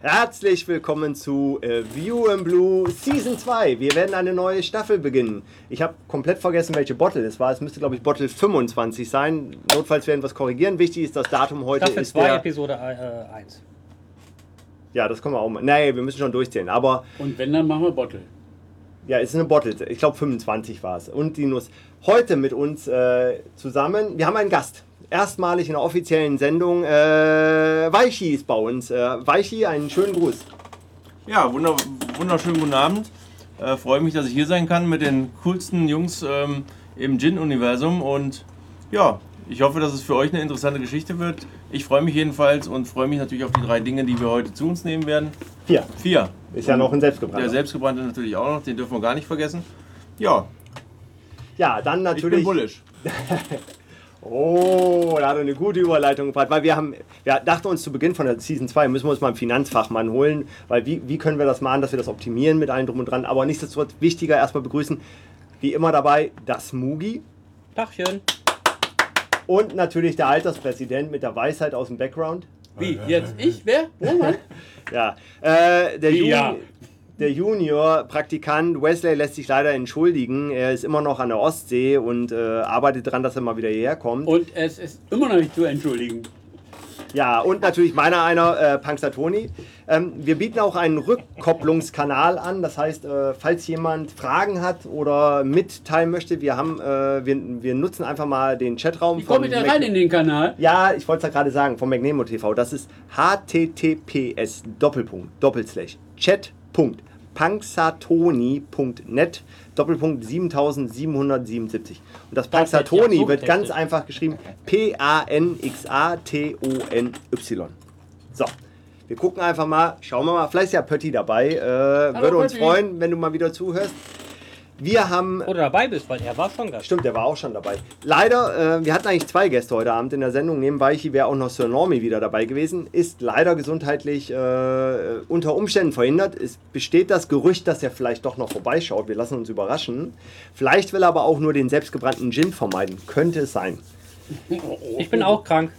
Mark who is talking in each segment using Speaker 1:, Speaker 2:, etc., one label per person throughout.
Speaker 1: Herzlich willkommen zu äh, View and Blue Season 2. Wir werden eine neue Staffel beginnen. Ich habe komplett vergessen, welche Bottle es war. Es müsste, glaube ich, Bottle 25 sein. Notfalls werden wir es korrigieren. Wichtig ist, das Datum heute
Speaker 2: Staffel
Speaker 1: ist
Speaker 2: 2,
Speaker 1: der...
Speaker 2: Episode äh, 1.
Speaker 1: Ja, das können wir auch mal... Nee, wir müssen schon durchzählen. Aber
Speaker 3: Und wenn, dann machen wir Bottle.
Speaker 1: ja, es ist eine Bottle. Ich glaube, 25 war es. Und die Nuss. Heute mit uns äh, zusammen... Wir haben einen Gast. Erstmalig in einer offiziellen Sendung. Äh, Weichi ist bei uns. Äh, Weichi, einen schönen Gruß.
Speaker 4: Ja, wunder, wunderschönen guten Abend. Äh, Freue mich, dass ich hier sein kann mit den coolsten Jungs ähm, im Gin-Universum. Und ja, ich hoffe, dass es für euch eine interessante Geschichte wird. Ich freue mich jedenfalls und freue mich natürlich auf die drei Dinge, die wir heute zu uns nehmen werden.
Speaker 1: Vier.
Speaker 4: Vier.
Speaker 1: Ist ja noch ein
Speaker 4: Der
Speaker 1: selbstgebrannter.
Speaker 4: selbstgebrannte natürlich auch noch, den dürfen wir gar nicht vergessen. Ja,
Speaker 1: ja, dann
Speaker 4: ich
Speaker 1: natürlich...
Speaker 4: bin bullisch.
Speaker 1: Oh, da hat er eine gute Überleitung gebracht, weil wir haben, wir dachten uns zu Beginn von der Season 2, müssen wir uns mal einen Finanzfachmann holen, weil wie, wie können wir das machen, dass wir das optimieren mit allem drum und dran, aber nichtsdestotrotz wichtiger erstmal begrüßen, wie immer dabei, das Mugi
Speaker 2: Tachchen.
Speaker 1: und natürlich der Alterspräsident mit der Weisheit aus dem Background.
Speaker 3: Wie? Jetzt ich? Wer? Roman?
Speaker 1: Ja, äh, der, Juni
Speaker 3: Ja.
Speaker 1: der Junior-Praktikant Wesley lässt sich leider entschuldigen, er ist immer noch an der Ostsee und äh, arbeitet daran, dass er mal wieder hierher kommt.
Speaker 3: Und es ist immer noch nicht zu entschuldigen.
Speaker 1: Ja, und natürlich meiner einer, äh, Punxsutawney. Ähm, wir bieten auch einen Rückkopplungskanal an. Das heißt, äh, falls jemand Fragen hat oder mitteilen möchte, wir, haben, äh, wir, wir nutzen einfach mal den Chatraum.
Speaker 3: Wie komme ich da rein in den Kanal?
Speaker 1: ja, ich wollte es ja gerade sagen, von McNemo TV. Das ist https Doppelpunkt, Doppelslash, Chat. Punkt, punxsutawney.net, Doppelpunkt 7777. Und das
Speaker 2: Das hätte ich auch
Speaker 1: Panxatoni
Speaker 2: so
Speaker 1: wird ganz
Speaker 2: getextet.
Speaker 1: einfach geschrieben P-A-N-X-A-T-O-N-Y. So, wir gucken einfach mal, schauen wir mal. Vielleicht ist ja Pötti dabei. Äh, würde uns
Speaker 3: Pötti.
Speaker 1: freuen, wenn du mal wieder zuhörst. Wir haben
Speaker 2: Oder dabei bist, weil er war schon Gast.
Speaker 1: Stimmt, der war auch schon dabei. Leider, äh, wir hatten eigentlich zwei Gäste heute Abend in der Sendung. Nebenbei wäre auch noch Sir Normie wieder dabei gewesen. Ist leider gesundheitlich äh, unter Umständen verhindert. Es besteht das Gerücht, dass er vielleicht doch noch vorbeischaut. Wir lassen uns überraschen. Vielleicht will er aber auch nur den selbstgebrannten Gin vermeiden. Könnte es sein.
Speaker 2: Ich bin auch krank.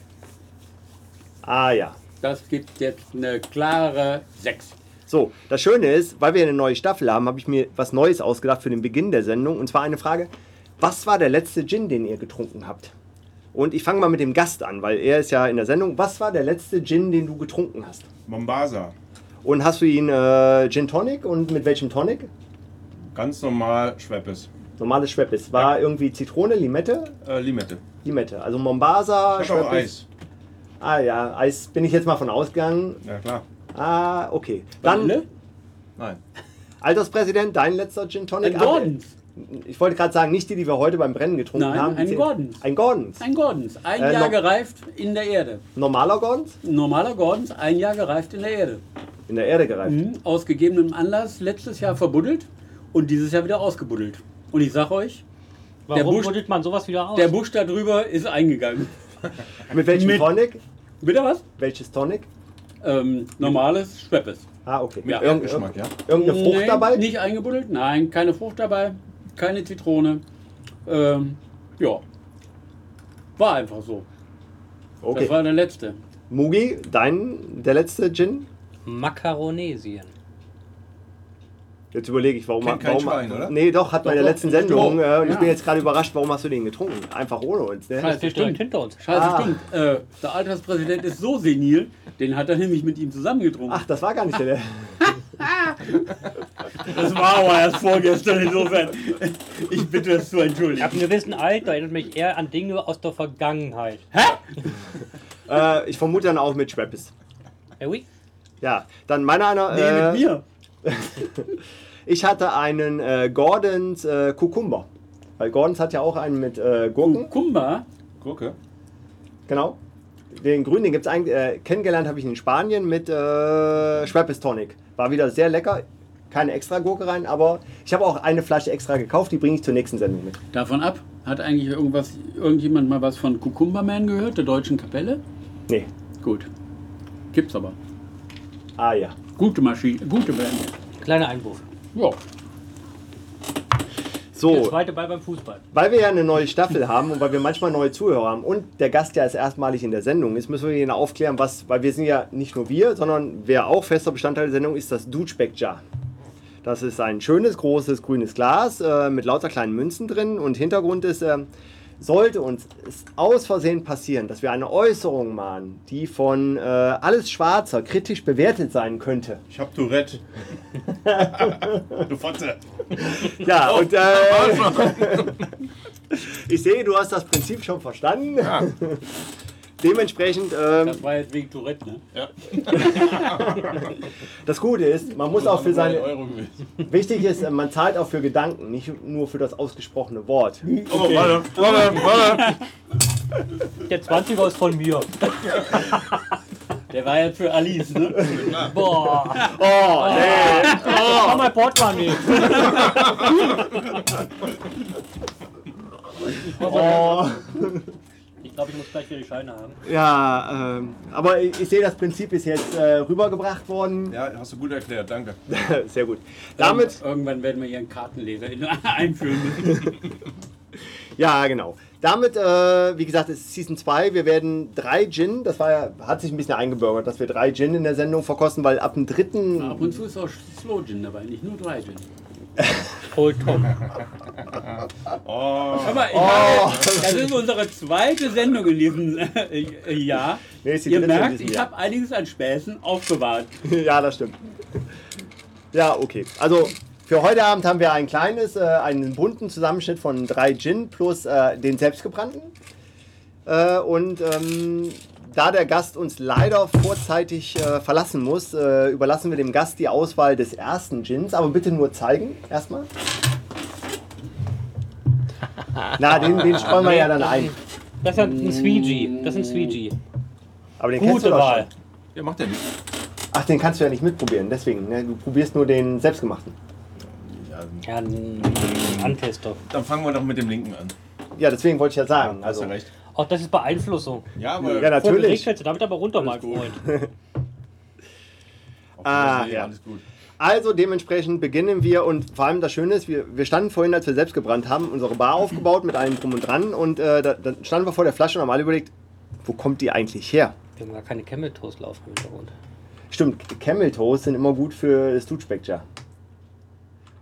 Speaker 1: Ah ja.
Speaker 3: Das gibt jetzt eine klare 6.
Speaker 1: So, das Schöne ist, weil wir eine neue Staffel haben, habe ich mir was Neues ausgedacht für den Beginn der Sendung. Und zwar eine Frage: Was war der letzte Gin, den ihr getrunken habt? Und ich fange mal mit dem Gast an, weil er ist ja in der Sendung. Was war der letzte Gin, den du getrunken hast?
Speaker 5: Mombasa.
Speaker 1: Und hast du ihn äh, Gin Tonic und mit welchem Tonic?
Speaker 5: Ganz normal Schweppes.
Speaker 1: Normales Schweppes. War irgendwie Zitrone, Limette?
Speaker 5: Äh, Limette.
Speaker 1: Limette. Also Mombasa,
Speaker 5: Ich habe auch Eis.
Speaker 1: Ah ja, Eis bin ich jetzt mal von ausgegangen.
Speaker 5: Ja klar.
Speaker 1: Ah, okay.
Speaker 5: ne?
Speaker 1: Dann
Speaker 3: Vanille?
Speaker 4: Nein.
Speaker 1: Alterspräsident, dein letzter Gin Tonic.
Speaker 3: Ein Gordons.
Speaker 1: Ich wollte gerade sagen, nicht die, die wir heute beim Brennen getrunken
Speaker 3: Nein,
Speaker 1: haben.
Speaker 3: ein
Speaker 1: Die-
Speaker 3: Gordons.
Speaker 1: Ein Gordons.
Speaker 3: Ein Gordons. Ein
Speaker 1: Äh,
Speaker 3: Jahr
Speaker 1: noch-
Speaker 3: gereift in der Erde.
Speaker 1: Normaler Gordons?
Speaker 3: Ein normaler Gordons, ein Jahr gereift in der Erde.
Speaker 1: In der Erde gereift.
Speaker 3: Mhm. Aus gegebenem Anlass letztes Jahr verbuddelt und dieses Jahr wieder ausgebuddelt. Und ich sag euch, Der
Speaker 2: Warum
Speaker 3: Busch-
Speaker 2: buddelt man sowas wieder aus?
Speaker 3: der Busch da drüber ist eingegangen.
Speaker 1: Mit welchem
Speaker 3: Mit-
Speaker 1: Tonic?
Speaker 3: Bitte was?
Speaker 1: Welches Tonic?
Speaker 3: Ähm, normales Schweppes.
Speaker 1: Ah, okay.
Speaker 3: Ja.
Speaker 1: Irgend-
Speaker 4: Geschmack, ja.
Speaker 1: Irgendeine Frucht
Speaker 3: Nein,
Speaker 1: dabei?
Speaker 3: Nicht eingebuddelt? Nein, keine Frucht dabei, keine Zitrone. Ähm, ja. War einfach so. Das
Speaker 1: Okay.
Speaker 3: war der letzte.
Speaker 1: Mugi, dein, der letzte Gin?
Speaker 2: Makaronesien.
Speaker 1: Jetzt überlege ich, warum...
Speaker 5: Kennt kein
Speaker 1: warum
Speaker 5: Schwein, oder?
Speaker 1: Nee, doch, hat bei
Speaker 3: Doch,
Speaker 1: der
Speaker 3: doch,
Speaker 1: letzten
Speaker 3: doch.
Speaker 1: Sendung. Äh, und ich
Speaker 3: Ja.
Speaker 1: bin jetzt gerade überrascht, warum hast du den getrunken? Einfach ohne uns, ne?
Speaker 3: Scheiße.
Speaker 2: Das ist direkt hinter uns.
Speaker 3: Scheiße,
Speaker 1: Ah.
Speaker 3: stimmt. Äh, der Alterspräsident ist so senil, den hat er nämlich mit ihm zusammengetrunken.
Speaker 1: Ach, das war gar nicht der...
Speaker 3: das war aber erst vorgestern insofern. Ich bitte es zu
Speaker 2: Ich habe
Speaker 3: entschuldigen.
Speaker 2: einen gewissen Alter, erinnert mich eher an Dinge aus der Vergangenheit.
Speaker 1: äh, ich vermute dann auch mit Schweppes.
Speaker 2: Hey, oui?
Speaker 1: Ja, dann meiner einer...
Speaker 3: Nee,
Speaker 1: äh,
Speaker 3: mit mir.
Speaker 1: Ich hatte einen äh, Gordons äh, Kukumba. Weil Gordons hat ja auch einen mit äh,
Speaker 3: Hm.
Speaker 1: Gurken.
Speaker 3: Kumba,
Speaker 5: Gurke.
Speaker 1: Genau. Den grünen, den gibt es eigentlich. Äh, kennengelernt habe ich ihn in Spanien mit äh, Schweppes Tonic. War wieder sehr lecker. Keine extra Gurke rein, aber ich habe auch eine Flasche extra gekauft. Die bringe ich zur nächsten Sendung mit.
Speaker 3: davon ab, hat eigentlich irgendwas, irgendjemand mal was von Cucumber Man gehört, der deutschen Kapelle?
Speaker 1: Nee.
Speaker 3: Gut. Gibt's aber.
Speaker 1: Ah ja.
Speaker 3: Gute Maschine, gute Band.
Speaker 2: Kleiner Einwurf.
Speaker 3: Ja.
Speaker 2: Der
Speaker 1: So,
Speaker 2: zweite Ball beim Fußball.
Speaker 1: weil wir ja eine neue Staffel haben und weil wir manchmal neue Zuhörer haben und der Gast ja ist erstmalig in der Sendung ist, müssen wir ihn aufklären, was, weil wir sind ja nicht nur wir, sondern wer auch fester Bestandteil der Sendung ist, das Dutschbeck Jar. Das ist ein schönes, großes, grünes Glas äh, mit lauter kleinen Münzen drin und Hintergrund ist, ähm, sollte uns es aus Versehen passieren, dass wir eine Äußerung machen, die von äh, alles Schwarzer kritisch bewertet sein könnte.
Speaker 5: Ich hab Tourette. du Fotze.
Speaker 1: Ja, und äh, ich sehe, du hast das Prinzip schon verstanden. Dementsprechend, ähm,
Speaker 3: Das war jetzt wegen Tourette, ne?
Speaker 1: das Gute ist, man muss auch für
Speaker 5: Neun
Speaker 1: seine.
Speaker 5: Euro gewesen.
Speaker 1: Wichtig ist, äh, man zahlt auch für Gedanken, nicht nur für das ausgesprochene Wort.
Speaker 4: Oh, warte, warte, warte.
Speaker 2: Der 20er ist von mir.
Speaker 3: Der war jetzt für Alice, ne?
Speaker 2: Boah.
Speaker 1: Oh, nee.
Speaker 2: Oh. Mach mein Portemonnaie.
Speaker 1: Oh.
Speaker 2: Ich glaube, ich muss gleich wieder die Scheine haben.
Speaker 1: Ja, ähm, aber ich, ich sehe, das Prinzip ist jetzt äh, rübergebracht worden.
Speaker 5: Ja, hast du gut erklärt, danke.
Speaker 1: Sehr gut. Damit
Speaker 3: Irgendwann werden wir hier einen Kartenleser in- einführen müssen.
Speaker 1: Ja, genau. Damit, äh, wie gesagt, es ist Season 2. Wir werden drei Gin, das war ja, hat sich ein bisschen eingebürgert, dass wir drei Gin in der Sendung verkosten, weil ab dem dritten.
Speaker 3: Ab und zu ist auch Slow Gin dabei, nicht nur drei Gin.
Speaker 2: Old Tom.
Speaker 5: Oh,
Speaker 3: Aber ich meine, das ist unsere zweite Sendung in diesem äh, Jahr.
Speaker 1: Nee, ist die
Speaker 3: Ihr
Speaker 1: dritte in
Speaker 3: merkt,
Speaker 1: diesem
Speaker 3: ich
Speaker 1: Jahr.
Speaker 3: habe einiges an Späßen aufbewahrt.
Speaker 1: ja, das stimmt. Ja, okay. Also für heute Abend haben wir ein kleines, äh, einen bunten Zusammenschnitt von drei Gin plus äh, den selbstgebrannten. Äh, und ähm, da der Gast uns leider vorzeitig äh, verlassen muss, äh, überlassen wir dem Gast die Auswahl des ersten Gins. Aber bitte nur zeigen, erstmal. Na, den, den streuen wir ja dann ein.
Speaker 2: Das ist ein Swiji. Das ist ein Swiji.
Speaker 1: Aber den Mm. kennst du
Speaker 2: Gute
Speaker 1: doch
Speaker 2: Wahl.
Speaker 1: Schon.
Speaker 4: Ja, macht er nicht.
Speaker 1: Ach, den kannst du ja nicht mitprobieren, deswegen. Ne? Du probierst nur den selbstgemachten.
Speaker 5: ja,
Speaker 2: Ja, ein
Speaker 1: mm.
Speaker 2: Antester.
Speaker 5: dann fangen wir doch mit dem linken an.
Speaker 1: Ja, deswegen wollte ich ja sagen.
Speaker 5: Hast
Speaker 1: also,
Speaker 5: du recht.
Speaker 2: Auch das ist Beeinflussung.
Speaker 5: Ja, aber
Speaker 1: Ja,
Speaker 2: Vor Gericht
Speaker 1: natürlich.
Speaker 2: fällst du damit aber runter, mein Freund.
Speaker 1: Ah,
Speaker 5: nee,
Speaker 1: ja.
Speaker 5: alles gut.
Speaker 1: Also dementsprechend beginnen wir und vor allem das Schöne ist, wir, wir standen vorhin, als wir selbst gebrannt haben, unsere Bar aufgebaut mit allem drum und dran und äh, da, dann standen wir vor der Flasche und haben alle überlegt, wo kommt die eigentlich her?
Speaker 2: Wir haben gar keine Camel Toast laufen im Hintergrund.
Speaker 1: Stimmt, Camel Toes sind immer gut für das Dutschbeckja.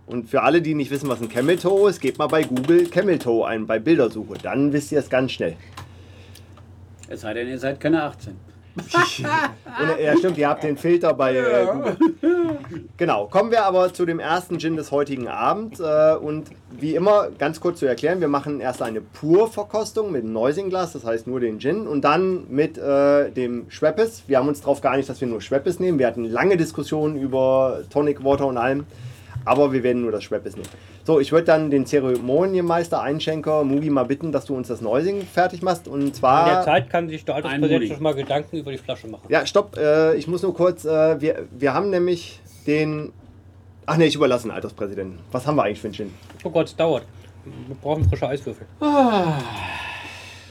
Speaker 1: Und für alle, die nicht wissen, was ein Camel Toe ist, gebt mal bei Google Camel Toe ein, bei Bildersuche. Dann wisst ihr es ganz schnell.
Speaker 3: Es sei denn, ihr seid keine 18.
Speaker 1: Und, äh, ja, stimmt, ihr habt den Filter bei äh, Google. Genau, kommen wir aber zu dem ersten Gin des heutigen Abends. Äh, und wie immer, ganz kurz zu erklären, wir machen erst eine Pur-Verkostung mit einem Neusingglas, das heißt nur den Gin, und dann mit äh, dem Schweppes. Wir haben uns darauf geeinigt, dass wir nur Schweppes nehmen. Wir hatten lange Diskussionen über Tonic Water und allem. Aber wir werden nur das Schweppes nehmen. So, ich würde dann den Zeremonienmeister, Einschenker, Mugi mal bitten, dass du uns das Neusing fertig machst. Und zwar.
Speaker 2: In der Zeit kann sich der Alterspräsident
Speaker 3: Ein
Speaker 2: schon mal Gedanken über die Flasche machen.
Speaker 1: Ja, stopp, äh, ich muss nur kurz, äh, wir, wir haben nämlich den. Ach ne, ich überlasse den Alterspräsidenten. Was haben wir eigentlich für einen Gin?
Speaker 2: Oh Gott, es dauert. Wir brauchen frische Eiswürfel.
Speaker 3: Ah,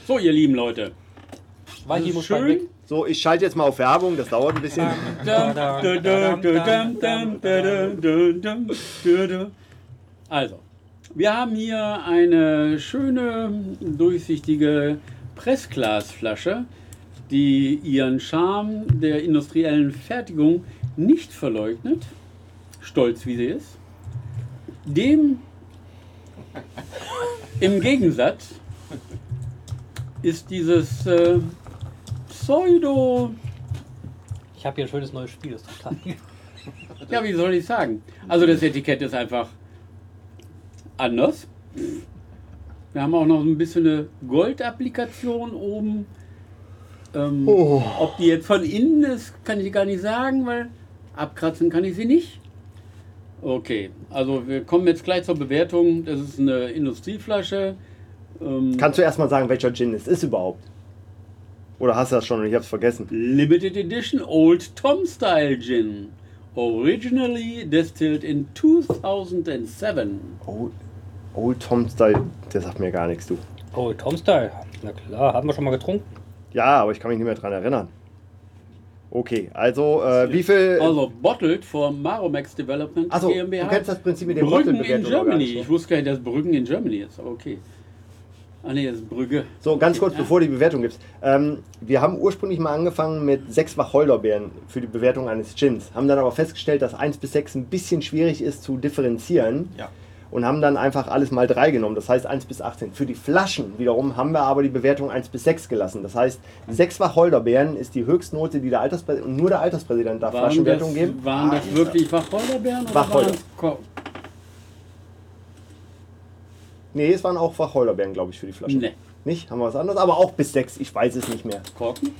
Speaker 3: So, ihr lieben Leute.
Speaker 2: Weil die muss mal weg.
Speaker 3: Schön.
Speaker 1: So, ich schalte jetzt mal auf Werbung, das dauert ein bisschen.
Speaker 3: Dum, dum, dum, dum, dum, dum, dum, dum, dum, dum. Also, wir haben hier eine schöne, durchsichtige Pressglasflasche, die ihren Charme der industriellen Fertigung nicht verleugnet, stolz wie sie ist. Dem im Gegensatz ist dieses äh, Pseudo
Speaker 2: Ich habe hier ein schönes neues Spiel, das ist total.
Speaker 3: Ja, wie soll ich sagen? Also das Etikett ist einfach anders. Wir haben auch noch ein bisschen eine Goldapplikation oben. Ähm, Ob die jetzt von innen ist, kann ich gar nicht sagen, weil abkratzen kann ich sie nicht. Okay, also wir kommen jetzt gleich zur Bewertung. Das ist eine Industrieflasche. Ähm,
Speaker 1: Kannst du erstmal sagen, welcher Gin es ist überhaupt? Oder hast du das schon und ich hab's vergessen?
Speaker 3: Limited Edition Old Tom Style Gin. Originally distilled in 2007.
Speaker 1: Old, Old Tom Style, der sagt mir gar nichts, du.
Speaker 2: Oh, Tom Style. Na klar, haben wir schon mal getrunken.
Speaker 1: Ja, aber ich kann mich nicht mehr dran erinnern. Okay, also äh, wie viel.
Speaker 3: Also bottled von Maromax Development
Speaker 1: Achso, du
Speaker 3: GmbH.
Speaker 1: kennst das Prinzip mit dem
Speaker 3: Brüggen in
Speaker 1: Bottle-Bewertung noch gar
Speaker 3: Germany.
Speaker 1: nicht, ne?
Speaker 3: Ich wusste gar nicht, dass Brüggen in Germany ist, aber okay. Ah ne, das ist Brügge.
Speaker 1: So, ganz kurz, bevor du die Bewertung gibst. Ähm, wir haben ursprünglich mal angefangen mit sechs Wacholderbeeren für die Bewertung eines Gins, haben dann aber festgestellt, dass eins bis sechs ein bisschen schwierig ist zu differenzieren
Speaker 4: Ja.
Speaker 1: und haben dann einfach alles mal drei genommen, das heißt 1 bis 18. Für die Flaschen wiederum haben wir aber die Bewertung 1 bis 6 gelassen. Das heißt, sechs Wacholderbeeren ist die Höchstnote, die der Alterspräsident, und nur der Alterspräsident darf
Speaker 3: Waren das,
Speaker 1: Flaschenwertung geben. Ah,
Speaker 3: waren das wirklich Wacholderbeeren oder
Speaker 1: Wacholder.
Speaker 3: waren das Ko-
Speaker 1: Nee, es waren auch Wacholderbeeren, glaube ich, für die Flaschen.
Speaker 3: Nee.
Speaker 1: Nicht? Haben wir was anderes? Aber auch bis 6, ich weiß es nicht mehr.
Speaker 3: Korken?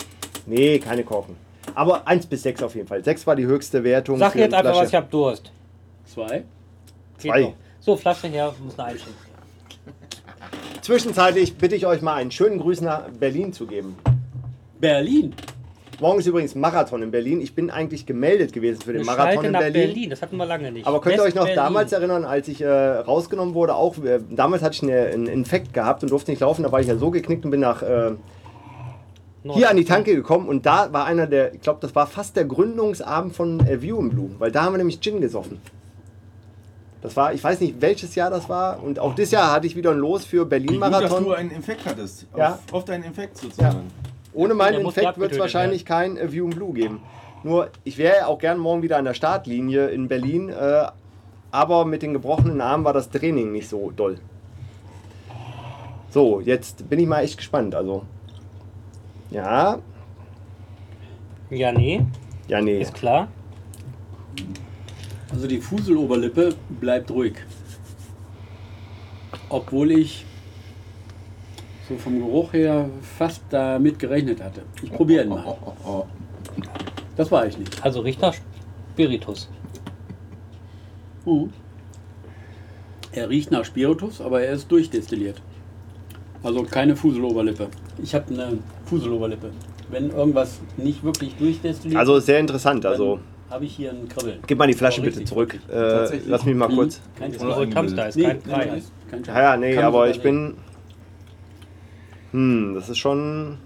Speaker 1: Nee, keine Korken. Aber 1 bis 6 auf jeden Fall. 6 war die höchste Wertung.
Speaker 2: Sag
Speaker 1: für
Speaker 2: jetzt
Speaker 1: die
Speaker 2: einfach
Speaker 1: Flasche.
Speaker 2: was, ich hab Durst.
Speaker 3: Zwei?
Speaker 2: Geht
Speaker 1: Zwei.
Speaker 2: noch. So, Flasche her, muss eine einschenken.
Speaker 1: Zwischenzeitlich bitte ich euch mal einen schönen Gruß nach Berlin zu geben.
Speaker 3: Berlin.
Speaker 1: Morgen ist übrigens Marathon in Berlin. Ich bin eigentlich gemeldet gewesen für den
Speaker 2: Eine
Speaker 1: Marathon
Speaker 2: Schalte
Speaker 1: in
Speaker 2: nach
Speaker 1: Berlin.
Speaker 2: Berlin. das hatten wir lange nicht.
Speaker 1: Aber könnt ihr euch noch
Speaker 2: West-Berlin.
Speaker 1: damals erinnern, als ich äh, rausgenommen wurde, auch äh, damals hatte ich eine, einen Infekt gehabt und durfte nicht laufen, da war ich ja so geknickt und bin nach äh,
Speaker 2: Nord-
Speaker 1: hier an die Tanke gekommen und da war einer der, ich glaube, das war fast der Gründungsabend von äh, View in Blue, weil da haben wir nämlich Gin gesoffen. Das war, ich weiß nicht, welches Jahr das war und auch dieses Jahr hatte ich wieder ein Los für
Speaker 4: Wie gut, dass du
Speaker 1: Berlin-Marathon.
Speaker 4: einen Infekt hattest.
Speaker 1: Ja.
Speaker 4: Auf, auf deinen Infekt sozusagen.
Speaker 1: Ohne meinen
Speaker 2: Der muss
Speaker 1: Infekt wird es
Speaker 2: abgetötet
Speaker 1: wahrscheinlich kein äh, View in Blue geben. Nur, ich wäre ja auch gern morgen wieder an der Startlinie in Berlin, äh, aber mit den gebrochenen Armen war das Training nicht so doll. So, jetzt bin ich mal echt gespannt. Also, ja,
Speaker 2: Ja, nee,
Speaker 1: ja, nee.
Speaker 2: ist klar.
Speaker 3: Also die Fuseloberlippe bleibt ruhig. Obwohl ich so vom Geruch her fast damit gerechnet hatte. Ich probiere ihn mal.
Speaker 5: Oh, oh.
Speaker 3: Das war ich nicht.
Speaker 2: Also riecht nach Spiritus.
Speaker 3: Mhm. Er riecht nach Spiritus, aber er ist durchdestilliert. Also keine Fuseloberlippe. Ich habe eine Fuseloberlippe. Wenn irgendwas nicht wirklich durchdestilliert
Speaker 1: Also, sehr interessant. Also,
Speaker 3: habe ich hier einen Kribbeln.
Speaker 1: gib mal die Flasche
Speaker 3: Oh,
Speaker 1: bitte
Speaker 3: richtig,
Speaker 1: zurück.
Speaker 3: richtig.
Speaker 1: Äh,
Speaker 4: Tatsächlich.
Speaker 1: lass mich mal
Speaker 3: Mhm.
Speaker 1: kurz.
Speaker 2: Das ist
Speaker 4: Oder
Speaker 2: eine Old
Speaker 4: eingebildet.
Speaker 2: Tamster, ist
Speaker 3: Nee,
Speaker 2: kein
Speaker 3: kein
Speaker 2: Dreier.
Speaker 3: Scheiß, kein Scheiß.
Speaker 1: Ja, ja, nee,
Speaker 3: Kann
Speaker 1: aber
Speaker 3: sogar
Speaker 1: ich
Speaker 3: sein.
Speaker 1: bin. Hm, das ist schon.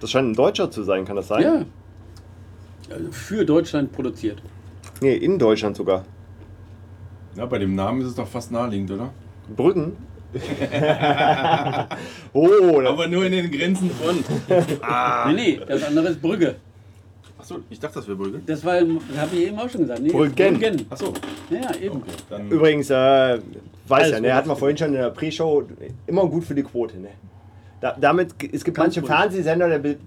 Speaker 1: Das scheint ein Deutscher zu sein, kann das sein?
Speaker 3: Ja. Also für Deutschland produziert.
Speaker 1: Nee, in Deutschland sogar.
Speaker 5: Na, bei dem Namen ist es doch fast naheliegend, oder?
Speaker 1: Brücken? oh, da,
Speaker 4: Aber nur in den Grenzen von.
Speaker 1: Ah.
Speaker 3: Nee, nee, das andere ist Brügge.
Speaker 4: Achso, ich dachte, das wäre Brügge.
Speaker 3: Das war, habe ich eben auch schon gesagt. Nee,
Speaker 1: Brüggen.
Speaker 3: Brüggen.
Speaker 4: Achso,
Speaker 3: Ja, eben.
Speaker 4: okay. Dann
Speaker 1: übrigens, äh, weiß
Speaker 2: Alles
Speaker 1: ja,
Speaker 2: gut.
Speaker 1: ne, hat man vorhin schon in der Pre-Show, immer gut für die Quote, ne? Da, damit, g- es gibt
Speaker 3: Ganz
Speaker 1: manche
Speaker 3: gut.
Speaker 1: Fernsehsender, der, be-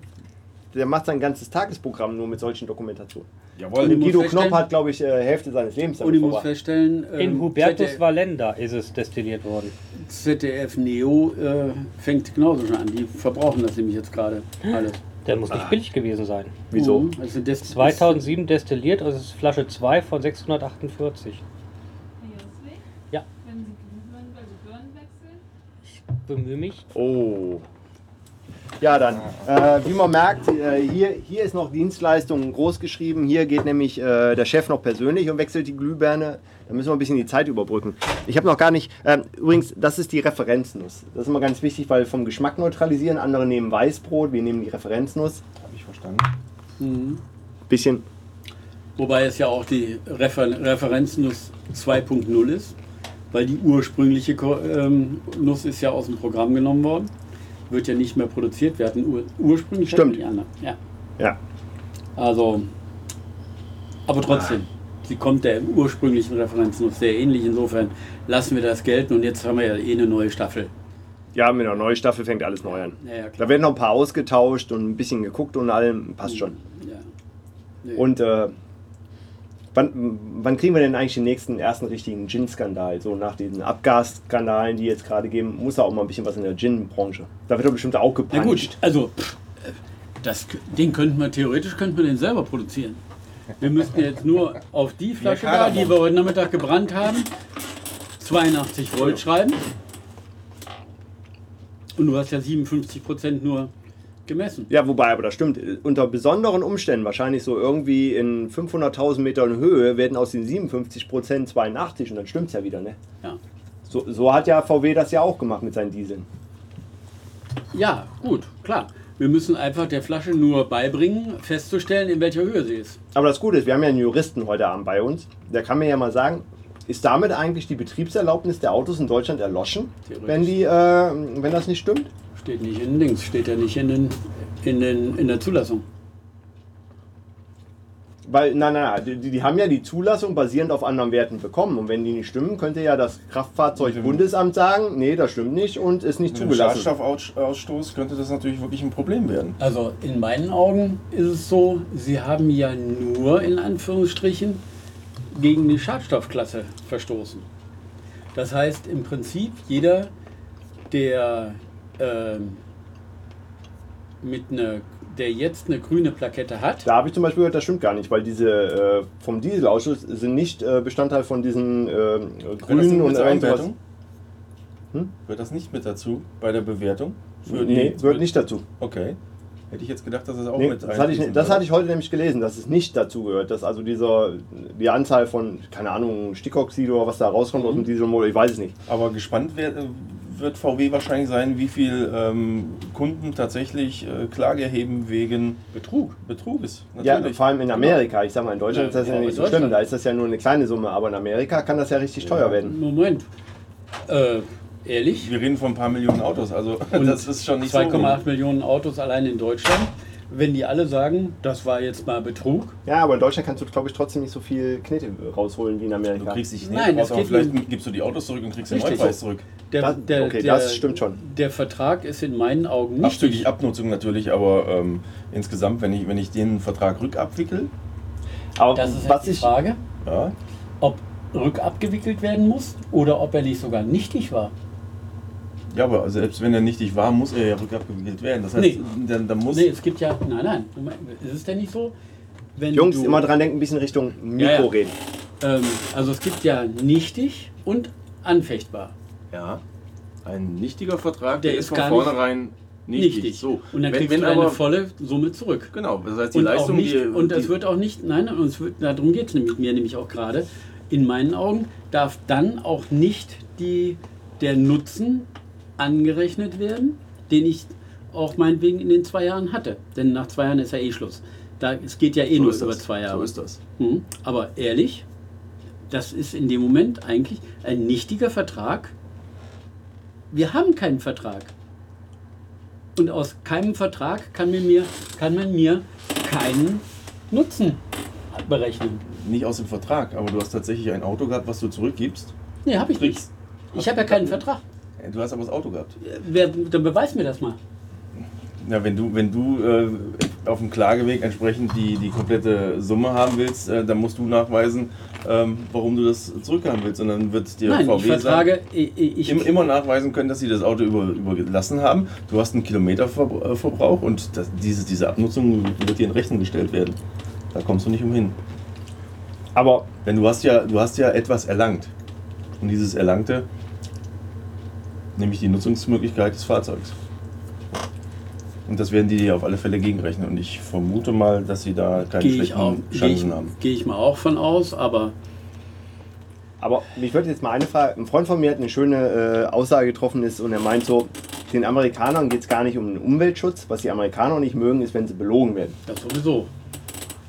Speaker 1: der macht sein ganzes Tagesprogramm nur mit solchen Dokumentationen.
Speaker 5: Jawohl.
Speaker 3: Und-
Speaker 1: Und
Speaker 3: muss
Speaker 1: Guido
Speaker 3: feststellen-
Speaker 1: Knopp hat, glaube ich, äh, Hälfte seines Lebens
Speaker 3: Und
Speaker 1: damit
Speaker 3: ich muss
Speaker 1: verbracht.
Speaker 3: feststellen,
Speaker 2: In
Speaker 3: ähm,
Speaker 2: Hubertus
Speaker 3: ZDF
Speaker 2: Valenda ist es destilliert worden.
Speaker 3: ZDF Neo äh, fängt genauso schon an. Die verbrauchen das nämlich jetzt gerade alles.
Speaker 2: Der muss
Speaker 3: Ah.
Speaker 2: nicht billig gewesen sein.
Speaker 1: Wieso?
Speaker 3: Mhm, Also das
Speaker 2: 2007 destilliert, also es ist Flasche 2 von 648.
Speaker 6: Joswig?
Speaker 2: Ja.
Speaker 6: Wenn Sie Glühbirnen bei Glühbirnen wechseln?
Speaker 2: Bemühe mich.
Speaker 1: Oh. Ja, dann. Äh, wie man merkt, äh, hier, hier ist noch Dienstleistung groß geschrieben. Hier geht nämlich äh, der Chef noch persönlich und wechselt die Glühbirne. Da müssen wir ein bisschen die Zeit überbrücken. Ich habe noch gar nicht. ähm, übrigens, das ist die Referenznuss. Das ist immer ganz wichtig, weil vom Geschmack neutralisieren. Andere nehmen Weißbrot, wir nehmen die Referenznuss.
Speaker 4: hab ich verstanden.
Speaker 3: Mhm.
Speaker 1: Bisschen.
Speaker 3: Wobei es ja auch die Refer Referenznuss 2.0 ist, weil die ursprüngliche Ko ähm, Nuss ist ja aus dem Programm genommen worden. Wird ja nicht mehr produziert. Wir hatten ur ursprünglich hatten
Speaker 1: Stimmt.
Speaker 3: wir die andere. Ja.
Speaker 1: Ja.
Speaker 3: Also, aber trotzdem, sie kommt der ursprünglichen Referenznuss sehr ähnlich. Insofern lassen wir das gelten und jetzt haben wir ja eh eine neue Staffel.
Speaker 1: Ja, mit einer neuen Staffel fängt alles neu an.
Speaker 3: Ja, ja,
Speaker 1: Da werden noch ein paar ausgetauscht und ein bisschen geguckt und allem. Passt schon.
Speaker 3: Ja. Nee.
Speaker 1: Und äh, wann, wann kriegen wir denn eigentlich den nächsten ersten richtigen Gin-Skandal? So nach den Abgasskandalen, die jetzt gerade geben, muss da auch mal ein bisschen was in der Gin-Branche. Da wird doch bestimmt auch
Speaker 3: Na
Speaker 1: gepuncht.
Speaker 3: gut, also pff, das, den könnten wir theoretisch könnten wir den selber produzieren. Wir müssten jetzt nur auf die Flasche da, die wir heute Nachmittag gebrannt haben, 82 Volt schreiben. Und du hast ja 57 Prozent nur gemessen.
Speaker 1: Ja, wobei, aber das stimmt. äh, Unter besonderen Umständen, wahrscheinlich so irgendwie in 500.000 Metern Höhe, werden aus den 57% 82 und dann stimmt's ja wieder, ne?
Speaker 3: Ja,
Speaker 1: So, so hat ja VW das ja auch gemacht mit seinen Dieseln.
Speaker 3: ja gut, klar. Wir müssen einfach der Flasche nur beibringen, festzustellen, in welcher Höhe sie ist.
Speaker 1: Aber das Gute ist, wir haben ja einen Juristen heute Abend bei uns. Der kann mir ja mal sagen, ist damit eigentlich die Betriebserlaubnis der Autos in Deutschland erloschen,
Speaker 3: Theoretisch.
Speaker 1: wenn, die, äh, wenn das nicht stimmt?
Speaker 3: Steht nicht in den Dings, steht ja nicht in, den, in, den, in der Zulassung.
Speaker 1: Weil, nein, nein, nein, die, die die haben ja die Zulassung basierend auf anderen Werten bekommen. Und wenn die nicht stimmen, könnte ja das
Speaker 4: Mhm.
Speaker 1: Kraftfahrzeugbundesamt sagen, nee, das stimmt nicht und ist nicht
Speaker 4: Mit dem
Speaker 1: zugelassen.
Speaker 4: Schadstoffausstoß könnte das natürlich wirklich ein Problem werden.
Speaker 3: Also in meinen Augen ist es so, sie haben ja nur in Anführungsstrichen gegen die Schadstoffklasse verstoßen. Das heißt im Prinzip jeder, der ähm, mit einer, der jetzt eine grüne Plakette hat,
Speaker 1: Da habe ich zum Beispiel gehört, das stimmt gar nicht, weil diese äh, vom Dieselausschuss sind nicht äh, Bestandteil von diesen äh, grünen und irgendwas. Hm?
Speaker 4: Wird das nicht mit dazu bei der Bewertung? Für die-
Speaker 1: Nee, gehört nicht dazu.
Speaker 4: Okay. Hätte ich jetzt gedacht, dass das auch
Speaker 1: Nee,
Speaker 4: mit
Speaker 1: das, hatte ich,
Speaker 4: einfließen
Speaker 1: das
Speaker 4: würde.
Speaker 1: hatte ich heute nämlich gelesen, dass es nicht dazu gehört, dass also dieser, die Anzahl von, keine Ahnung, Stickoxid oder was da rauskommt aus dem
Speaker 3: Mhm.
Speaker 1: Dieselmotor, ich weiß es nicht.
Speaker 4: Aber gespannt wer- äh, wird VW wahrscheinlich sein, wie viel ähm, Kunden tatsächlich äh, Klage erheben wegen Betrug. Betruges.
Speaker 1: Ja, vor allem in Amerika, ich sag mal, in Deutschland ist das ja
Speaker 3: Genau. Ja,
Speaker 1: nicht
Speaker 3: in
Speaker 1: so schlimm,
Speaker 3: Deutschland.
Speaker 1: da ist das ja nur eine kleine Summe, aber in Amerika kann das ja richtig teuer werden.
Speaker 3: Moment, äh, ehrlich,
Speaker 4: Wir reden von ein paar Millionen Autos, also
Speaker 3: Und
Speaker 4: das ist schon nicht so.
Speaker 3: 2,8 Millionen Autos allein in Deutschland, wenn die alle sagen, das war jetzt mal Betrug,
Speaker 1: Ja, aber in Deutschland kannst du, glaube ich, trotzdem nicht so viel Knete rausholen wie in Amerika.
Speaker 4: Du kriegst dich
Speaker 3: Nein,
Speaker 4: nicht,
Speaker 3: das
Speaker 4: aber
Speaker 3: geht
Speaker 4: vielleicht
Speaker 3: nicht.
Speaker 4: gibst du die Autos zurück und kriegst den
Speaker 3: Richtig.
Speaker 4: Neupreis zurück.
Speaker 3: Der,
Speaker 1: Das-
Speaker 3: der,
Speaker 1: okay,
Speaker 3: der,
Speaker 1: das stimmt schon.
Speaker 3: Der Vertrag ist in meinen Augen nicht.
Speaker 4: Abzüglich Abnutzung natürlich, aber ähm, insgesamt, wenn ich, wenn ich den Vertrag rückabwickel,
Speaker 1: aber
Speaker 3: Das ist
Speaker 1: was
Speaker 3: halt die
Speaker 1: ich,
Speaker 3: Frage,
Speaker 4: ja,
Speaker 3: ob rückabgewickelt werden muss oder ob er nicht sogar nichtig war.
Speaker 4: ja, aber selbst wenn er nichtig war, muss er ja rückabgewickelt werden. Das heißt,
Speaker 3: Nee.
Speaker 4: dann, dann muss
Speaker 3: Nee, es gibt ja. Nein, nein. du mein- Ist es denn nicht so? Wenn
Speaker 1: Jungs,
Speaker 3: du,
Speaker 1: immer dran denken, ein bisschen Richtung Mikro
Speaker 3: Ja, ja.
Speaker 1: reden.
Speaker 3: Ähm, also es gibt ja nichtig und anfechtbar.
Speaker 5: Ja, ein nichtiger Vertrag,
Speaker 3: Der
Speaker 5: der,
Speaker 3: ist
Speaker 5: ist von
Speaker 3: gar nicht
Speaker 5: vornherein nichtig. So.
Speaker 3: Und dann
Speaker 5: wenn,
Speaker 3: kriegst
Speaker 5: wenn
Speaker 3: du
Speaker 5: aber,
Speaker 3: eine volle Summe zurück.
Speaker 5: Genau, das heißt, die
Speaker 3: Und,
Speaker 5: Leistung,
Speaker 3: auch nicht,
Speaker 5: die,
Speaker 3: und
Speaker 5: die,
Speaker 3: es wird auch nicht, nein, und es wird, darum geht es nämlich mir nämlich auch gerade. In meinen Augen darf dann auch nicht die, der Nutzen angerechnet werden, den ich auch meinetwegen in den zwei Jahren hatte. Denn nach zwei Jahren ist ja eh Schluss. Da, es geht ja eh
Speaker 5: so
Speaker 3: nur
Speaker 5: ist
Speaker 3: über
Speaker 5: das.
Speaker 3: zwei Jahre.
Speaker 5: So ist das.
Speaker 3: Mhm. Aber ehrlich, das ist in dem Moment eigentlich ein nichtiger Vertrag. Wir haben keinen Vertrag. Und aus keinem Vertrag kann, mir, mir, kann man mir keinen Nutzen berechnen.
Speaker 4: nicht aus dem Vertrag, aber du hast tatsächlich ein Auto gehabt, was du zurückgibst.
Speaker 3: Nee, habe ich nicht.
Speaker 4: Kriegst, Äh,
Speaker 3: Ich habe ja keinen Vertrag.
Speaker 4: du hast aber das Auto gehabt.
Speaker 3: Wer, dann beweis mir das mal.
Speaker 4: Ja, wenn du, wenn du äh, auf dem Klageweg entsprechend die, die komplette Summe haben willst, äh, dann musst du nachweisen, ähm, warum du das zurückhaben willst. Und dann wird dir
Speaker 3: Nein, ich
Speaker 4: VW sagen,
Speaker 3: vertrage. Ich, ich,
Speaker 4: im, immer nachweisen können, dass sie das Auto über, überlassen haben. Du hast einen Kilometerverbrauch und das, diese, diese Abnutzung wird dir in Rechnung gestellt werden. Da kommst du nicht umhin.
Speaker 1: Aber
Speaker 4: Denn du hast ja, du hast ja etwas erlangt. Und dieses Erlangte, nämlich die Nutzungsmöglichkeit des Fahrzeugs. Und das werden die dir auf alle Fälle gegenrechnen. Und ich vermute mal, dass sie da keine
Speaker 3: Gehe ich,
Speaker 4: schlechten
Speaker 3: auch- gehe ich,
Speaker 4: Chancen haben.
Speaker 3: gehe ich mal auch von aus, aber
Speaker 1: Aber mich würde jetzt mal eine Frage. Ein Freund von mir hat eine schöne äh, Aussage getroffen ist und er meint so, den Amerikanern geht es gar nicht um den Umweltschutz. Was die Amerikaner nicht mögen, ist, wenn sie belogen werden.
Speaker 3: das sowieso.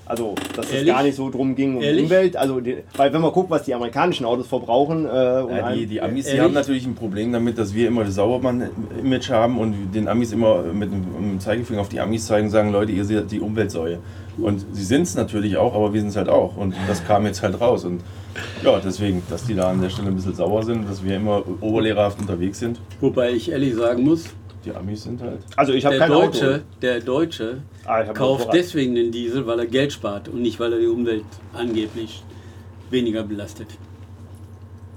Speaker 1: Also, dass es
Speaker 3: Ehrlich?
Speaker 1: gar nicht so drum ging um
Speaker 3: Ehrlich?
Speaker 1: Umwelt. Also, die, weil wenn man guckt, was die amerikanischen Autos verbrauchen, äh, und
Speaker 4: Ja, die,
Speaker 1: einem-
Speaker 4: die Amis, die
Speaker 3: Ehrlich?
Speaker 4: haben natürlich ein Problem damit, dass wir immer das Sauermann-Image haben und den Amis immer mit dem mit dem Zeigefinger auf die Amis zeigen und sagen, Leute, ihr seid die Umweltsäue. Und sie sind es natürlich auch, aber wir sind es halt auch. Und das kam jetzt halt raus. Und ja, deswegen, dass die da an der Stelle ein bisschen sauer sind, dass wir immer oberlehrerhaft unterwegs sind.
Speaker 3: Wobei ich ehrlich sagen muss,
Speaker 4: Die Amis sind halt.
Speaker 1: also ich habe
Speaker 3: der
Speaker 1: kein
Speaker 3: Deutsche,
Speaker 1: Auto.
Speaker 3: der Deutsche
Speaker 1: Ah, ich hab
Speaker 3: kauft
Speaker 1: Motorrad.
Speaker 3: deswegen den Diesel, weil er Geld spart und nicht, weil er die Umwelt angeblich weniger belastet.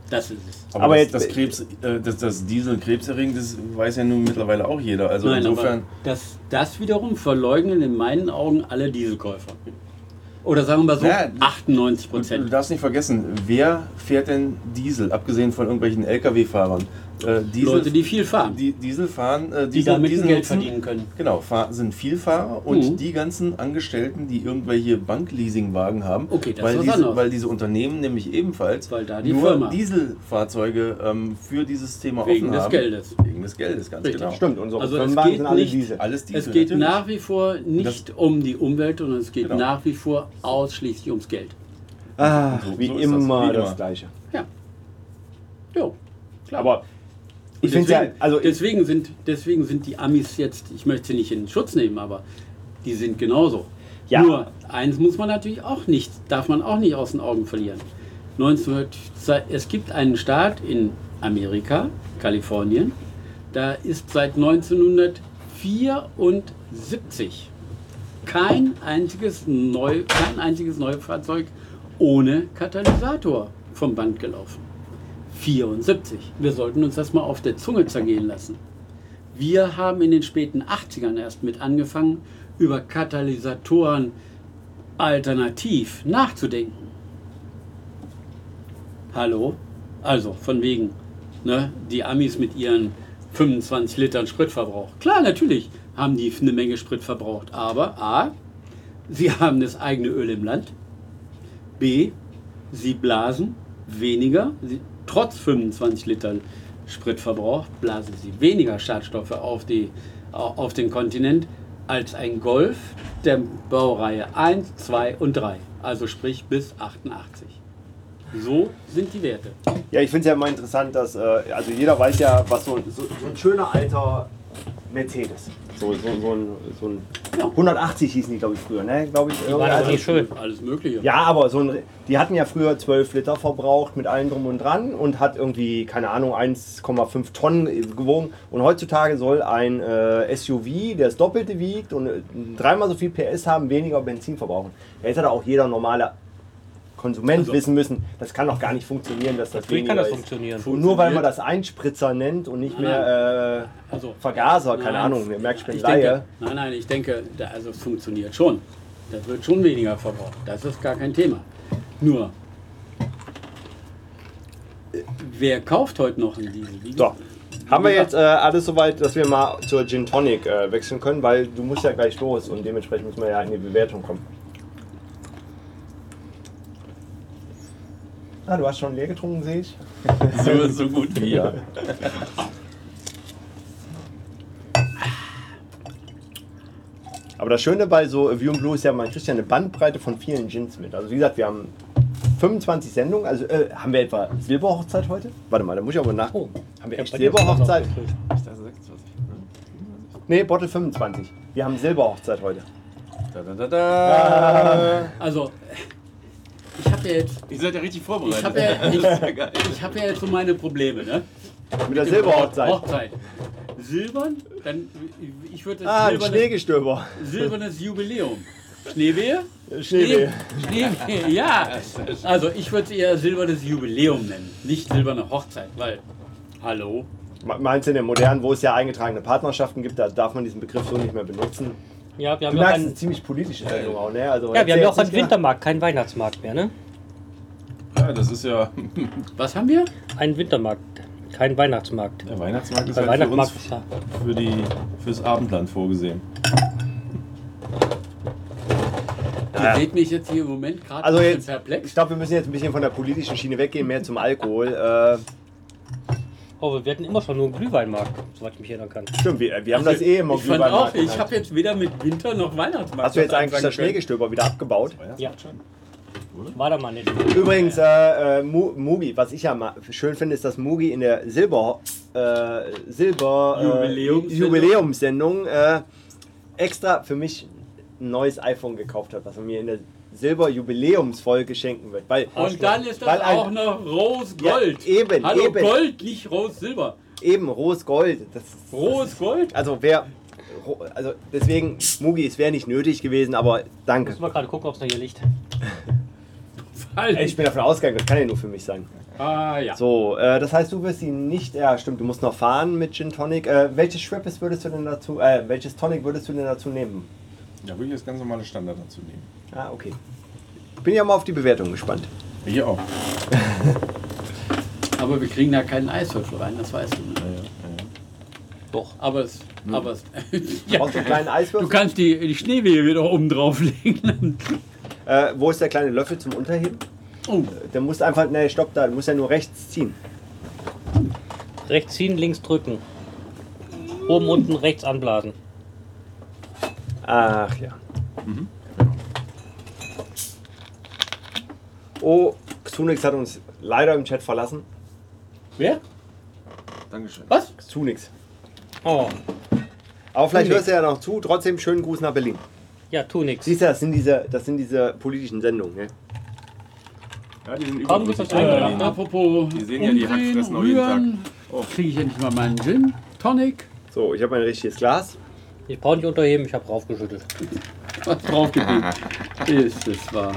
Speaker 3: Das ist es.
Speaker 4: Aber,
Speaker 1: Aber
Speaker 4: das,
Speaker 1: jetzt-
Speaker 4: das Krebs, äh, dass das Diesel krebserregend ist, weiß ja nun mittlerweile auch jeder. Also
Speaker 3: Nein,
Speaker 4: insofern.
Speaker 3: aber das, das wiederum verleugnen in meinen Augen alle Dieselkäufer. Oder sagen wir so,
Speaker 4: Ja,
Speaker 3: 98
Speaker 4: Und du
Speaker 3: Prozent.
Speaker 4: darfst nicht vergessen, wer fährt denn Diesel, abgesehen von irgendwelchen Lkw-Fahrern? Äh, Diesel,
Speaker 3: Leute, die viel fahren, die,
Speaker 4: die Diesel fahren, äh,
Speaker 3: die
Speaker 4: Diesel,
Speaker 3: damit
Speaker 4: Diesel
Speaker 3: Geld
Speaker 4: nutzen-
Speaker 3: verdienen können.
Speaker 4: Genau, fahr- sind Vielfahrer und
Speaker 3: Mhm.
Speaker 4: die ganzen Angestellten, die irgendwelche Bankleasingwagen haben,
Speaker 3: Okay, das
Speaker 4: weil,
Speaker 3: ist was
Speaker 4: diese,
Speaker 3: anderes.
Speaker 4: weil diese Unternehmen nämlich ebenfalls
Speaker 3: Weil da die
Speaker 4: nur
Speaker 3: Firma-
Speaker 4: Dieselfahrzeuge ähm, für dieses Thema
Speaker 3: Wegen
Speaker 4: offen
Speaker 3: des
Speaker 4: haben.
Speaker 3: Geldes.
Speaker 4: Wegen des Geldes, ganz
Speaker 3: Richtig.
Speaker 4: genau.
Speaker 1: Stimmt, unsere
Speaker 3: Also es
Speaker 1: Firmenwagen
Speaker 3: geht
Speaker 1: sind alle
Speaker 3: nicht-
Speaker 1: Diesel.
Speaker 4: Alles Diesel,
Speaker 3: Es geht
Speaker 4: natürlich.
Speaker 3: nach wie vor nicht um die Umwelt, sondern es geht
Speaker 4: Genau.
Speaker 3: nach wie vor ausschließlich ums Geld.
Speaker 1: Ah,
Speaker 4: So-
Speaker 1: wie,
Speaker 4: so ist das,
Speaker 1: immer
Speaker 4: wie
Speaker 1: das
Speaker 4: immer.
Speaker 1: Gleiche.
Speaker 3: Jo, klar.
Speaker 1: Aber ich finde ja,
Speaker 3: deswegen,
Speaker 1: also ich,
Speaker 3: deswegen, sind, deswegen sind die Amis jetzt, ich möchte sie nicht in Schutz nehmen, aber die sind genauso.
Speaker 1: Ja.
Speaker 3: Nur eins muss man natürlich auch nicht, darf man auch nicht aus den Augen verlieren. 1900, seit- es gibt einen Staat in Amerika, Kalifornien, da ist seit 1974 kein einziges, neu, kein einziges Neufahrzeug ohne Katalysator vom Band gelaufen. 74. Wir sollten uns das mal auf der Zunge zergehen lassen. Wir haben in den späten 80ern erst mit angefangen, über Katalysatoren alternativ nachzudenken. Hallo? Also, von wegen, ne? Die Amis mit ihren 25 Litern Spritverbrauch. Klar, natürlich haben die eine Menge Sprit verbraucht, aber A, sie haben das eigene Öl im Land. B, sie blasen weniger, sie, trotz 25 Litern Spritverbrauch, blasen sie weniger Schadstoffe auf, die, au- auf den Kontinent als ein Golf der Baureihe 1, 2 und 3, also sprich bis 88. So sind die Werte.
Speaker 1: ja, ich finde es ja immer interessant, dass äh, also jeder weiß ja, was so, so, so ein schöner alter Mercedes. So, so, so ein, so ein 180 hießen die, glaube ich, früher, ne? Glaube ich. irgendwie.
Speaker 2: waren aber
Speaker 3: eh
Speaker 1: Also-
Speaker 2: nicht schön.
Speaker 3: Alles Mögliche.
Speaker 1: Ja, aber so ein, die hatten ja früher 12 Liter verbraucht mit allem drum und dran und hat irgendwie, keine Ahnung, 1,5 Tonnen gewogen. Und heutzutage soll ein äh, SUV, der das Doppelte wiegt und äh, dreimal so viel PS haben, weniger Benzin verbrauchen. Da hätte doch auch jeder normale Konsument
Speaker 3: Also-
Speaker 1: wissen müssen, das kann doch gar nicht funktionieren, dass das
Speaker 2: Wie
Speaker 1: weniger
Speaker 2: kann das
Speaker 1: ist.
Speaker 2: funktionieren?
Speaker 1: Und nur weil man das Einspritzer nennt und nicht
Speaker 3: Nein,
Speaker 1: mehr äh,
Speaker 3: Also,
Speaker 1: Vergaser, keine
Speaker 3: nein,
Speaker 1: Ahnung, ihr merkt, ich bin
Speaker 3: ich denke,
Speaker 1: Laie.
Speaker 3: Nein, nein, ich denke, da, also es funktioniert schon. Das wird schon weniger verbraucht. Das ist gar kein Thema. Nur, äh, wer kauft heute noch einen Diesel? Wie
Speaker 1: So,
Speaker 3: gesagt,
Speaker 1: haben wir jetzt äh, alles soweit, dass wir mal zur Gin Tonic äh, wechseln können, weil du musst ja gleich los und dementsprechend müssen wir ja in die Bewertung kommen. Ah, du hast schon leer getrunken, sehe ich.
Speaker 4: So, so gut wie ja.
Speaker 1: Aber das Schöne bei so View and Blue ist ja, man kriegt ja eine Bandbreite von vielen Gins mit. Also wie gesagt, wir haben 25 Sendungen, also äh, haben wir etwa Silberhochzeit heute? Warte mal, da muss ich aber nach.
Speaker 2: Oh.
Speaker 1: Haben wir
Speaker 2: Ja,
Speaker 1: echt
Speaker 2: bei dir ist das
Speaker 1: Silberhochzeit?
Speaker 2: auch nicht schön.
Speaker 4: Ich dachte 26.
Speaker 1: Nee, Bottle 25. Wir haben Silberhochzeit heute.
Speaker 4: Da, da, da, da.
Speaker 3: Also, ich habe ja jetzt,
Speaker 4: Ihr seid ja richtig
Speaker 3: ich
Speaker 4: vorbereitet.
Speaker 3: habe ja, ich,
Speaker 4: ja geil.
Speaker 3: ich hab ja jetzt so meine Probleme, ne?
Speaker 1: Mit der Silberhochzeit.
Speaker 3: Hochzeit. Silbern? Dann, ich
Speaker 4: Oh,
Speaker 3: würde das
Speaker 1: Ah, ein
Speaker 3: silbernes,
Speaker 1: Schneegestöber.
Speaker 3: silbernes Jubiläum. Schneewehe?
Speaker 1: Schneewehe.
Speaker 3: Schneewehe, ja. Also ich würde es eher silbernes Jubiläum nennen, nicht silberne Hochzeit, weil, hallo,
Speaker 1: Me- Meinst du in der modernen, wo es ja eingetragene Partnerschaften gibt, da darf man diesen Begriff so nicht mehr benutzen?
Speaker 2: Ja, wir
Speaker 1: Du
Speaker 2: haben ja
Speaker 1: merkst,
Speaker 2: auch
Speaker 1: es ist eine
Speaker 2: einen,
Speaker 1: ziemlich politische Sendung auch, ne? Also,
Speaker 2: ja, wir haben ja auch
Speaker 1: jetzt
Speaker 2: einen
Speaker 1: nicht mehr-
Speaker 2: Wintermarkt, keinen Weihnachtsmarkt mehr, ne?
Speaker 4: ja, das ist ja.
Speaker 3: was haben wir?
Speaker 2: Einen Wintermarkt, kein Weihnachtsmarkt.
Speaker 4: Der Weihnachtsmarkt ist
Speaker 2: Weil
Speaker 4: halt für uns
Speaker 2: Weihnachtsmarkt ist ja.
Speaker 4: für die, fürs Abendland vorgesehen.
Speaker 3: Ihr seht mich jetzt hier im Moment gerade
Speaker 1: Also
Speaker 3: ein bisschen
Speaker 1: jetzt, ich
Speaker 3: perplex.
Speaker 1: glaube, wir müssen jetzt ein bisschen von der politischen Schiene weggehen, mehr zum Alkohol. Äh,
Speaker 2: Oh, aber wir hatten immer schon nur einen Glühweinmarkt, soweit ich mich erinnern kann.
Speaker 1: stimmt, wir, wir haben das eh immer
Speaker 3: Also ich fand
Speaker 1: Glühweinmarkt
Speaker 3: auch, ich
Speaker 1: genannt.
Speaker 3: habe jetzt weder mit Winter noch Weihnachtsmarkt.
Speaker 1: Hast du jetzt
Speaker 3: was
Speaker 1: eigentlich das
Speaker 3: anfangen können.
Speaker 1: Schneegestöber wieder abgebaut?
Speaker 2: Ja. War da mal nicht.
Speaker 1: Übrigens, äh, äh, Mu- Mugi, was ich ja mal schön finde, ist, dass Mugi in der Silber, äh, Silber äh,
Speaker 3: Jubiläumssendung.
Speaker 1: Jubiläumssendung äh, extra für mich ein neues iPhone gekauft hat, was er mir in der Silber Jubiläumsfolge schenken wird. Weil,
Speaker 3: Und dann ist das
Speaker 1: weil ein-
Speaker 3: auch noch Rose-Gold.
Speaker 1: Ja, eben,
Speaker 3: Hallo,
Speaker 1: eben.
Speaker 3: Gold, nicht Rose-Silber.
Speaker 1: eben rohes Gold. Das ist,
Speaker 3: Rose-Gold?
Speaker 1: also wer, ro- also deswegen Mugi, es wäre nicht nötig gewesen, aber danke.
Speaker 2: Müssen wir gerade gucken, ob es noch hier liegt.
Speaker 1: Ey, Ich bin davon ausgegangen, das kann ja nur für mich sein.
Speaker 3: Ah ja.
Speaker 1: So, äh, das heißt, du wirst ihn nicht. Ja, stimmt, du musst noch fahren mit Gin Tonic. Äh, welches Schweppes würdest du denn dazu. Äh, welches Tonic würdest du denn dazu nehmen?
Speaker 4: Da würde ich das ganz normale Standard dazu nehmen.
Speaker 1: Ah, okay. Bin ja mal auf die Bewertung gespannt.
Speaker 4: Ich auch.
Speaker 3: Aber Aber wir kriegen da keinen Eiswürfel rein, das weißt du. Ne?
Speaker 2: Doch.
Speaker 3: Aber es. Aber es ja.
Speaker 1: Brauchst du einen kleinen Eiswürfel?
Speaker 3: Du kannst die, die Schneewehe wieder oben drauflegen.
Speaker 1: Äh, wo ist der kleine Löffel zum Unterheben?
Speaker 3: oh,
Speaker 1: Der muss einfach, nee, stopp da, du musst ja nur rechts ziehen.
Speaker 2: Rechts ziehen, links drücken. Oben, unten, rechts anblasen.
Speaker 1: Ach ja. Mhm. Oh, Xunix hat uns leider im Chat verlassen.
Speaker 3: wer?
Speaker 4: Dankeschön.
Speaker 3: Was?
Speaker 1: Xunix.
Speaker 2: Oh,
Speaker 1: Aber vielleicht
Speaker 2: Xunix.
Speaker 1: hörst du ja noch zu. Trotzdem schönen Gruß nach Berlin.
Speaker 2: ja, tu nix.
Speaker 1: Siehst du, das sind diese, das sind diese politischen Sendungen. Ne?
Speaker 4: Ja, die sind
Speaker 2: Komm, das
Speaker 4: überdrüssig.
Speaker 2: ist
Speaker 4: Ja,
Speaker 2: ein-
Speaker 4: die-
Speaker 3: Äh, apropos.
Speaker 4: Die sehen ja die
Speaker 3: umdrehen,
Speaker 4: Hackfressen auch jeden
Speaker 3: rühren.
Speaker 4: Oh.
Speaker 3: Kriege ich endlich mal meinen Gin Tonic.
Speaker 1: So, ich habe ein richtiges Glas.
Speaker 2: Ich brauche nicht unterheben, ich habe raufgeschüttelt.
Speaker 3: Was draufgelegt. Ist es wahr?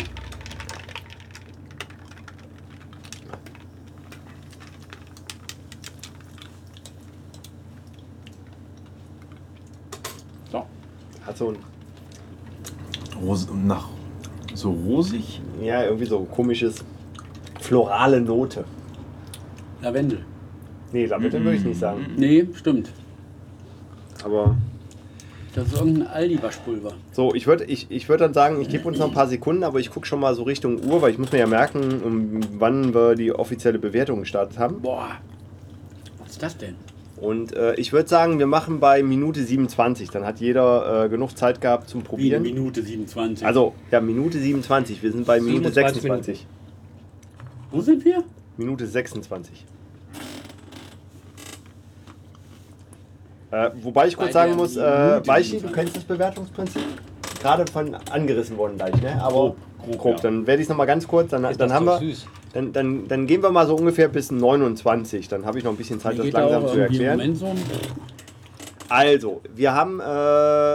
Speaker 3: So.
Speaker 1: Hat so ein,
Speaker 4: Ros nach so rosig.
Speaker 1: ja, irgendwie so ein komisches florale Note.
Speaker 3: Lavendel.
Speaker 1: Nee, Lavendel würde ich nicht sagen.
Speaker 3: Nee, stimmt.
Speaker 1: Aber
Speaker 3: Das ist irgendein Aldi-Waschpulver.
Speaker 1: so, ich würde ich, ich würd dann sagen, ich gebe uns noch ein paar Sekunden, aber ich gucke schon mal so Richtung Uhr, weil ich muss mir ja merken, um, wann wir die offizielle Bewertung gestartet haben.
Speaker 3: Boah. Was ist das denn?
Speaker 1: Und äh, ich würde sagen, wir machen bei Minute 27. Dann hat jeder äh, genug Zeit gehabt zum
Speaker 3: Wie eine
Speaker 1: Probieren.
Speaker 3: Minute 27.
Speaker 1: Also, ja, Minute 27. Wir sind bei Minute
Speaker 2: 27
Speaker 1: 26.
Speaker 3: wo
Speaker 1: halt
Speaker 3: sind wir?
Speaker 1: Minute 26. Äh, wobei ich kurz
Speaker 3: Bei
Speaker 1: sagen
Speaker 3: der
Speaker 1: muss, äh,
Speaker 3: Minute
Speaker 1: Beichi, du
Speaker 3: 27.
Speaker 1: kennst das Bewertungsprinzip? Gerade von angerissen worden gleich, ne? Aber grob,
Speaker 5: ja.
Speaker 1: dann werde ich es nochmal ganz kurz, dann,
Speaker 2: Ist
Speaker 1: dann
Speaker 2: das
Speaker 1: haben
Speaker 2: doch
Speaker 1: wir,
Speaker 2: süß.
Speaker 1: dann, dann, dann gehen wir mal so ungefähr bis 29, dann habe ich noch ein bisschen Zeit,
Speaker 3: Mir
Speaker 1: das
Speaker 3: geht da
Speaker 1: langsam
Speaker 3: auch
Speaker 1: zu
Speaker 3: irgendwie im
Speaker 1: erklären.
Speaker 3: Moment so ein-
Speaker 1: Also, wir haben, äh,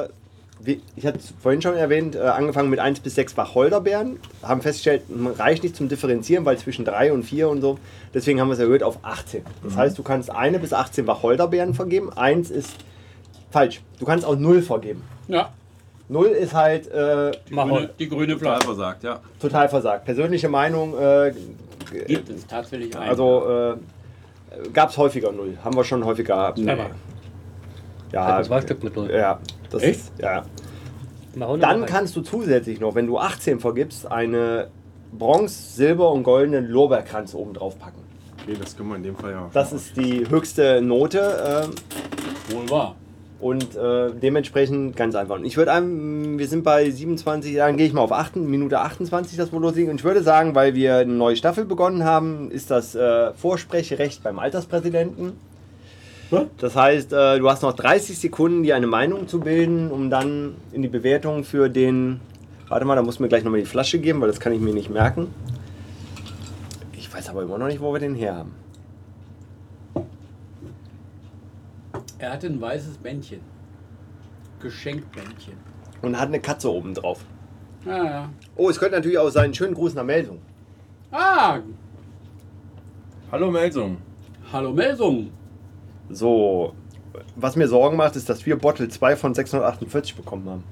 Speaker 1: wir, ich hatte es vorhin schon erwähnt, äh, angefangen mit 1 bis 6 Wacholderbeeren, haben festgestellt, m- reicht nicht zum Differenzieren, weil zwischen 3 und 4 und so, deswegen haben wir es erhöht auf 18. Das heißt, du kannst eine bis 18 Wacholderbeeren vergeben, 1 ist falsch, du kannst auch 0 vergeben.
Speaker 3: Ja,
Speaker 1: 0 ist halt äh,
Speaker 2: Mach
Speaker 3: grüne,
Speaker 2: heute.
Speaker 3: die grüne
Speaker 4: Klar
Speaker 3: Flasche.
Speaker 4: versagt, ja.
Speaker 1: total versagt. Persönliche Meinung, äh,
Speaker 3: Gibt es tatsächlich einen.
Speaker 1: also äh, gab es häufiger 0, haben wir schon häufiger gehabt.
Speaker 2: Zweimal.
Speaker 1: Ja, Ah,
Speaker 2: Hatten zwei Stück mit null.
Speaker 1: ja, das
Speaker 3: Echt?
Speaker 1: ist, ja.
Speaker 2: Mach heute
Speaker 1: Dann
Speaker 2: noch
Speaker 1: kannst du zusätzlich noch, wenn du 18 vergibst, eine Bronze, Silber und goldene Lorbeerkranz oben drauf packen.
Speaker 4: Okay, das können wir in dem Fall ja.
Speaker 1: Das ist die höchste Note ähm,
Speaker 3: wohl wahr.
Speaker 1: und äh, dementsprechend ganz einfach. Und Ich würde einem, wir sind bei 27, dann gehe ich mal auf 8, Minute 28, das wohl loslegen. Und ich würde sagen, weil wir eine neue Staffel begonnen haben, ist das äh, Vorsprecherecht beim Alterspräsidenten. Das heißt, äh, du hast noch 30 Sekunden, dir eine Meinung zu bilden, um dann in die Bewertung für den. Warte mal, da muss mir gleich nochmal die Flasche geben, weil das kann ich mir nicht merken. Ich weiß aber immer noch nicht, wo wir den her haben.
Speaker 3: Er hatte ein weißes Bändchen. Geschenkbändchen.
Speaker 1: Und hat eine Katze oben drauf.
Speaker 3: Ja, ja.
Speaker 1: Oh, es könnte natürlich auch sein. Schönen Gruß nach Melsung.
Speaker 3: Ah,
Speaker 4: Hallo Melsung.
Speaker 3: hallo Melsung.
Speaker 1: So, was mir Sorgen macht, ist, dass wir Bottle 2 von 648 bekommen haben.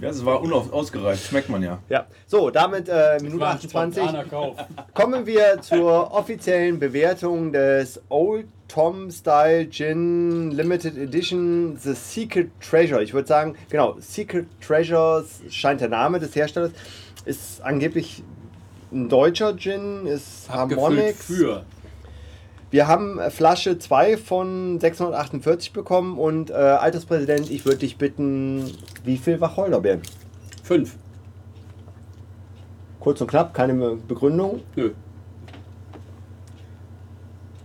Speaker 4: Ja, es war unausgereift, schmeckt man ja.
Speaker 1: Ja, so, damit äh, Minute
Speaker 3: War ein
Speaker 1: 28.
Speaker 3: spontaner Kauf.
Speaker 1: Kommen wir zur offiziellen Bewertung des Old Tom Style Gin Limited Edition The Secret Treasure. Ich würde sagen, genau, Secret Treasures scheint der Name des Herstellers. Ist angeblich ein deutscher Gin, ist
Speaker 3: Abgefüllt
Speaker 1: Harmonix.
Speaker 3: für.
Speaker 1: Wir haben äh, Flasche 2 von 648 bekommen und äh, Alterspräsident, ich würde dich bitten, wie viel Wacholderbeeren?
Speaker 3: Fünf.
Speaker 1: Kurz und knapp, keine Begründung.
Speaker 3: Nö.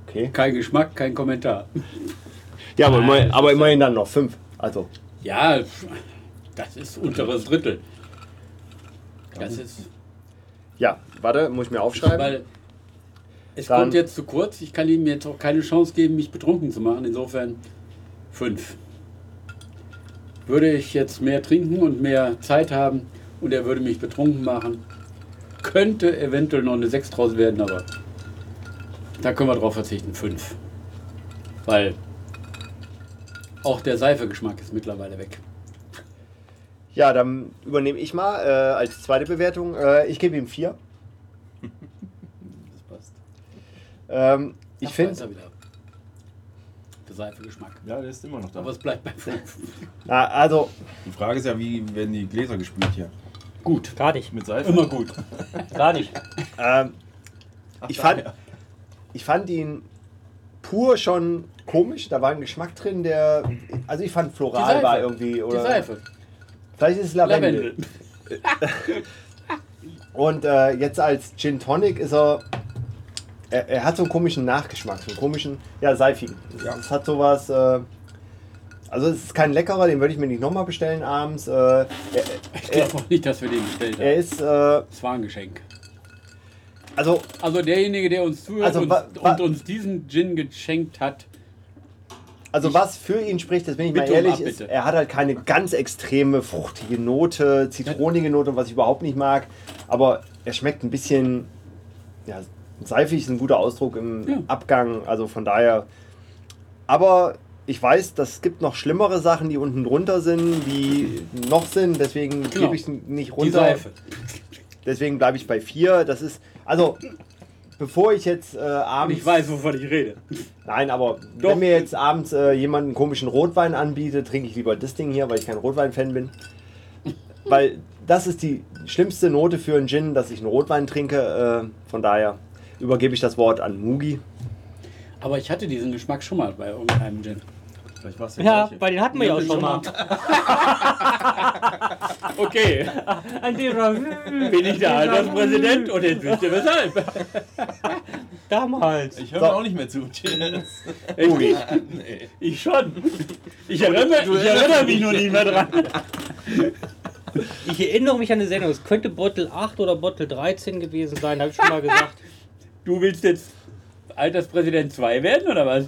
Speaker 1: Okay.
Speaker 3: Kein Geschmack, kein Kommentar.
Speaker 1: Ja, aber, immerhin- aber immerhin dann noch 5. Also,
Speaker 3: Ja, das ist unteres Drittel. Das ist.
Speaker 1: ja, warte, muss ich mir aufschreiben.
Speaker 3: Weil es
Speaker 1: Dann-
Speaker 3: kommt jetzt zu kurz. Ich kann ihm jetzt auch keine Chance geben, mich betrunken zu machen. Insofern fünf. Würde ich jetzt mehr trinken und mehr Zeit haben und er würde mich betrunken machen, könnte eventuell noch eine sechs draus werden, aber da können wir drauf verzichten. Fünf. Weil auch der Seifegeschmack ist mittlerweile weg.
Speaker 1: Ja, dann übernehme ich mal äh, als zweite Bewertung. Äh, ich gebe ihm vier.
Speaker 3: Das passt.
Speaker 1: Ähm, ich
Speaker 3: Ach, da ist
Speaker 1: finde,
Speaker 3: er wieder. Der Seifegeschmack.
Speaker 5: Ja, der ist immer noch da.
Speaker 3: Aber es bleibt bei fünf.
Speaker 1: also
Speaker 5: Die Frage ist ja, wie werden die Gläser gespült hier?
Speaker 3: Gut.
Speaker 2: Gar nicht.
Speaker 5: Mit Seife?
Speaker 3: Immer gut.
Speaker 2: Gar nicht.
Speaker 1: ähm,
Speaker 5: Ach,
Speaker 1: ich,
Speaker 5: da,
Speaker 1: fand,
Speaker 5: ja.
Speaker 1: ich fand ihn pur schon komisch. Da war ein Geschmack drin, der. Also ich fand
Speaker 3: Die
Speaker 1: floral
Speaker 3: Seife.
Speaker 1: war irgendwie. Oder
Speaker 3: Die Seife.
Speaker 1: Vielleicht ist es Lavendel.
Speaker 3: Lavendel.
Speaker 1: Und äh, jetzt als Gin Tonic ist er. Er, er hat so einen komischen Nachgeschmack, so einen komischen, ja, seifigen.
Speaker 5: Ja.
Speaker 1: Es hat sowas. Äh, also, es ist kein leckerer, den würde ich mir nicht nochmal bestellen abends. Äh, er,
Speaker 3: Ich glaube auch nicht, dass wir den bestellt
Speaker 1: er
Speaker 3: haben.
Speaker 1: ist. Äh,
Speaker 3: Das war ein Geschenk.
Speaker 1: also,
Speaker 3: Also derjenige, der uns zuhört
Speaker 1: Also,
Speaker 3: und,
Speaker 1: wa- wa-
Speaker 3: und uns diesen Gin geschenkt hat,
Speaker 1: also was für ihn spricht, das bin ich mal
Speaker 3: Bitte um
Speaker 1: ehrlich, ist,
Speaker 3: Abbitte.
Speaker 1: er hat halt keine ganz extreme fruchtige Note, zitronige Note, was ich überhaupt nicht mag. Aber er schmeckt ein bisschen. Ja, seifig ist ein guter Ausdruck im
Speaker 3: Ja.
Speaker 1: Abgang. Also, von daher. Aber ich weiß, das gibt noch schlimmere Sachen, die unten drunter sind, die noch sind. Deswegen
Speaker 3: Genau.
Speaker 1: gebe ich es nicht
Speaker 3: die
Speaker 1: runter.
Speaker 3: Seife.
Speaker 1: Deswegen bleibe ich bei vier. Das ist, also, bevor ich jetzt äh,
Speaker 3: Und
Speaker 1: abends.
Speaker 3: ich weiß, wovon ich rede.
Speaker 1: Nein, aber
Speaker 3: Doch.
Speaker 1: wenn mir jetzt abends äh, jemand einen komischen Rotwein anbietet, trinke ich lieber das Ding hier, weil ich kein Rotwein-Fan bin. Weil das ist die schlimmste Note für einen Gin, dass ich einen Rotwein trinke. Äh, von daher übergebe ich das Wort an Mugi.
Speaker 3: Aber ich hatte diesen Geschmack schon mal bei irgendeinem Gin.
Speaker 5: Vielleicht war's der
Speaker 2: Ja,
Speaker 5: gleiche.
Speaker 2: bei den hatten wir ja auch schon mal.
Speaker 3: Ah, Okay,
Speaker 2: Ein Déjà-vu.
Speaker 3: bin ich der Alterspräsident und jetzt wisst ihr weshalb.
Speaker 2: Damals.
Speaker 5: Ich höre
Speaker 1: So.
Speaker 5: mir auch nicht mehr zu. Cheers.
Speaker 3: Ich,
Speaker 5: nee.
Speaker 3: ich schon. Ich erinnere, ich erinnere mich nur nicht mehr dran.
Speaker 2: Ich erinnere mich an eine Sendung. Es könnte Bottle 8 oder Bottle 13 gewesen sein, habe ich schon mal gesagt.
Speaker 3: Du willst jetzt Alterspräsident 2 werden oder was?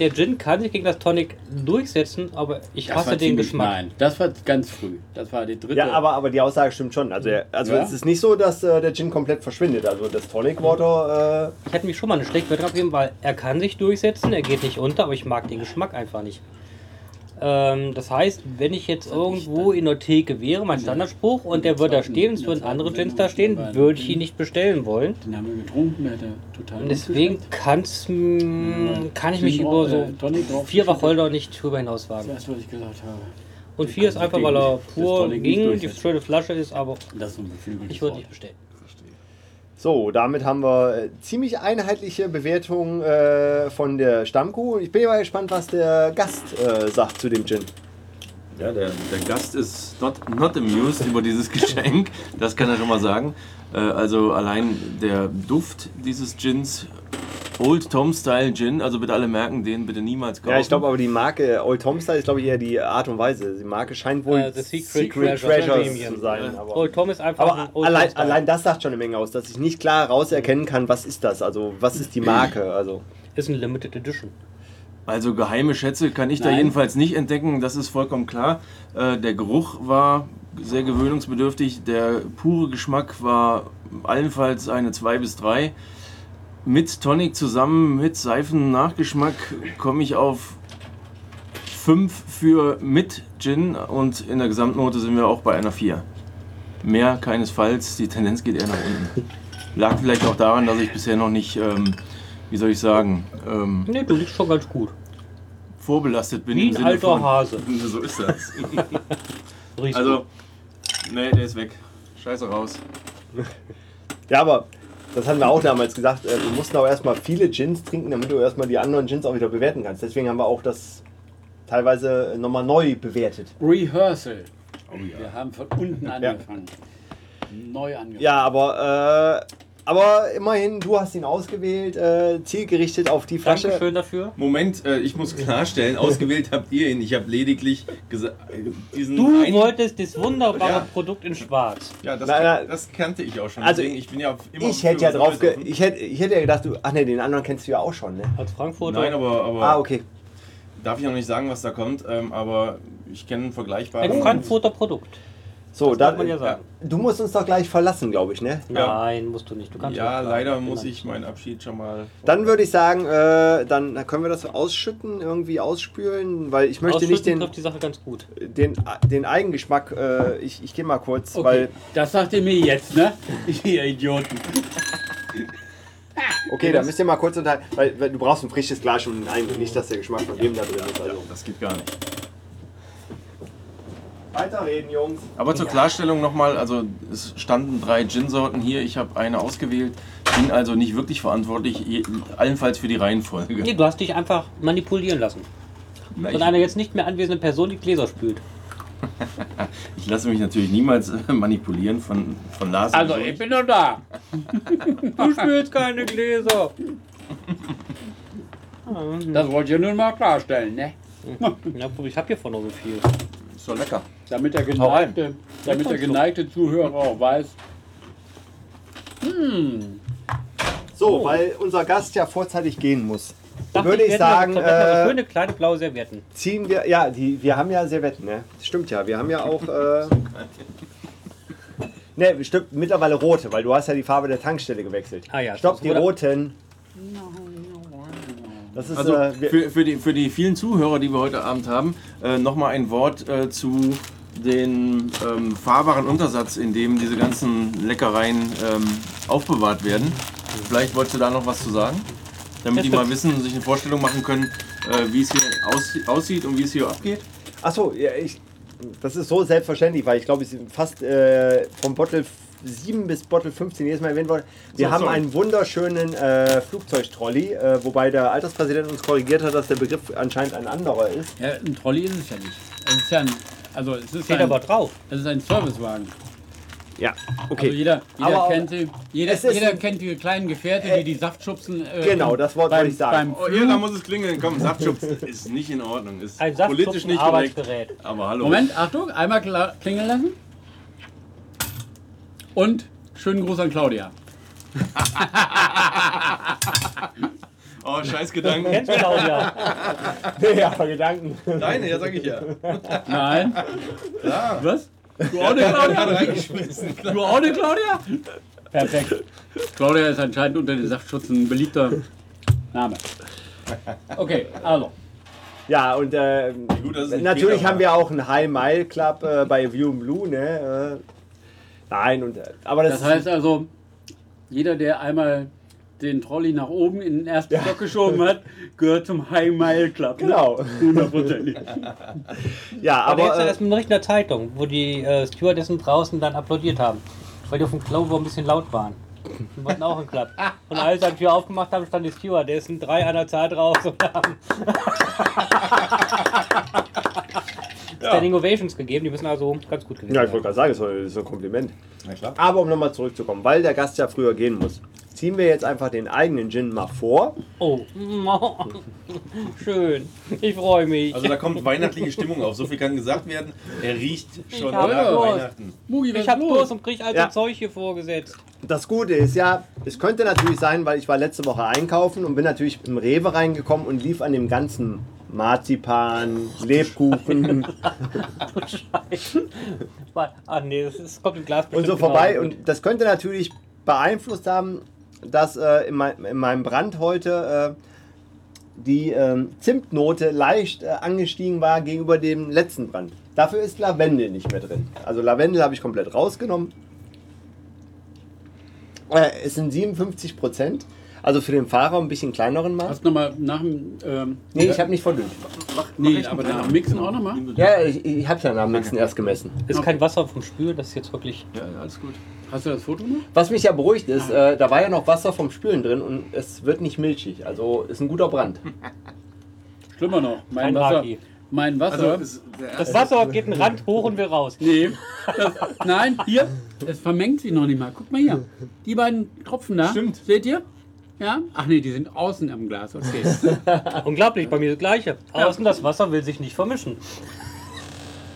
Speaker 2: Der Gin kann sich gegen das Tonic durchsetzen, aber ich hasse den
Speaker 3: ziemlich-
Speaker 2: Geschmack.
Speaker 3: Nein, das war ganz früh. Das war die dritte.
Speaker 1: Ja, aber, aber die Aussage stimmt schon. Also, er- also
Speaker 3: Ja.
Speaker 1: es ist nicht so, dass äh, der Gin komplett verschwindet. Also das Tonic Water, äh,
Speaker 2: Ich hatte mich schon mal eine schlechte Wette abgegeben, weil er kann sich durchsetzen, er geht nicht unter, aber ich mag den Geschmack einfach nicht. Ähm, das heißt, wenn ich jetzt irgendwo in der Theke wäre, mein Standardspruch, und der würde da stehen, es würden andere Gins da stehen, würde ich ihn nicht bestellen wollen.
Speaker 3: Den haben wir getrunken, der hat er total.
Speaker 2: Und deswegen kann's, mh, kann ich mich über so vier Wacholder nicht drüber hinauswagen.
Speaker 3: Das, was ich gesagt habe.
Speaker 2: Und vier ist einfach, weil er pur ging, die schöne Flasche ist, aber
Speaker 3: Das ist so ein Beflügel.
Speaker 2: ich würde nicht bestellen.
Speaker 1: äh, so, damit haben wir äh, ziemlich einheitliche Bewertungen äh, von der Stammkuh. Ich bin mal gespannt, was der Gast äh, sagt zu dem Gin.
Speaker 4: Ja, der, der Gast ist not, not amused über dieses Geschenk, das kann er schon mal sagen. Äh, also allein der Duft dieses Gins, Old Tom Style Gin, also bitte alle merken, den bitte niemals kaufen.
Speaker 1: Ja, ich glaube aber die Marke Old Tom Style ist, glaube ich, eher die Art und Weise. Die Marke scheint wohl
Speaker 2: Äh, The Secret Treasures Premium.
Speaker 1: zu sein. Aber,
Speaker 2: Old Tom ist einfach
Speaker 1: aber
Speaker 2: ein Old
Speaker 1: allein,
Speaker 2: Tom-Style.
Speaker 1: allein das sagt schon eine Menge aus, dass ich nicht klar rauserkennen kann, was ist das? Also, was ist die Marke? Also,
Speaker 2: ist ein Limited Edition.
Speaker 4: Also geheime Schätze kann ich da
Speaker 3: Nein.
Speaker 4: jedenfalls nicht entdecken, das ist vollkommen klar. Äh, der Geruch war sehr gewöhnungsbedürftig, der pure Geschmack war allenfalls eine 2 bis 3. Mit Tonic zusammen, mit Seifen-Nachgeschmack komme ich auf 5 für mit Gin und in der Gesamtnote sind wir auch bei einer 4. Mehr keinesfalls, die Tendenz geht eher nach unten. Lag vielleicht auch daran, dass ich bisher noch nicht, ähm, wie soll ich sagen, ähm,
Speaker 2: Ne, du liegst schon ganz gut.
Speaker 4: vorbelastet bin
Speaker 2: Wie
Speaker 4: im
Speaker 2: ein
Speaker 4: Sinne
Speaker 2: alter
Speaker 4: von.
Speaker 2: Hase.
Speaker 4: So ist das.
Speaker 2: Riechst
Speaker 4: also, nee, der ist weg. Scheiße raus.
Speaker 1: ja, aber das hatten wir auch damals gesagt. Äh, wir mussten auch erstmal viele Gins trinken, damit du erstmal die anderen Gins auch wieder bewerten kannst. Deswegen haben wir auch das teilweise nochmal neu bewertet.
Speaker 3: Rehearsal.
Speaker 5: Oh ja.
Speaker 3: Wir haben von unten angefangen. Neu angefangen.
Speaker 1: Ja, aber, äh, aber immerhin, du hast ihn ausgewählt, äh, zielgerichtet auf die Flasche.
Speaker 2: Dankeschön dafür.
Speaker 5: Moment, äh, ich muss klarstellen, ausgewählt habt ihr ihn. Ich habe lediglich gesagt, äh, diesen.
Speaker 2: Du
Speaker 5: einen-
Speaker 2: wolltest das wunderbare
Speaker 5: Ja.
Speaker 2: Produkt in Schwarz.
Speaker 5: Ja, das,
Speaker 1: Nein, nein.
Speaker 5: das kannte ich auch schon.
Speaker 1: Also,
Speaker 5: deswegen, ich bin ja immer
Speaker 1: Ich hätte ja
Speaker 5: für was
Speaker 1: drauf ge
Speaker 5: Neues offen.
Speaker 1: ich hätte, ich hätte ja gedacht, du, ach ne, den anderen kennst du ja auch schon, ne?
Speaker 2: Als Frankfurter.
Speaker 5: Nein, aber, aber
Speaker 1: Ah, okay.
Speaker 5: darf ich noch nicht sagen, was da kommt. Ähm, aber ich kenne vergleichbare.
Speaker 2: Ein Frankfurter Produkt.
Speaker 1: So,
Speaker 2: Das darf
Speaker 1: dann,
Speaker 2: man ja sagen.
Speaker 1: du musst uns doch gleich verlassen, glaube ich, ne?
Speaker 5: Ja.
Speaker 2: Nein, musst du nicht. Du kannst
Speaker 5: Ja,
Speaker 2: auch bleiben.
Speaker 5: leider
Speaker 2: Genau.
Speaker 5: muss ich meinen Abschied schon mal.
Speaker 1: Dann würde ich sagen, äh, dann können wir das ausschütten, irgendwie ausspülen, weil ich möchte nicht
Speaker 2: Ausschütten
Speaker 1: den,
Speaker 2: trifft die Sache ganz gut.
Speaker 1: den, den Eigengeschmack, äh, ich, ich gehe mal kurz,
Speaker 3: okay.
Speaker 1: weil
Speaker 3: das sagt ihr mir jetzt, ne? Ihr Idioten.
Speaker 1: Okay, da müsst ihr mal kurz unterhalten, weil, weil du brauchst ein frisches Glas und einen Eindruck, nicht, dass der Geschmack von dem da drin ist. Also.
Speaker 4: Das geht gar nicht.
Speaker 1: Weiterreden, Jungs.
Speaker 4: Aber zur Klarstellung nochmal, also es standen drei Gin-Sorten hier, ich habe eine ausgewählt, bin also nicht wirklich verantwortlich, je- allenfalls für die Reihenfolge.
Speaker 2: Nee, du hast dich einfach manipulieren lassen.
Speaker 4: Na,
Speaker 2: Von
Speaker 4: ich-
Speaker 2: einer jetzt nicht mehr anwesenden Person die Gläser spült.
Speaker 4: Ich lasse mich natürlich niemals äh, manipulieren von, von Lars.
Speaker 3: Also,
Speaker 4: und so.
Speaker 3: ich bin doch da.
Speaker 2: Du spülst keine Gläser. Mhm.
Speaker 3: Das wollt ihr nun mal klarstellen, ne?
Speaker 2: Na, ich hab hier vorne so viel.
Speaker 4: ist doch lecker.
Speaker 3: Damit der geneigte, damit der geneigte Zuhörer auch weiß,
Speaker 1: So, weil unser Gast ja vorzeitig gehen muss,
Speaker 2: Dachte
Speaker 1: würde ich
Speaker 2: wir hätten
Speaker 1: sagen,
Speaker 2: noch- wir hätten noch
Speaker 1: äh,
Speaker 2: schöne kleine blaue Servietten.
Speaker 1: ziehen wir, ja, die, wir haben ja Servetten, ne? Stimmt ja, wir haben ja auch, äh, ne, stimmt, mittlerweile rote, weil du hast ja die Farbe der Tankstelle gewechselt.
Speaker 2: Ah ja,
Speaker 1: Stopp,
Speaker 2: das
Speaker 1: die
Speaker 2: wurde-
Speaker 1: roten. Das ist,
Speaker 4: Also
Speaker 1: äh, wir,
Speaker 4: für, für, die, für die vielen Zuhörer, die wir heute Abend haben, äh, nochmal ein Wort äh, zu den ähm, fahrbaren Untersatz, in dem diese ganzen Leckereien ähm, aufbewahrt werden. Vielleicht wolltest du da noch was zu sagen, damit
Speaker 2: Das
Speaker 4: die mal
Speaker 2: stimmt.
Speaker 4: wissen und sich eine Vorstellung machen können, äh, wie es hier aus, aussieht und wie es hier abgeht.
Speaker 1: achso, ja, ich, das ist so selbstverständlich, weil ich glaube, ich fast äh, vom Bottle 7 bis Bottle 15 jedes Mal erwähnt worden. Wir
Speaker 4: So,
Speaker 1: haben
Speaker 4: sorry.
Speaker 1: einen wunderschönen äh, Flugzeugtrolley, äh, wobei der Alterspräsident uns korrigiert hat, dass der Begriff anscheinend ein anderer ist.
Speaker 3: ja, ein Trolley ist es ja nicht. Es ist ja ein, also es ist
Speaker 2: Steht
Speaker 3: ein,
Speaker 2: aber drauf.
Speaker 3: es ist ein Servicewagen.
Speaker 1: Ja,
Speaker 3: Also jeder, jeder,
Speaker 1: Aber-
Speaker 3: kennt, die, jeder,
Speaker 1: Es ist-
Speaker 3: jeder kennt die kleinen Gefährte, die die Saftschubsen. Äh,
Speaker 1: Genau, das Wort
Speaker 3: beim,
Speaker 1: wollte ich sagen.
Speaker 5: Oh,
Speaker 3: Beim
Speaker 5: ja, da muss es klingeln. Komm, Saftschubs ist nicht in Ordnung. Ist
Speaker 2: Ein
Speaker 5: politisch nicht korrekt.
Speaker 2: Arbeitsgerät.
Speaker 5: Aber hallo.
Speaker 3: Moment, Achtung, einmal kla- klingeln lassen. Und schönen Gruß an Claudia.
Speaker 5: Oh, scheiß Gedanken.
Speaker 2: Kennst du Claudia?
Speaker 1: ja, Gedanken.
Speaker 5: Deine, ja, sag ich ja.
Speaker 3: Nein. Was? Du auch eine Claudia? Du auch eine Claudia? Perfekt. Claudia ist anscheinend unter den Saftschutzen ein beliebter Name. Okay, also.
Speaker 1: Ja, und äh,
Speaker 5: Gut, dass es nicht
Speaker 1: natürlich
Speaker 5: Peter
Speaker 1: haben wir auch einen High Mile Club äh, bei View and Blue, ne? Äh, nein, und, äh, aber das,
Speaker 3: Das heißt also, jeder, der einmal den Trolley nach oben in den ersten Stock geschoben hat, gehört zum High Mile Club.
Speaker 1: Genau.
Speaker 3: Ne? Hundertprozentig.
Speaker 1: ja,
Speaker 2: Aber
Speaker 1: aber
Speaker 2: jetzt
Speaker 1: äh,
Speaker 2: erst mit einer Zeitung, wo die äh, Stewardessen draußen dann applaudiert haben, weil die auf dem Klo ein bisschen laut waren. Die wollten auch einen Klapp. Und als sie die Tür aufgemacht haben, stand die Stewardessen drei an der Zahl drauf und haben Standing Ovations gegeben. Die müssen also ganz gut gewesen
Speaker 1: ja, ich
Speaker 2: sein.
Speaker 1: wollte gerade sagen, das ist- das ist ein Kompliment.
Speaker 5: Na klar.
Speaker 1: Aber um nochmal zurückzukommen, weil der Gast ja früher gehen muss, ziehen wir jetzt einfach den eigenen Gin mal vor.
Speaker 2: Oh, schön. Ich freue mich.
Speaker 5: Also da kommt weihnachtliche Stimmung auf. So viel kann gesagt werden. Er riecht schon nach
Speaker 2: hab Durst.
Speaker 5: Weihnachten.
Speaker 3: Mugi, was
Speaker 2: ich hab
Speaker 3: ist
Speaker 2: bloß und krieg also
Speaker 1: Ja.
Speaker 2: Zeug hier vorgesetzt.
Speaker 1: Das Gute ist ja, es könnte natürlich sein, weil ich war letzte Woche einkaufen und bin natürlich im Rewe reingekommen und lief an dem ganzen Marzipan, Lebkuchen,
Speaker 2: Ah, nee, das ist, kommt im Glas
Speaker 1: und so
Speaker 2: bestimmt genauso
Speaker 1: vorbei.
Speaker 2: gut.
Speaker 1: Und das könnte natürlich beeinflusst haben, dass äh, in, mein, in meinem Brand heute äh, die ähm, Zimtnote leicht äh, angestiegen war gegenüber dem letzten Brand. Dafür ist Lavendel nicht mehr drin. Also Lavendel habe ich komplett rausgenommen. Äh, es sind 57 Prozent. Also für den Fahrer ein bisschen kleineren Maß.
Speaker 3: Hast du nochmal nach dem. Ähm,
Speaker 1: Nee, ich habe nicht verdünnt.
Speaker 3: nee aber nach dem Mixen auch nochmal?
Speaker 1: Ja, ich, ich habe ja am nächsten erst gemessen.
Speaker 2: Ist kein Wasser vom Spül, das ist jetzt wirklich.
Speaker 4: Ja, alles gut.
Speaker 3: Hast du das Foto noch?
Speaker 1: Was mich ja beruhigt ist, äh, da war ja noch Wasser vom Spülen drin und es wird nicht milchig. Also ist ein guter Brand.
Speaker 3: Schlimmer noch. Mein
Speaker 2: Kein
Speaker 3: Wasser.
Speaker 2: Maki.
Speaker 3: Mein
Speaker 4: Also,
Speaker 3: Wasser.
Speaker 1: Also,
Speaker 2: Das Wasser geht einen Rand hoch und wir raus.
Speaker 3: nee. Das, nein, hier. Das vermengt sich noch nicht mal. Guck mal hier. Die beiden Tropfen da.
Speaker 5: Stimmt.
Speaker 3: Seht ihr? Ja? Ach nee, die sind außen am Glas. Okay.
Speaker 2: Unglaublich, bei mir das Gleiche. Außen das Wasser will sich nicht vermischen.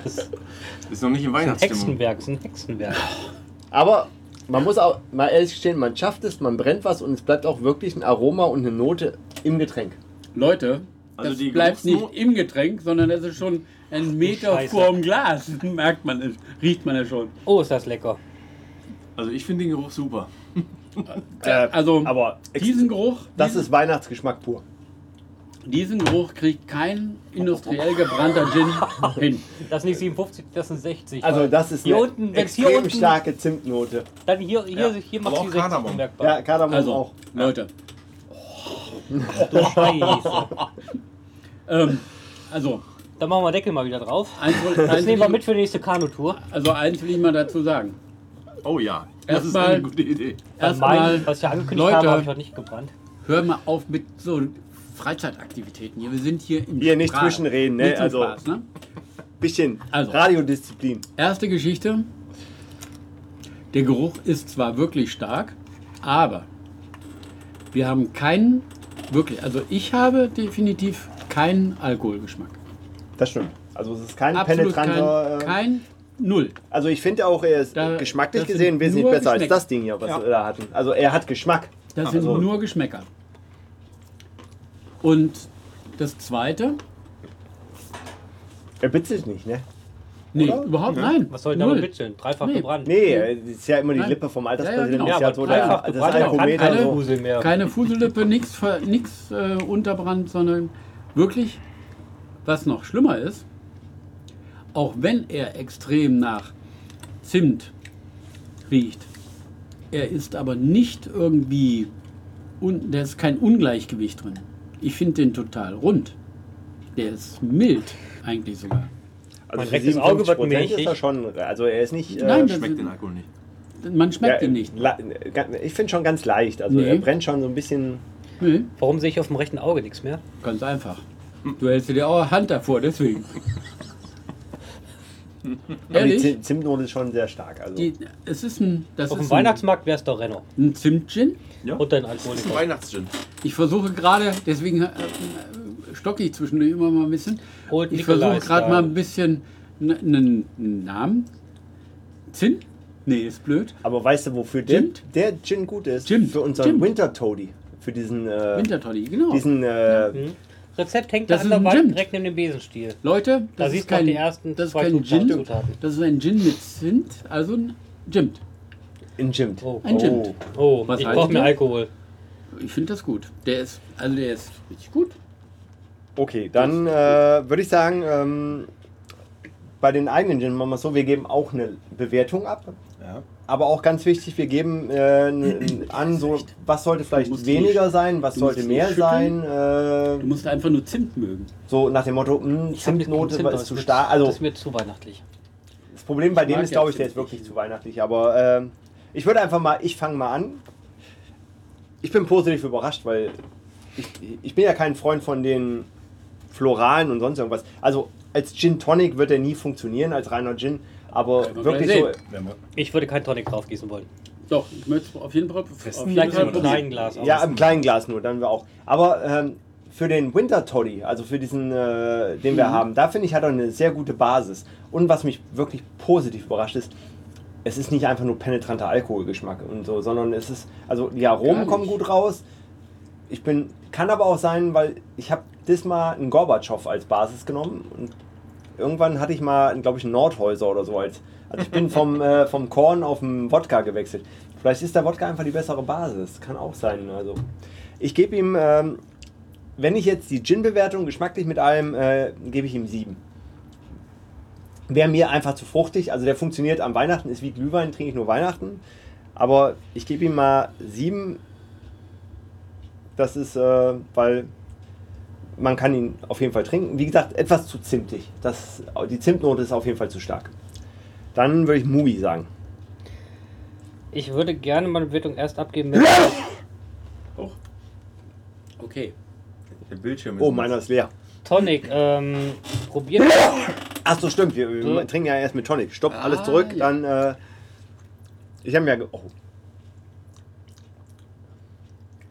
Speaker 2: Das ist
Speaker 4: Ist noch nicht in
Speaker 2: ein
Speaker 4: Weihnachtsstimmung.
Speaker 2: Hexenwerk, das ist ein Hexenwerk.
Speaker 1: Aber man muss auch mal ehrlich gestehen, man schafft es, man brennt was und es bleibt auch wirklich ein Aroma und eine Note im Getränk.
Speaker 3: Leute,
Speaker 5: Also
Speaker 3: das
Speaker 5: die
Speaker 3: bleibt nicht
Speaker 5: Geruchsno-
Speaker 3: im Getränk, sondern es ist schon ein Meter
Speaker 2: Scheiße.
Speaker 3: vorm Glas. Merkt man es. Riecht man es schon.
Speaker 2: Oh, ist das lecker.
Speaker 4: Also ich finde den Geruch super.
Speaker 3: also
Speaker 1: aber ex-
Speaker 3: diesen Geruch.
Speaker 1: Äh, Das
Speaker 3: Äh, also diesen,
Speaker 1: ist Weihnachtsgeschmack pur.
Speaker 3: Diesen Geruch kriegt kein industriell gebrannter Gin hin.
Speaker 2: Das ist nicht 57, das sind 60.
Speaker 1: Also
Speaker 2: weil
Speaker 1: das ist
Speaker 2: hier
Speaker 1: eine
Speaker 2: unten, wenn's hier
Speaker 1: extrem
Speaker 2: unten-
Speaker 1: starke Zimtnote.
Speaker 2: Dann hier, hier,
Speaker 4: Ja,
Speaker 2: hier
Speaker 4: aber
Speaker 2: macht
Speaker 4: auch
Speaker 2: die 60
Speaker 4: Kardamom.
Speaker 2: bemerkbar.
Speaker 1: Ja, Kardamom
Speaker 3: Also,
Speaker 1: auch.
Speaker 3: Leute,
Speaker 2: Du Scheiße.
Speaker 3: ähm, also,
Speaker 2: Dann machen wir Deckel mal wieder drauf.
Speaker 3: eins, will-
Speaker 2: Das
Speaker 3: eins,
Speaker 2: nehmen wir
Speaker 3: will ich,
Speaker 2: mit für die nächste Kanutour.
Speaker 3: also eins will ich mal dazu sagen.
Speaker 4: Oh ja, das ist
Speaker 3: Erstmal-
Speaker 4: eine gute Idee.
Speaker 3: Erstmal,
Speaker 2: Mein, was ich ja angekündigt
Speaker 3: Leute,
Speaker 2: habe, habe ich noch nicht gebrannt.
Speaker 3: hör mal auf mit so Freizeitaktivitäten hier. Wir sind hier im
Speaker 1: Hier nicht
Speaker 3: Spaß.
Speaker 1: zwischenreden, ne?
Speaker 3: Nicht zum
Speaker 1: Also-
Speaker 3: Spaß, ne?
Speaker 1: Bisschen
Speaker 3: Also.
Speaker 1: Radiodisziplin.
Speaker 3: Erste Geschichte. Der Geruch ist zwar wirklich stark, aber wir haben keinen wirklich, also ich habe definitiv keinen Alkoholgeschmack.
Speaker 1: Das stimmt. Also es ist kein
Speaker 3: Absolut
Speaker 1: penetranter.
Speaker 3: kein,
Speaker 1: äh,
Speaker 3: kein Null.
Speaker 1: also ich finde auch, er ist
Speaker 3: Da-
Speaker 1: geschmacklich
Speaker 3: das sind
Speaker 1: gesehen wesentlich
Speaker 3: nur
Speaker 1: besser als
Speaker 3: Geschmäcker.
Speaker 1: das Ding hier, was
Speaker 3: Ja.
Speaker 1: wir da hatten. Also er hat Geschmack.
Speaker 3: Das
Speaker 1: Also-
Speaker 3: sind nur Geschmäcker. Und das zweite?
Speaker 1: Er bitzelt nicht, ne?
Speaker 3: Nee,
Speaker 1: Oder?
Speaker 3: überhaupt nein.
Speaker 2: Was soll ich
Speaker 3: Null.
Speaker 2: damit bitzeln? Dreifach
Speaker 3: Nee.
Speaker 2: gebrannt.
Speaker 1: Nee, es ist ja immer die
Speaker 3: Nein.
Speaker 1: Lippe vom
Speaker 3: Ja,
Speaker 1: Alterspräsidenten.
Speaker 3: ja,
Speaker 1: Ja,
Speaker 3: genau.
Speaker 1: ist ja so
Speaker 2: Aber
Speaker 1: der,
Speaker 2: dreifach
Speaker 1: das
Speaker 2: gebrannt, auch
Speaker 1: Alkometer.
Speaker 2: keine
Speaker 1: So. Also
Speaker 2: Husel mehr.
Speaker 3: Keine Fuselippe, nichts nix, äh, unterbrannt, sondern wirklich, was noch schlimmer ist, auch wenn er extrem nach Zimt riecht, er ist aber nicht irgendwie, un, da ist kein Ungleichgewicht drin. Ich finde den total rund. Der ist mild eigentlich sogar.
Speaker 1: Also
Speaker 2: Man
Speaker 1: für
Speaker 2: rechnet das Auge, wird
Speaker 1: 57% ist er
Speaker 2: milchig.
Speaker 1: schon. Also er ist nicht. äh,
Speaker 3: Nein, das-
Speaker 4: Schmeckt den Alkohol nicht.
Speaker 3: Man schmeckt
Speaker 1: ja,
Speaker 3: ihn nicht.
Speaker 1: la- ga- Ich finde schon ganz leicht. Also
Speaker 3: Nee.
Speaker 1: er brennt schon so ein bisschen.
Speaker 3: Nee,
Speaker 2: Warum sehe ich auf dem rechten Auge nichts mehr?
Speaker 3: ganz einfach. Du hältst dir auch Hand davor, deswegen.
Speaker 1: Aber die
Speaker 3: Ehrlich?
Speaker 1: Zim- Zimtnote ist schon sehr stark. Also.
Speaker 3: Die, es ist ein, das
Speaker 2: Auf
Speaker 3: ist
Speaker 2: dem
Speaker 3: ein,
Speaker 2: Weihnachtsmarkt wäre es doch Renner.
Speaker 3: ein Zimt-Gin.
Speaker 4: Ja?
Speaker 2: Und dein
Speaker 4: Das ist ein
Speaker 2: Alkoholiker.
Speaker 4: Weihnachtsgin.
Speaker 3: Ich versuche gerade, deswegen äh, äh, stocke ich zwischendurch immer mal ein bisschen.
Speaker 2: Old
Speaker 3: Ich versuche
Speaker 2: Nikolai-Style.
Speaker 3: gerade mal ein bisschen n- einen Namen. Zinn? Nee, ist blöd.
Speaker 1: Aber weißt du, wofür der,
Speaker 3: Gin?
Speaker 1: der Gin gut ist?
Speaker 3: Gin,
Speaker 1: Für unseren
Speaker 3: Gin.
Speaker 1: Winter Toady. Für diesen. Äh,
Speaker 3: Wintertolli, genau.
Speaker 1: Diesen. Äh,
Speaker 2: Rezept hängt
Speaker 3: Das
Speaker 2: an
Speaker 3: ist
Speaker 2: der
Speaker 3: ein
Speaker 2: Wand
Speaker 3: Gin.
Speaker 2: direkt neben dem Besenstiel.
Speaker 3: Leute,
Speaker 2: Da
Speaker 3: das
Speaker 2: siehst
Speaker 3: ist
Speaker 2: du auch
Speaker 3: kein,
Speaker 2: die ersten
Speaker 3: das ist
Speaker 2: zwei
Speaker 3: kein
Speaker 2: Zutaten.
Speaker 3: Gin. Das ist ein Gin mit Zimt, also ein Zimt.
Speaker 1: in Gin.
Speaker 2: Oh.
Speaker 3: Ein Gin.
Speaker 2: Oh,
Speaker 3: Was
Speaker 2: ich
Speaker 3: haltet
Speaker 2: brauche mehr
Speaker 3: ihr?
Speaker 2: Alkohol.
Speaker 3: Ich finde das gut. Der ist, also der ist richtig gut.
Speaker 1: Okay, dann äh, würde ich sagen, ähm, bei den eigenen Gin machen wir es so, wir geben auch eine Bewertung ab.
Speaker 5: Ja.
Speaker 1: Aber auch ganz wichtig, wir geben äh, n- an, so, was sollte vielleicht
Speaker 3: musst
Speaker 1: weniger
Speaker 3: nicht-
Speaker 1: sein, was
Speaker 3: du
Speaker 1: sollte
Speaker 3: musst
Speaker 1: mehr
Speaker 3: nicht
Speaker 1: sein.
Speaker 3: schütteln.
Speaker 1: Äh,
Speaker 3: Du musst einfach nur Zimt mögen.
Speaker 1: so nach dem Motto, mh,
Speaker 2: Ich hab jetzt keinen
Speaker 1: Zimtnote
Speaker 2: Zimt,
Speaker 1: ist
Speaker 2: das
Speaker 1: zu
Speaker 2: ist mir-
Speaker 1: stark. Also
Speaker 2: Das ist mir zu weihnachtlich.
Speaker 1: das Problem bei
Speaker 3: Ich
Speaker 1: dem
Speaker 3: mag
Speaker 1: ist,
Speaker 3: ja
Speaker 1: glaube ich, der ist
Speaker 3: Zimt
Speaker 1: wirklich
Speaker 3: nicht.
Speaker 1: zu weihnachtlich. Aber ähm, ich würde einfach mal, ich fange mal an. Ich bin positiv überrascht, weil ich, ich bin ja kein Freund von den Floralen und sonst irgendwas. Also als Gin Tonic wird er nie funktionieren, als reiner Gin. Aber
Speaker 3: Werden wir
Speaker 1: wirklich
Speaker 3: gleich
Speaker 1: so,
Speaker 3: sehen.
Speaker 5: Wenn wir-
Speaker 2: Ich würde keinen Tonic draufgießen wollen.
Speaker 3: Doch, ich möchte es auf jeden Fall. Auf jeden
Speaker 2: Vielleicht
Speaker 3: Fall
Speaker 2: im kleinen Glas. aber
Speaker 1: Ja, im kleinen Glas nur, dann wir auch. Aber ähm, für den Winter Toddy, also für diesen, äh, den wir haben, da finde ich, hat er eine sehr gute Basis. Und was mich wirklich positiv überrascht ist, es ist nicht einfach nur penetranter Alkoholgeschmack und so, sondern es ist, also die Aromen
Speaker 3: Gar
Speaker 1: kommen
Speaker 3: nicht.
Speaker 1: gut raus. Ich bin, kann aber auch sein, weil ich habe diesmal einen Gorbatschow als Basis genommen und irgendwann hatte ich mal, glaube ich, einen Nordhäuser oder so als. Also ich bin vom, äh, vom Korn auf den Wodka gewechselt. Vielleicht ist der Wodka einfach die bessere Basis. Kann auch sein. Also ich gebe ihm, ähm, wenn ich jetzt die Gin-Bewertung geschmacklich mit allem, äh, gebe ich ihm sieben. Wäre mir einfach zu fruchtig. Also der funktioniert am Weihnachten, ist wie Glühwein, trinke ich nur Weihnachten. Aber ich gebe ihm mal sieben. Das ist, äh, weil man kann ihn auf jeden Fall trinken. Wie gesagt, etwas zu zimtig. Das, die Zimtnote ist auf jeden Fall zu stark. Dann würde ich Mugi sagen.
Speaker 2: Ich würde gerne meine Bewertung erst abgeben, wenn
Speaker 3: Okay.
Speaker 5: Der Bildschirm ist
Speaker 1: Oh, meiner ist leer.
Speaker 2: Tonic. Ähm, probiert.
Speaker 1: Achso, stimmt. Wir, wir
Speaker 2: So.
Speaker 1: trinken ja erst mit Tonic. Stopp, alles
Speaker 3: Ah,
Speaker 1: zurück.
Speaker 3: ja.
Speaker 1: Dann. Äh, ich habe mir ja. ge- Oh.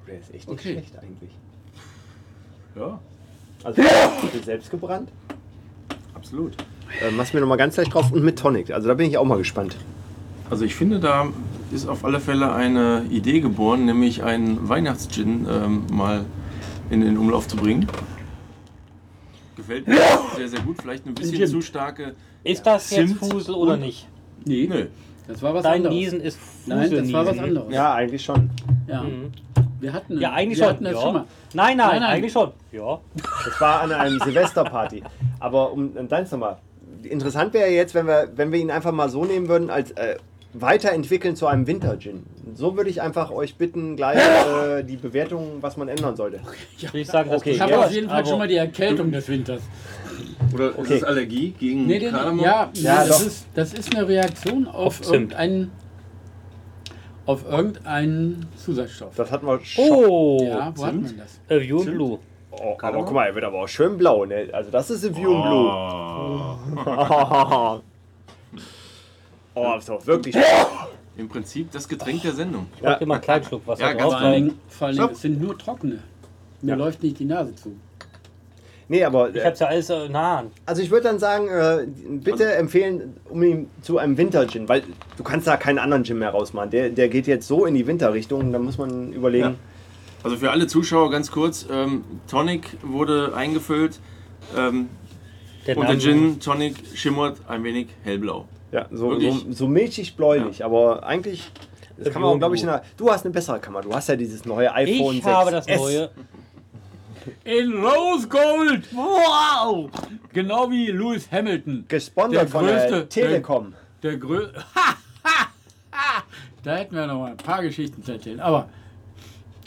Speaker 1: Der ist echt nicht
Speaker 3: Okay.
Speaker 1: schlecht eigentlich.
Speaker 4: Ja,
Speaker 1: Also, ich bin selbst gebrannt.
Speaker 4: absolut.
Speaker 1: Äh, mach's mir nochmal ganz leicht drauf und mit Tonic. Also, da bin ich auch mal gespannt.
Speaker 4: Also ich finde, da ist auf alle Fälle eine Idee geboren, nämlich einen Weihnachtsgin ähm, mal in den Umlauf zu bringen. Gefällt mir sehr, sehr gut. Vielleicht ein bisschen
Speaker 3: Gin.
Speaker 4: zu starke.
Speaker 2: Ist das jetzt
Speaker 4: Zimt
Speaker 2: Fusel oder
Speaker 4: und-
Speaker 2: nicht?
Speaker 3: Nee,
Speaker 4: Nö.
Speaker 3: das war was
Speaker 2: Dein
Speaker 3: anderes.
Speaker 2: Niesen ist Fusel.
Speaker 3: Nein, das war was
Speaker 2: Niesen.
Speaker 3: anderes.
Speaker 1: Ja, eigentlich schon.
Speaker 3: Ja.
Speaker 2: Mhm.
Speaker 3: Wir hatten
Speaker 2: Ja, eigentlich
Speaker 3: wir
Speaker 2: schon.
Speaker 3: Hatten das
Speaker 2: ja.
Speaker 3: schon mal.
Speaker 2: Nein, nein,
Speaker 3: Nein, nein.
Speaker 2: eigentlich schon. Ja.
Speaker 1: Das war an einem Silvesterparty. Aber um um deins nochmal. Interessant wäre jetzt, wenn wir, wenn wir ihn einfach mal so nehmen würden, als äh, weiterentwickeln zu einem Winter-Gin. So würde ich einfach euch bitten, gleich äh, die Bewertung, was man ändern sollte.
Speaker 2: Würde ich sagen, das
Speaker 1: Okay,
Speaker 2: geht Also,
Speaker 3: Ich habe
Speaker 1: Ja,
Speaker 2: jetzt,
Speaker 3: auf jeden Fall
Speaker 2: aber-
Speaker 3: schon mal die Erkältung des Winters.
Speaker 5: Oder
Speaker 1: Okay.
Speaker 5: ist das Allergie gegen
Speaker 3: Nee, den,
Speaker 5: Kardamom?
Speaker 3: ja,
Speaker 1: Ja,
Speaker 3: nein, das,
Speaker 1: doch.
Speaker 3: ist, das ist eine Reaktion auf,
Speaker 2: Auf Zimt.
Speaker 3: irgendeinen auf irgendeinen Zusatzstoff.
Speaker 1: Das hatten wir schon.
Speaker 2: Oh, Äh,
Speaker 3: ja, wo hat man das?
Speaker 2: A View in Blue.
Speaker 1: Oh, aber guck mal, er wird aber auch schön blau. Ne? Also das ist in View and Blue.
Speaker 5: Oh.
Speaker 1: Oh, ist doch wirklich...
Speaker 5: Im Prinzip das Getränk der Sendung.
Speaker 2: Ich mach dir mal einen kleinen Schluck Wasser
Speaker 5: Ja, ganz
Speaker 2: drauf.
Speaker 3: Vor allen
Speaker 2: weil
Speaker 3: Dingen, vor allen Dingen es sind nur trockene. Mir
Speaker 1: Ja.
Speaker 3: läuft nicht die Nase zu.
Speaker 1: Nee, aber...
Speaker 2: Ich
Speaker 1: äh,
Speaker 2: hab's ja alles äh, in der Hand.
Speaker 1: Also ich würde dann sagen, äh, bitte empfehlen, um ihn zu einem Winter-Gin, weil du kannst da keinen anderen Gin mehr rausmachen. Der, der geht jetzt so in die Winterrichtung, da muss man überlegen.
Speaker 4: Also für alle Zuschauer ganz kurz, ähm, Tonic wurde eingefüllt ähm,
Speaker 2: Der
Speaker 4: und der
Speaker 2: Name-
Speaker 4: Gin Tonic schimmert ein wenig hellblau.
Speaker 1: Ja, so, so,
Speaker 4: Wirklich?
Speaker 1: so milchig-bläulich, aber eigentlich, das kann man auch, glaube ich, in der, du hast eine bessere Kamera, du hast ja dieses neue iPhone
Speaker 2: Ich
Speaker 1: 6
Speaker 2: habe das neue.
Speaker 3: In Rose Gold! Wow! Genau wie Lewis Hamilton. Der
Speaker 1: Gesponsert von der
Speaker 3: größte-
Speaker 1: Telekom.
Speaker 3: Der grö. da hätten wir noch mal ein paar Geschichten zu erzählen. Aber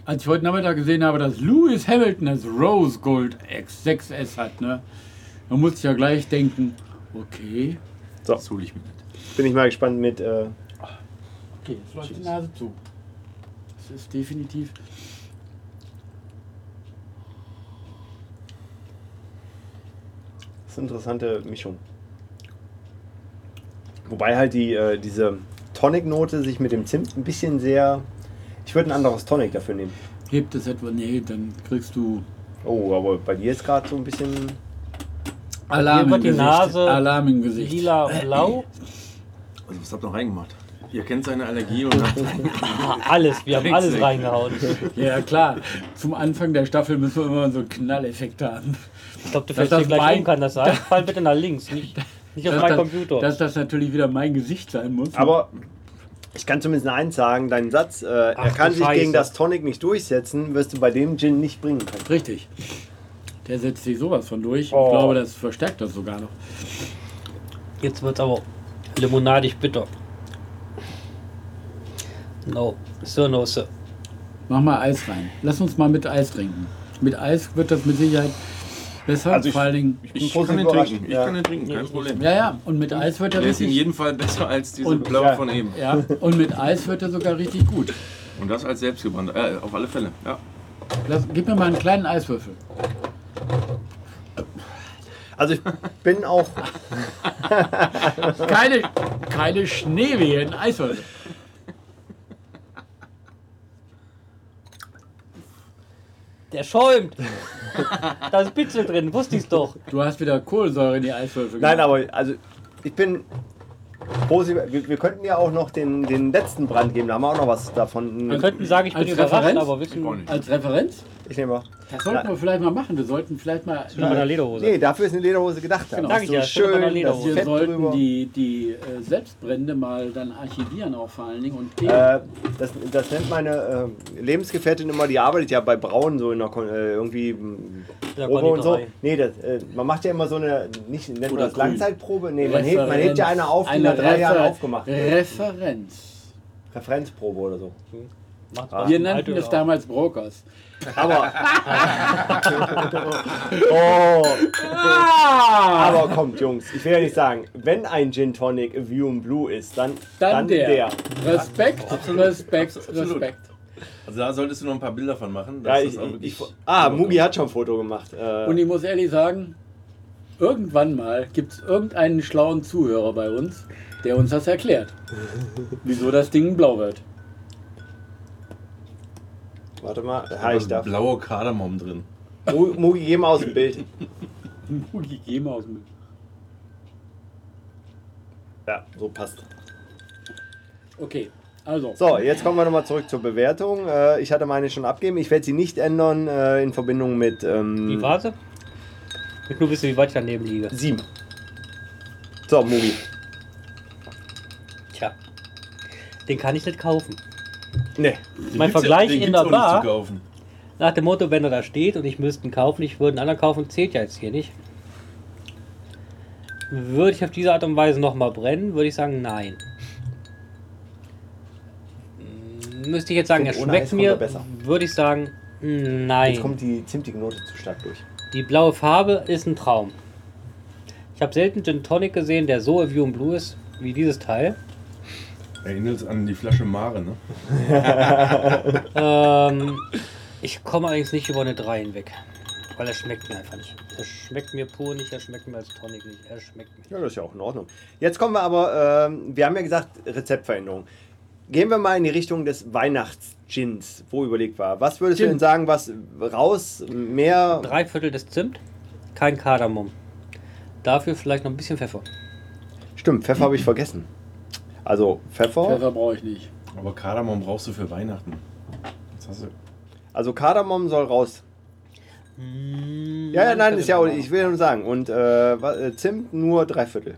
Speaker 3: als ich heute Nachmittag gesehen habe, dass Lewis Hamilton das Rose Gold X6S hat, ne, da musste ich ja gleich denken, okay.
Speaker 4: Das hole ich mir nicht.
Speaker 1: Bin ich mal gespannt mit. Äh,
Speaker 3: Okay, jetzt läuft die Nase zu. Das ist definitiv.
Speaker 1: das ist eine interessante Mischung. Wobei halt die, äh, diese Tonic-Note sich mit dem Zimt ein bisschen sehr. Ich würde ein anderes Tonic dafür nehmen.
Speaker 3: Hebt es etwa? Nee, dann kriegst du
Speaker 1: Oh, aber bei dir ist gerade so ein bisschen.
Speaker 3: Alarm
Speaker 2: Mir
Speaker 3: im
Speaker 2: wird die
Speaker 3: Gesicht.
Speaker 2: Nase
Speaker 3: Alarm im Gesicht.
Speaker 2: Lila blau.
Speaker 4: Also was habt ihr noch reingemacht? Ihr kennt seine Allergie und habt
Speaker 2: Ah, Alles, wir haben alles reingehauen.
Speaker 3: Ja, klar. Zum Anfang der Staffel müssen wir immer so einen Knalleffekt haben.
Speaker 2: Ich glaube, du
Speaker 3: Dass
Speaker 2: fällst hier
Speaker 3: das
Speaker 2: gleich
Speaker 3: mein-
Speaker 2: um, kann das sein? Fall bitte nach links, nicht, nicht auf
Speaker 3: Dass
Speaker 2: meinen
Speaker 3: das-
Speaker 2: Computer.
Speaker 3: Dass das natürlich wieder mein Gesicht sein muss.
Speaker 1: Aber ich kann zumindest eins sagen: Deinen Satz, äh, er
Speaker 2: Ach,
Speaker 1: kann
Speaker 2: du
Speaker 1: sich
Speaker 2: Scheiße.
Speaker 1: gegen das Tonic nicht durchsetzen, wirst du bei dem Gin nicht bringen können.
Speaker 3: Richtig. Der setzt sich sowas von durch.
Speaker 1: Oh.
Speaker 3: Ich glaube, das verstärkt das sogar noch.
Speaker 2: Jetzt wird's aber limonadig bitter. No, so no, sir.
Speaker 3: Mach mal Eis rein. Lass uns mal mit Eis trinken. Mit Eis wird das mit Sicherheit besser.
Speaker 1: Also ich-
Speaker 3: vor allen Dingen.
Speaker 1: bin
Speaker 4: Ich
Speaker 1: positiv
Speaker 4: kann den
Speaker 1: überrascht,
Speaker 4: trinken, ich
Speaker 1: ja.
Speaker 4: kann den trinken, kein Problem.
Speaker 3: Ja, ja. Und mit Eis wird er
Speaker 5: Der ist in
Speaker 3: richtig.
Speaker 5: jedem Fall besser als diese
Speaker 3: Und-
Speaker 5: blaue
Speaker 1: ja.
Speaker 5: von eben.
Speaker 3: Ja, und mit Eis wird er sogar richtig gut.
Speaker 5: Und das als selbstgebrannt. Äh, auf alle Fälle. Ja.
Speaker 3: Lass, gib mir mal einen kleinen Eiswürfel.
Speaker 1: Also ich bin auch.
Speaker 3: Keine, keine Schneewehe, ein Eiswürfel.
Speaker 2: Der schäumt. da ist Bitzel drin, wusste ich's doch.
Speaker 3: Du hast wieder Kohlensäure in die Eiswürfel.
Speaker 1: Nein,
Speaker 3: gemacht.
Speaker 1: aber also ich bin. Positiv. Wir, wir könnten ja auch noch den, den letzten Brand geben, da haben wir auch noch was
Speaker 2: Wir
Speaker 1: davon.
Speaker 2: könnten sagen, ich bin
Speaker 3: Als
Speaker 2: überrascht,
Speaker 3: Referenz?
Speaker 2: aber wissen
Speaker 5: Auch nicht.
Speaker 3: Als Referenz?
Speaker 1: Ich nehme mal.
Speaker 3: Das sollten wir vielleicht mal machen. Wir sollten vielleicht mal.
Speaker 2: mit meiner Lederhose.
Speaker 1: Nee, dafür ist eine Lederhose gedacht.
Speaker 3: Genau.
Speaker 1: Das
Speaker 2: Sag
Speaker 1: ist
Speaker 2: ich
Speaker 1: so
Speaker 2: ja, stimmt,
Speaker 1: schön,
Speaker 2: mit einer
Speaker 1: das
Speaker 2: Lederhose.
Speaker 3: Wir
Speaker 1: Fett
Speaker 3: sollten
Speaker 1: drüber.
Speaker 3: die, die äh, Selbstbrände mal dann archivieren, auch vor allen Dingen. Und die,
Speaker 1: Äh, das, das nennt meine äh, Lebensgefährtin immer, die arbeitet ja bei Braun so in der Kon äh, irgendwie m,
Speaker 2: Der
Speaker 1: Probe und so.
Speaker 2: Konditorei.
Speaker 1: Nee, das, äh, man macht ja immer so eine, nicht nennt man
Speaker 3: Oder
Speaker 1: das
Speaker 3: grün.
Speaker 1: Langzeitprobe. Nee, man hebt, man hebt ja eine auf, die
Speaker 3: Eine
Speaker 1: nach drei Jahren
Speaker 3: Refer-
Speaker 1: aufgemacht wird.
Speaker 3: Referenz.
Speaker 1: Referenzprobe oder so.
Speaker 2: Macht's
Speaker 1: Wir
Speaker 2: mal.
Speaker 3: Wir nannten
Speaker 2: Alte
Speaker 3: es
Speaker 2: Leute.
Speaker 3: damals Brokers.
Speaker 1: Aber.
Speaker 3: Ah!
Speaker 1: oh. Aber kommt, Jungs, ich will ja nicht sagen, wenn ein Gin Tonic A View in Blue ist, dann,
Speaker 3: Dann, der. Respekt, Respekt,
Speaker 5: Absolut.
Speaker 3: Respekt.
Speaker 5: Also da solltest du noch ein paar Bilder von machen.
Speaker 1: Ja,
Speaker 5: dass
Speaker 1: ich,
Speaker 5: das auch
Speaker 1: ich,
Speaker 5: wirklich-
Speaker 1: ich, ah, Mugi hat schon ein Foto gemacht. Äh,
Speaker 3: Und ich muss ehrlich sagen, irgendwann mal gibt es irgendeinen schlauen Zuhörer bei uns, der uns das erklärt. Wieso das Ding blau wird.
Speaker 1: warte mal,
Speaker 5: Da
Speaker 1: ja, ich
Speaker 5: ist
Speaker 1: darf.
Speaker 5: blauer Kardamom drin.
Speaker 1: Mu- Mugi, geh mal aus dem Bild.
Speaker 3: Mugi, geh mal aus dem
Speaker 1: Ja, so passt.
Speaker 3: Okay, also.
Speaker 1: So, jetzt kommen wir nochmal zurück zur Bewertung. Äh, ich hatte meine schon abgeben. Ich werde sie nicht ändern äh, in Verbindung mit ähm,
Speaker 2: Wie war's? Ich nur wissen, wie weit ich daneben liege.
Speaker 1: sieben. So, Mugi.
Speaker 2: Tja. Den kann ich nicht kaufen.
Speaker 1: Nee.
Speaker 5: Den
Speaker 2: Mein
Speaker 5: gibt's ja-
Speaker 2: Vergleich
Speaker 5: den
Speaker 2: in
Speaker 5: gibt's
Speaker 2: der
Speaker 5: auch
Speaker 2: Bar.
Speaker 5: Nicht zu kaufen.
Speaker 2: Nach dem Motto, wenn er da steht und ich müsste ihn kaufen, ich würde einen anderen kaufen, zählt ja jetzt hier nicht. Würde ich auf diese Art und Weise nochmal brennen, würde ich sagen, nein. M- Hm, Müsste ich jetzt sagen,
Speaker 1: Ich
Speaker 2: er
Speaker 1: finde, ohne Eis
Speaker 2: schmeckt
Speaker 1: kommt
Speaker 2: mir,
Speaker 1: er besser.
Speaker 2: würde ich sagen,
Speaker 1: Jetzt
Speaker 2: nein.
Speaker 1: kommt die zimtige Note zu stark durch.
Speaker 2: Die blaue Farbe ist ein Traum. Ich habe selten Gin Tonic gesehen, der so Avion Blue ist, wie dieses Teil.
Speaker 5: Erinnert an die Flasche Mare, ne?
Speaker 2: Ähm, ich komme allerdings nicht über eine 3 hinweg. Weil er schmeckt mir einfach nicht. Er schmeckt mir pur nicht, er schmeckt mir als Tonic nicht. Er schmeckt mir.
Speaker 1: Ja, das ist ja auch in Ordnung. Jetzt kommen wir aber, ähm, wir haben ja gesagt, Rezeptveränderung. Gehen wir mal in die Richtung des Weihnachts-Gins, wo überlegt war. Was würdest du
Speaker 3: Gin.
Speaker 1: denn sagen, was raus, mehr,
Speaker 2: Drei Viertel des Zimt, kein Kardamom. Dafür vielleicht noch ein bisschen Pfeffer.
Speaker 1: Stimmt, Pfeffer habe ich vergessen. Also Pfeffer.
Speaker 3: Pfeffer brauche ich nicht.
Speaker 5: Aber Kardamom brauchst du für Weihnachten. Jetzt hast du
Speaker 1: Also Kardamom soll raus. Ja, ja, nein, ist ja auch, ich will nur sagen. Und äh, wa- äh, Zimt nur drei Viertel.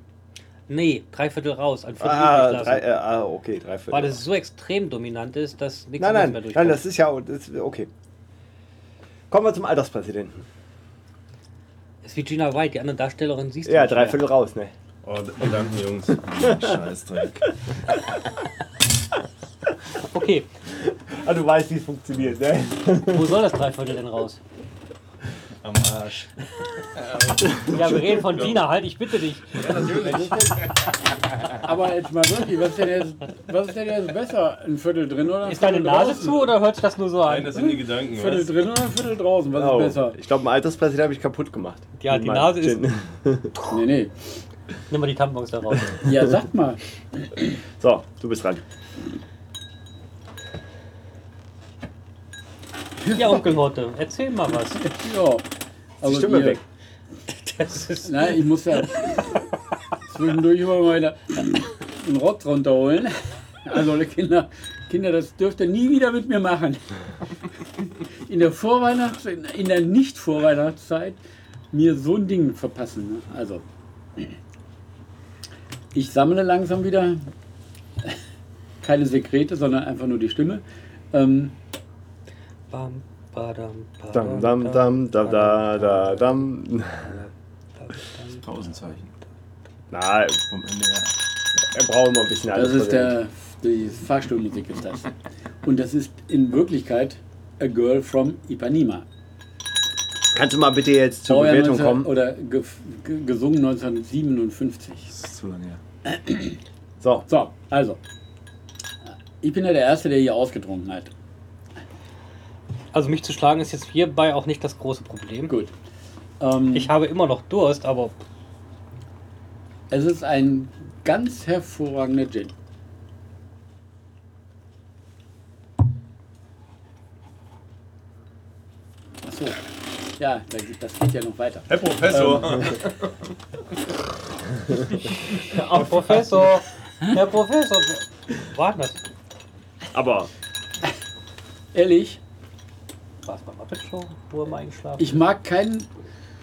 Speaker 2: Nee, drei Viertel raus. Ein Viertel
Speaker 1: Ah,
Speaker 2: übrig lassen.
Speaker 1: drei, äh, ah, okay, drei Viertel.
Speaker 2: Weil das so extrem dominant ist, dass nichts
Speaker 1: nein,
Speaker 2: anderes
Speaker 1: nein,
Speaker 2: mehr durchkommt.
Speaker 1: nein, das ist ja auch- das, ist- okay. Kommen wir zum Alterspräsidenten.
Speaker 2: ist wie Gina White, die andere Darstellerin siehst du.
Speaker 1: Ja,
Speaker 2: nicht
Speaker 1: drei
Speaker 2: mehr.
Speaker 1: Viertel raus, ne?
Speaker 5: Oh, d- danke, Jungs. Scheißdreck.
Speaker 2: Okay,
Speaker 1: Ah, du weißt, wie es funktioniert, ne?
Speaker 2: wo soll das Dreiviertel denn raus?
Speaker 5: Am Arsch.
Speaker 2: Ja, wir reden von Gina, halt, ich bitte dich.
Speaker 3: Aber jetzt mal wirklich, was ist denn jetzt, was ist denn jetzt besser? Ein Viertel drin oder ein
Speaker 2: Ist deine
Speaker 3: Viertel
Speaker 2: Nase
Speaker 3: draußen?
Speaker 2: zu oder hört sich das nur so
Speaker 5: Nein,
Speaker 2: an?
Speaker 5: das sind die Gedanken.
Speaker 3: Ein Viertel
Speaker 5: Was?
Speaker 3: drin oder ein Viertel draußen? Was
Speaker 1: Oh,
Speaker 3: ist besser?
Speaker 1: Ich glaube, einen Alterspräsidenten habe ich kaputt gemacht.
Speaker 2: Ja,
Speaker 1: Mit
Speaker 2: die
Speaker 1: meinem
Speaker 2: Nase ist-
Speaker 1: Gin.
Speaker 3: Nee, nee.
Speaker 2: Nimm mal die Tampons da raus.
Speaker 3: Ja, sag mal.
Speaker 1: So, du bist dran.
Speaker 2: Ja, Onkel Hotte, erzähl mal was.
Speaker 3: Ja.
Speaker 1: Die Stimme
Speaker 3: hier-
Speaker 1: weg.
Speaker 2: Das ist
Speaker 3: Nein, ich muss ja zwischendurch immer mal wieder einen Rotz runterholen. Also Kinder, Kinder, das dürft ihr nie wieder mit mir machen. In der Vorweihnachts-, in- in der Nicht-Vorweihnachtszeit mir so ein Ding verpassen. ne? Also, ich sammle langsam wieder keine Sekrete, sondern einfach nur die Stimme. Ähm,
Speaker 2: Bam, badam,
Speaker 1: Dam,
Speaker 2: badam,
Speaker 1: dam, dam, da, da, da, dam.
Speaker 5: Pausenzeichen.
Speaker 1: Na, er
Speaker 5: Vom NDR.
Speaker 1: braucht immer ein bisschen
Speaker 3: Das ist
Speaker 1: Alterspräsident.
Speaker 3: der, die Fahrstuhlmusik ist das. Und das ist in Wirklichkeit A Girl from Ipanema.
Speaker 1: Kannst du mal bitte jetzt zur
Speaker 3: Baujahr
Speaker 1: Bewertung
Speaker 3: 19
Speaker 1: kommen?
Speaker 3: Oder ge, ge, gesungen 1957.
Speaker 5: Das ist zu lange her.
Speaker 1: So,
Speaker 3: So, also. Ich bin ja der Erste, der hier ausgetrunken hat.
Speaker 2: Also mich zu schlagen ist jetzt hierbei auch nicht das große Problem.
Speaker 3: Gut. Ähm,
Speaker 2: Ich habe immer noch Durst, aber
Speaker 3: es ist ein ganz hervorragender Gin. Ach so. Ja, da- das geht ja noch weiter.
Speaker 5: Herr Professor!
Speaker 2: Herr Professor, Herr Professor, warten das.
Speaker 1: aber
Speaker 3: Ehrlich,
Speaker 2: War es bei Muppet Show, wo er mal eingeschlafen
Speaker 3: ich mag keinen,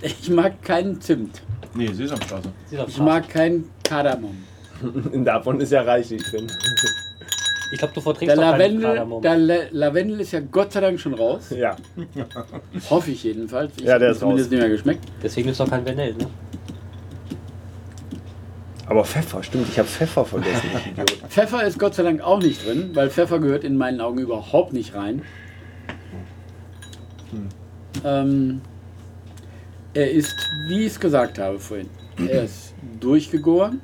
Speaker 3: ich mag keinen Zimt.
Speaker 5: Nee, Sesamstraße.
Speaker 2: Sieht doch
Speaker 3: Ich
Speaker 2: krass.
Speaker 3: mag keinen Kardamom.
Speaker 1: davon ist ja reichlich drin.
Speaker 2: Ich glaube, du verträgst
Speaker 3: Der
Speaker 2: doch keinen
Speaker 3: Lavendel,
Speaker 2: Kardamom.
Speaker 3: der La- Lavendel ist ja Gott sei Dank schon raus.
Speaker 1: Ja,
Speaker 3: Hoffe ich jedenfalls. Ich
Speaker 1: Ja, der
Speaker 3: hab ihn
Speaker 1: ist
Speaker 3: zumindest
Speaker 1: raus.
Speaker 3: nicht mehr geschmeckt.
Speaker 2: Deswegen ist doch kein Vanille, ne?
Speaker 1: aber Pfeffer, stimmt, ich habe Pfeffer vergessen, ich Idiot.
Speaker 3: Pfeffer ist Gott sei Dank auch nicht drin, weil Pfeffer gehört in meinen Augen überhaupt nicht rein. Ähm, er ist, wie ich es gesagt habe vorhin, er ist durchgegoren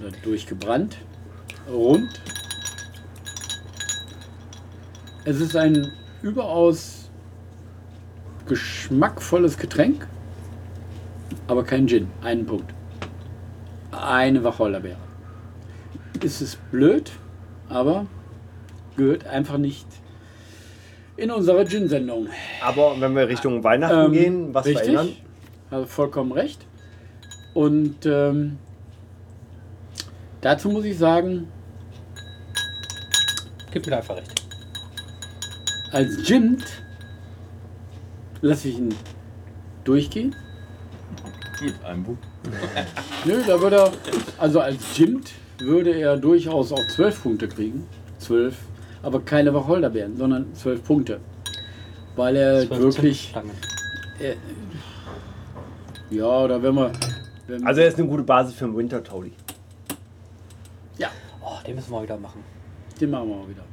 Speaker 3: oder durchgebrannt, rund. Es ist ein überaus geschmackvolles Getränk, aber kein Gin. Einen Punkt. Eine Wacholderbeere. Ist es blöd, aber gehört einfach nicht in unsere Gin-Sendung.
Speaker 1: Aber wenn wir Richtung Weihnachten
Speaker 3: Ähm,
Speaker 1: gehen, was
Speaker 3: richtig.
Speaker 1: verändern?
Speaker 3: Also vollkommen recht. Und ähm, dazu muss ich sagen,
Speaker 2: Gib mir da einfach recht.
Speaker 3: als Gin lasse ich ihn durchgehen.
Speaker 5: Mit einem Buch.
Speaker 3: Nö, da würde er, also als Gin würde er durchaus auch 12 Punkte kriegen. 12. Aber keine Wacholderbeeren, sondern 12 Punkte. Weil er Äh, wirklich. Er, ja, da wenn wir. Wenn
Speaker 1: Also er ist eine gute Basis für einen Winter Toady.
Speaker 2: Oh, den müssen wir wieder machen.
Speaker 3: den machen wir mal wieder.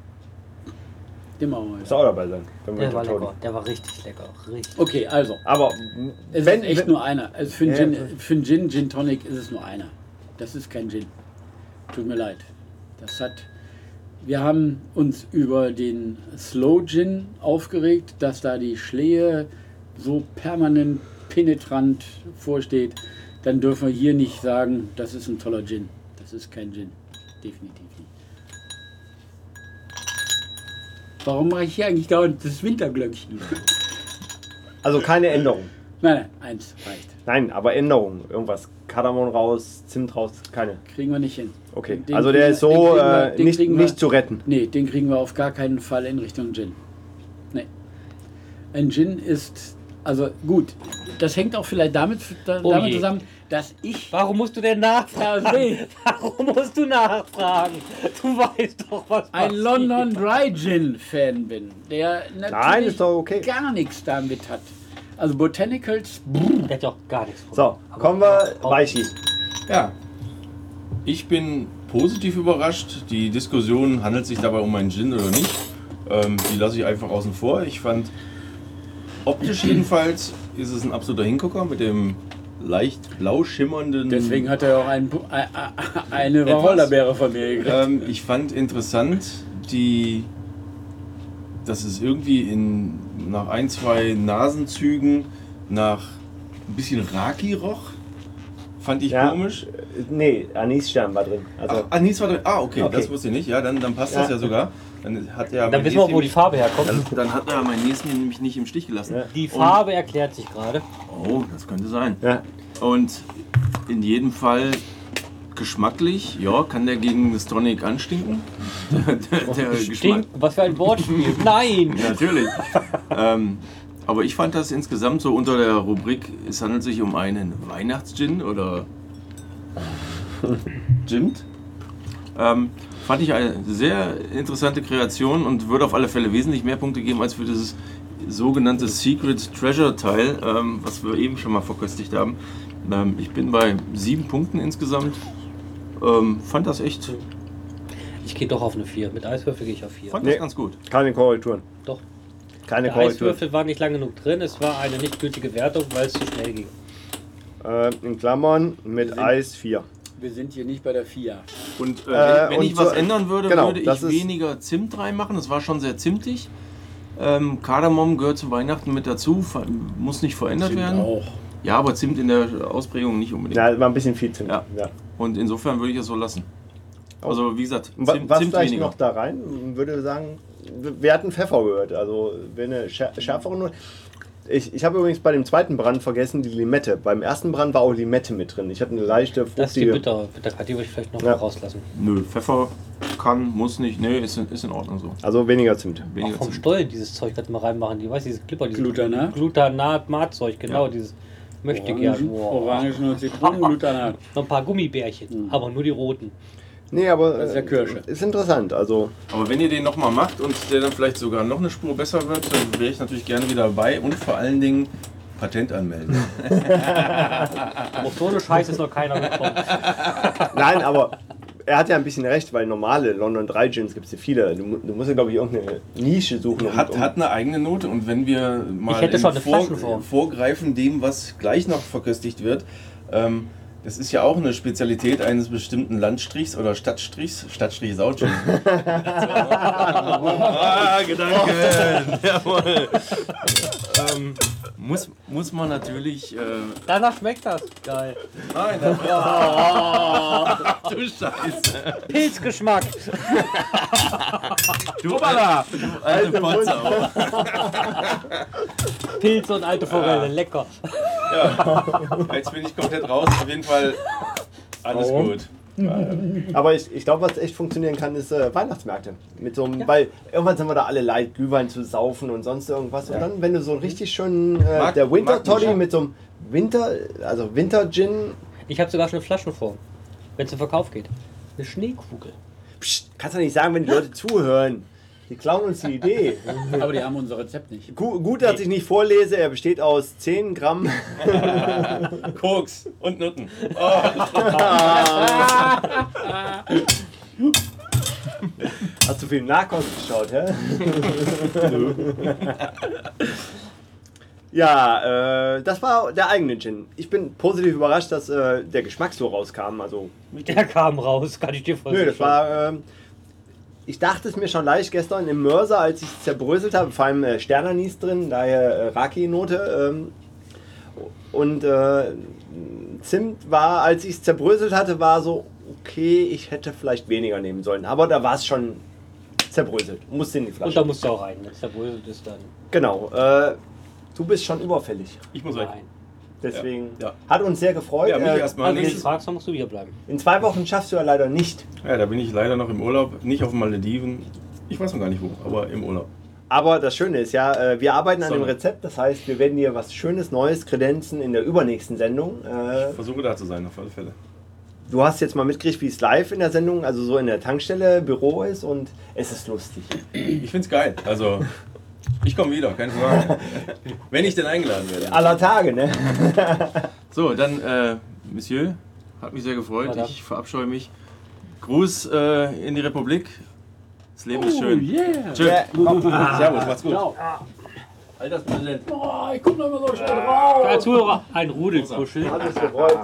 Speaker 3: Den machen wir mal
Speaker 1: Muss
Speaker 3: wieder.
Speaker 1: auch dabei sein. Beim
Speaker 2: Der
Speaker 1: Winter
Speaker 2: war
Speaker 1: Toady.
Speaker 2: lecker. Der war richtig lecker. Richtig.
Speaker 3: Okay, also.
Speaker 1: Aber
Speaker 3: Es
Speaker 1: wenn
Speaker 3: ist echt
Speaker 1: wenn-
Speaker 3: nur einer. Also für einen,
Speaker 1: Ja, ja.
Speaker 3: Gin, für einen Gin, Gin Tonic ist es nur einer. Das ist kein Gin. Tut mir leid. Das hat. Wir haben uns über den Slow Gin aufgeregt, dass da die Schlehe so permanent penetrant vorsteht. Dann dürfen wir hier nicht sagen, das ist ein toller Gin. Das ist kein Gin. Definitiv nicht. Warum mache ich hier eigentlich dauernd das Winterglöckchen?
Speaker 1: also keine Änderung.
Speaker 3: Nein, nein, eins reicht.
Speaker 1: Nein, aber Änderung. Irgendwas. Kardamom raus, Zimt raus, keine.
Speaker 3: Kriegen wir nicht hin.
Speaker 1: Okay.
Speaker 3: Den
Speaker 1: also
Speaker 3: kriegen
Speaker 1: der
Speaker 3: wir-
Speaker 1: ist so
Speaker 3: den kriegen wir-
Speaker 1: äh,
Speaker 3: den
Speaker 1: nicht,
Speaker 3: kriegen wir-
Speaker 1: nicht zu retten.
Speaker 3: Nee, den kriegen wir auf gar keinen Fall in Richtung Gin. Nee. Ein Gin ist, also gut, das hängt auch vielleicht damit, da,
Speaker 2: Oh
Speaker 3: damit
Speaker 2: je.
Speaker 3: zusammen, dass ich.
Speaker 2: Warum musst du denn nachfragen?
Speaker 3: Ja,
Speaker 2: Warum musst du nachfragen? Du weißt doch, was
Speaker 3: Ein
Speaker 2: passiert.
Speaker 3: London Dry Gin Fan bin, der natürlich
Speaker 1: Nein, ist doch okay.
Speaker 3: gar nichts damit hat. Also Botanicals, brr,
Speaker 2: Der hat ja auch gar nichts von.
Speaker 1: So,
Speaker 2: Aber-
Speaker 1: kommen wir.
Speaker 2: aber-
Speaker 1: Weichi.
Speaker 4: Ja. Ich bin positiv überrascht. Die Diskussion handelt sich dabei um einen Gin oder nicht. Ähm, die lasse ich einfach außen vor. Ich fand optisch jedenfalls ist es ein absoluter Hingucker mit dem leicht blau schimmernden.
Speaker 3: deswegen hat er auch einen, Pu- äh, äh, eine
Speaker 4: Etwas.
Speaker 3: Wacholderbeere von mir gekriegt.
Speaker 4: Ähm, ich fand interessant, die, dass es irgendwie in, nach ein, zwei Nasenzügen nach ein bisschen Raki roch. Fand ich
Speaker 1: Ja. Äh,
Speaker 4: komisch.
Speaker 1: Nee, Anisstern war drin. Also,
Speaker 4: Ach, Anis war drin. Ah, okay,
Speaker 1: Okay.
Speaker 4: das wusste ich nicht. Ja, dann, dann passt das
Speaker 1: Ja.
Speaker 4: ja sogar. Dann hat ja
Speaker 2: Dann wissen wir, auch, wo die Farbe herkommt.
Speaker 4: dann, dann hat er mein Näschen nämlich nicht im Stich gelassen.
Speaker 1: Ja.
Speaker 2: Die Farbe erklärt sich gerade.
Speaker 4: Und, oh, das könnte sein.
Speaker 1: ja.
Speaker 4: Und in jedem Fall geschmacklich, ja, kann der gegen das Tonic anstinken. Der, der, der Geschmack
Speaker 2: Stinkt, was für ein Wortspiel. Nein!
Speaker 4: Ja, Natürlich. ähm, aber ich fand das insgesamt so unter der Rubrik, es handelt sich um einen Weihnachtsgin oder Gin. Ähm, fand ich eine sehr interessante Kreation und würde auf alle Fälle wesentlich mehr Punkte geben als für dieses sogenannte Secret Treasure Teil, ähm, was wir eben schon mal verköstigt haben. Ähm, ich bin bei sieben Punkten insgesamt. Ähm, fand das echt,
Speaker 2: Ich gehe doch auf eine 4. Mit Eiswürfel gehe ich auf 4.
Speaker 4: fand
Speaker 1: Nee.
Speaker 4: das ganz gut.
Speaker 1: Keine Korrekturen.
Speaker 2: Doch.
Speaker 1: Keine
Speaker 2: Der
Speaker 1: Korrekturen.
Speaker 2: Eiswürfel war nicht lang genug drin. Es war eine nicht gültige Wertung, weil es zu schnell ging.
Speaker 1: Äh, in Klammern mit
Speaker 3: sind-
Speaker 1: Eis 4.
Speaker 3: Wir sind hier nicht bei der FIA.
Speaker 4: Und äh,
Speaker 1: Äh,
Speaker 4: wenn, wenn
Speaker 1: und
Speaker 4: ich was
Speaker 1: so-
Speaker 4: ändern würde,
Speaker 1: genau,
Speaker 4: würde ich
Speaker 1: das ist-
Speaker 4: weniger Zimt reinmachen. Das war schon sehr zimtig. Ähm, Kardamom gehört zu Weihnachten mit dazu, ver- muss nicht verändert werden.
Speaker 3: auch.
Speaker 4: Ja, aber Zimt in der Ausprägung nicht unbedingt.
Speaker 1: Ja, war ein bisschen viel Zimt.
Speaker 4: Ja. Und insofern würde ich es so lassen. Also wie gesagt,
Speaker 1: Und Oh. wa-
Speaker 4: Zimt,
Speaker 1: Was
Speaker 4: Zimt
Speaker 1: vielleicht
Speaker 4: weniger.
Speaker 1: noch da rein? Würde sagen, wir wir hatten Pfeffer gehört, also wenn eine schär- schärfere Note. Ich, ich habe übrigens bei dem zweiten Brand vergessen die Limette. Beim ersten Brand war auch Limette mit drin. Ich hatte eine leichte
Speaker 2: Das ist die
Speaker 1: fruchtige.
Speaker 2: bittere. Bitterkeit, die würde ich vielleicht noch
Speaker 1: Ja.
Speaker 2: rauslassen.
Speaker 4: Nö, Pfeffer kann, muss nicht. Nö, ist, in- ist in Ordnung so.
Speaker 1: Also weniger Zimt.
Speaker 2: Auch
Speaker 4: Weniger
Speaker 2: vom
Speaker 4: Zimt.
Speaker 2: Stoll dieses Zeug hätten wir reinmachen. Die weiß dieses Clipper, dieses
Speaker 3: Glutanat?
Speaker 2: Glutanat-Matzeug, genau.
Speaker 4: Ja.
Speaker 2: Dieses möchte
Speaker 3: Orangen,
Speaker 2: gern. Boah.
Speaker 3: Orangen und Zitronenglutanat.
Speaker 2: Noch ein paar
Speaker 4: Hm.
Speaker 2: Gummibärchen, aber nur die roten.
Speaker 1: Nee, aber
Speaker 3: Das ist ja
Speaker 1: äh,
Speaker 3: Kirsche.
Speaker 1: ist interessant. Also
Speaker 4: Aber wenn ihr den nochmal macht und der dann vielleicht sogar noch eine Spur besser wird, dann wäre ich natürlich gerne wieder dabei und vor allen Dingen Patent anmelden.
Speaker 2: Auf so eine Scheiße ist noch keiner gekommen.
Speaker 1: Nein, aber er hat ja ein bisschen recht, weil normale London 3 Gins gibt es ja viele. Du, mu- du musst ja, glaube ich, irgendeine Nische suchen. um-
Speaker 4: Hat,
Speaker 1: um-
Speaker 4: hat eine eigene Note und wenn wir mal
Speaker 2: Ich hätte
Speaker 4: im
Speaker 2: schon eine
Speaker 4: Vor
Speaker 2: Flaschenform.
Speaker 4: vorgreifen dem, was gleich noch verköstigt wird, ähm, das ist ja auch eine Spezialität eines bestimmten Landstrichs oder Stadtstrichs. Stadtstrich ist auch schon. ah, Gedanken! Jawohl! Oh, ähm, muss, muss man natürlich. Äh,
Speaker 2: Danach schmeckt das. Geil. Oh.
Speaker 4: nein, das Ach du Scheiße!
Speaker 2: Pilzgeschmack.
Speaker 4: Du, Alter, du alte Potsau!
Speaker 2: Pilze und alte Forelle. Lecker.
Speaker 4: Jetzt bin ich komplett raus. Auf jeden Fall alles
Speaker 1: Warum?
Speaker 4: gut.
Speaker 1: Aber ich, ich glaube, was echt funktionieren kann, ist äh, Weihnachtsmärkte. Mit so einem, Weil irgendwann sind wir da alle leid, Glühwein zu saufen und sonst irgendwas. Und dann, wenn du so einen richtig schönen, äh,
Speaker 4: Mhm. Mag-
Speaker 1: der Winter
Speaker 4: mag
Speaker 1: Toddy
Speaker 4: mich, ja.
Speaker 1: mit so einem Winter, also Winter Gin,
Speaker 2: Ich habe sogar schon eine Flaschenform, wenn es im Verkauf geht. Eine Schneekugel.
Speaker 1: Psst, kannst du nicht sagen, wenn die Leute zuhören. Die klauen uns die Idee.
Speaker 3: Aber die haben unser Rezept nicht.
Speaker 1: Gu- Gut, dass ich nicht vorlese. Er besteht aus 10 Gramm.
Speaker 4: Koks und Nutten. Ah.
Speaker 1: Hast du viel Narcos geschaut, hä? ja, äh, das war der eigene Gin. Ich bin positiv überrascht, dass äh, der Geschmack so rauskam. Also,
Speaker 2: Der kam raus, kann ich dir vorstellen.
Speaker 1: nö, das war. ähm, ich dachte es mir schon leicht gestern im Mörser, als ich es zerbröselt habe, vor allem äh, Sternanis drin, daher äh, Raki-Note. Ähm, und äh, Zimt war, als ich es zerbröselt hatte, war so, okay, ich hätte vielleicht weniger nehmen sollen. Aber da war es schon zerbröselt. Musste in die Flasche.
Speaker 2: Und da musst du auch rein. Wenn es verbröselt ist, dann
Speaker 1: Genau. Äh, du bist schon überfällig.
Speaker 4: Ich muss weg.
Speaker 2: rein.
Speaker 1: Deswegen
Speaker 4: Ja, ja.
Speaker 1: hat uns sehr gefreut.
Speaker 4: Ja, mich
Speaker 1: äh,
Speaker 4: erstmal.
Speaker 2: Also, wenn du
Speaker 4: nächstes-
Speaker 2: fragst, dann musst du hier bleiben.
Speaker 1: in zwei Wochen schaffst du ja leider nicht.
Speaker 4: Ja, da bin ich leider noch im Urlaub. Nicht auf den Malediven. Ich weiß noch gar nicht wo, aber im Urlaub.
Speaker 1: Aber das Schöne ist ja, äh, wir arbeiten an dem
Speaker 4: Sonne.
Speaker 1: Rezept. Das heißt, wir werden dir was Schönes, Neues kredenzen in der übernächsten Sendung. Äh,
Speaker 4: Versuche da zu sein, auf alle Fälle.
Speaker 1: du hast jetzt mal mitgekriegt, wie es live in der Sendung, also so in der Tankstelle, Büro ist und es ist lustig.
Speaker 4: Ich find's geil. Also, ich komme wieder, keine Frage. Wenn ich denn eingeladen werde.
Speaker 1: Aller Tage, ne?
Speaker 4: So, dann, äh, Monsieur, hat mich sehr gefreut.
Speaker 2: Madame.
Speaker 4: Ich verabscheue mich. Gruß äh, in die Republik. Das Leben ist schön.
Speaker 3: yeah.
Speaker 4: Tschö.
Speaker 1: Ja, Ah. komm.
Speaker 4: Servus, macht's gut.
Speaker 3: Ciao.
Speaker 4: Alterspräsident.
Speaker 3: Oh, ich komme nochmal so schnell raus.
Speaker 2: Als Zuhörer, ein Rudelkuschel.
Speaker 1: Hat uns gefreut.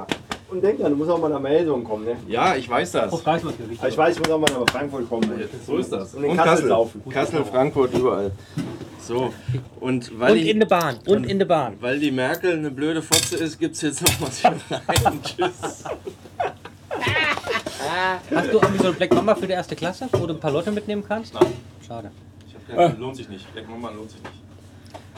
Speaker 1: Und denk dran, du musst auch mal nach Meldung kommen, ne?
Speaker 4: Ja, ich weiß das.
Speaker 2: weiß, was Gewicht
Speaker 1: Ich weiß, ich muss auch mal nach Frankfurt kommen.
Speaker 4: So ist das.
Speaker 1: Und in Kassel laufen.
Speaker 4: Kassel, Frankfurt, überall. So, und weil,
Speaker 2: Und
Speaker 4: die-
Speaker 2: in der Bahn. Und in der Bahn.
Speaker 4: weil die Merkel eine blöde Fotze ist, gibt's jetzt noch was für rein. Tschüss.
Speaker 2: Hast du irgendwie so ein Black Mamba für die erste Klasse, wo du ein paar Leute mitnehmen kannst?
Speaker 4: Nein.
Speaker 2: Schade.
Speaker 4: Ich hab keine, lohnt sich nicht. Leck Mama lohnt sich nicht.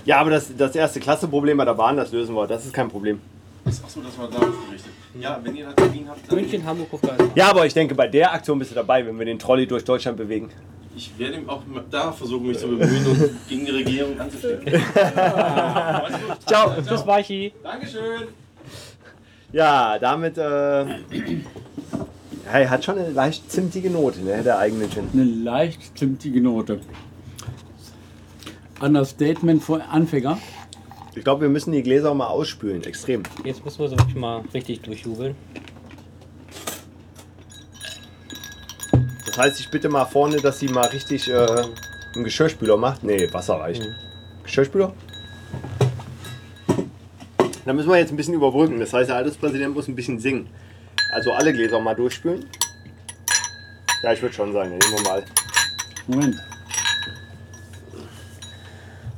Speaker 1: Ja, aber das, das erste Klasse-Problem bei der Bahn, das lösen wir. Das ist kein Problem.
Speaker 4: Ist auch so, das war darauf gerichtet. Ja, wenn ihr da Termin habt, dann
Speaker 2: München, Hamburg, Hofgeist.
Speaker 1: Ja, aber ich denke, bei der Aktion bist du dabei, wenn wir den Trolley durch Deutschland bewegen.
Speaker 4: ich werde ihm auch da versuchen, mich zu bemühen und gegen die Regierung anzustimmen.
Speaker 1: Ciao.
Speaker 2: Tschüss, Weichi.
Speaker 4: Dankeschön.
Speaker 1: Ja, damit, äh, hey, hat schon eine leicht zimtige Note, ne, der eigene Gin.
Speaker 3: Eine leicht zimtige Note. Understatement für Anfänger.
Speaker 1: Ich glaube, wir müssen die Gläser auch mal ausspülen, extrem.
Speaker 2: Jetzt müssen wir so wirklich mal richtig durchjubeln.
Speaker 1: Das heißt, ich bitte mal vorne, dass sie mal richtig äh, einen Geschirrspüler macht. Nee, Wasser reicht. Geschirrspüler? Da müssen wir jetzt ein bisschen überbrücken. Das heißt, der Alterspräsident muss ein bisschen singen. Also alle Gläser mal durchspülen. Ja, ich würde schon sagen, nehmen wir mal.
Speaker 3: Moment.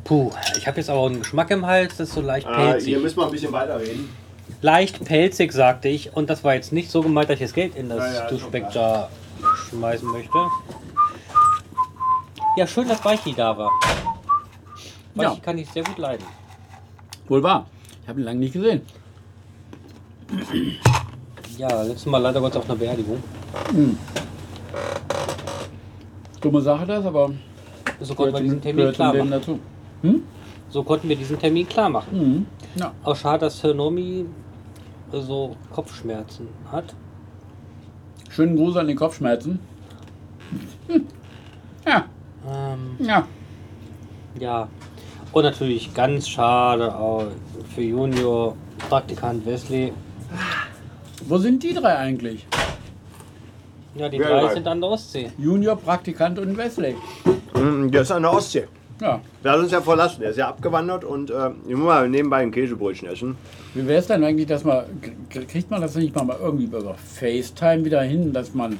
Speaker 2: Puh, ich habe jetzt aber auch einen Geschmack im Hals, das ist so leicht
Speaker 1: Ah, hier
Speaker 2: pelzig.
Speaker 1: müssen wir ein bisschen weiterreden.
Speaker 2: leicht pelzig, sagte ich. Und das war jetzt nicht so gemeint, dass ich das Geld in das
Speaker 1: Ja, ja, ist schon
Speaker 2: Duschbeck da schmeißen möchte. Ja, schön, dass Weichi da war.
Speaker 3: Ja.
Speaker 2: Weichi kann ich sehr gut leiden.
Speaker 3: Wohl wahr. Ich habe ihn lange nicht gesehen.
Speaker 2: Ja, letztes Mal leider Gottes auf einer Beerdigung.
Speaker 3: Dumme Sache das, aber
Speaker 2: So konnten wir
Speaker 3: gehört zum,
Speaker 2: diesen Termin
Speaker 3: gehört zum
Speaker 2: klar
Speaker 3: Leben
Speaker 2: machen.
Speaker 3: dazu.
Speaker 2: So konnten wir diesen Termin klar machen.
Speaker 3: Mhm. Ja.
Speaker 2: Auch schade, dass Nomi so Kopfschmerzen hat.
Speaker 3: Schönen Gruß an die Kopfschmerzen. Hm. Ja,
Speaker 2: Ähm,
Speaker 3: ja.
Speaker 2: ja. Und natürlich ganz schade auch für Junior Praktikant Wesley.
Speaker 3: Wo sind die drei eigentlich?
Speaker 2: Ja, die
Speaker 1: Ja,
Speaker 2: drei
Speaker 1: ja.
Speaker 2: sind an der Ostsee.
Speaker 3: Junior, Praktikant und Wesley.
Speaker 1: Mm, Der ist an der Ostsee.
Speaker 3: Ja.
Speaker 1: Der hat uns ja verlassen. Der ist ja abgewandert und äh, ich muss mal nebenbei ein Käsebrötchen essen.
Speaker 3: Wie wäre es denn eigentlich, dass man, k- kriegt man das nicht mal mal irgendwie über FaceTime wieder hin, dass man,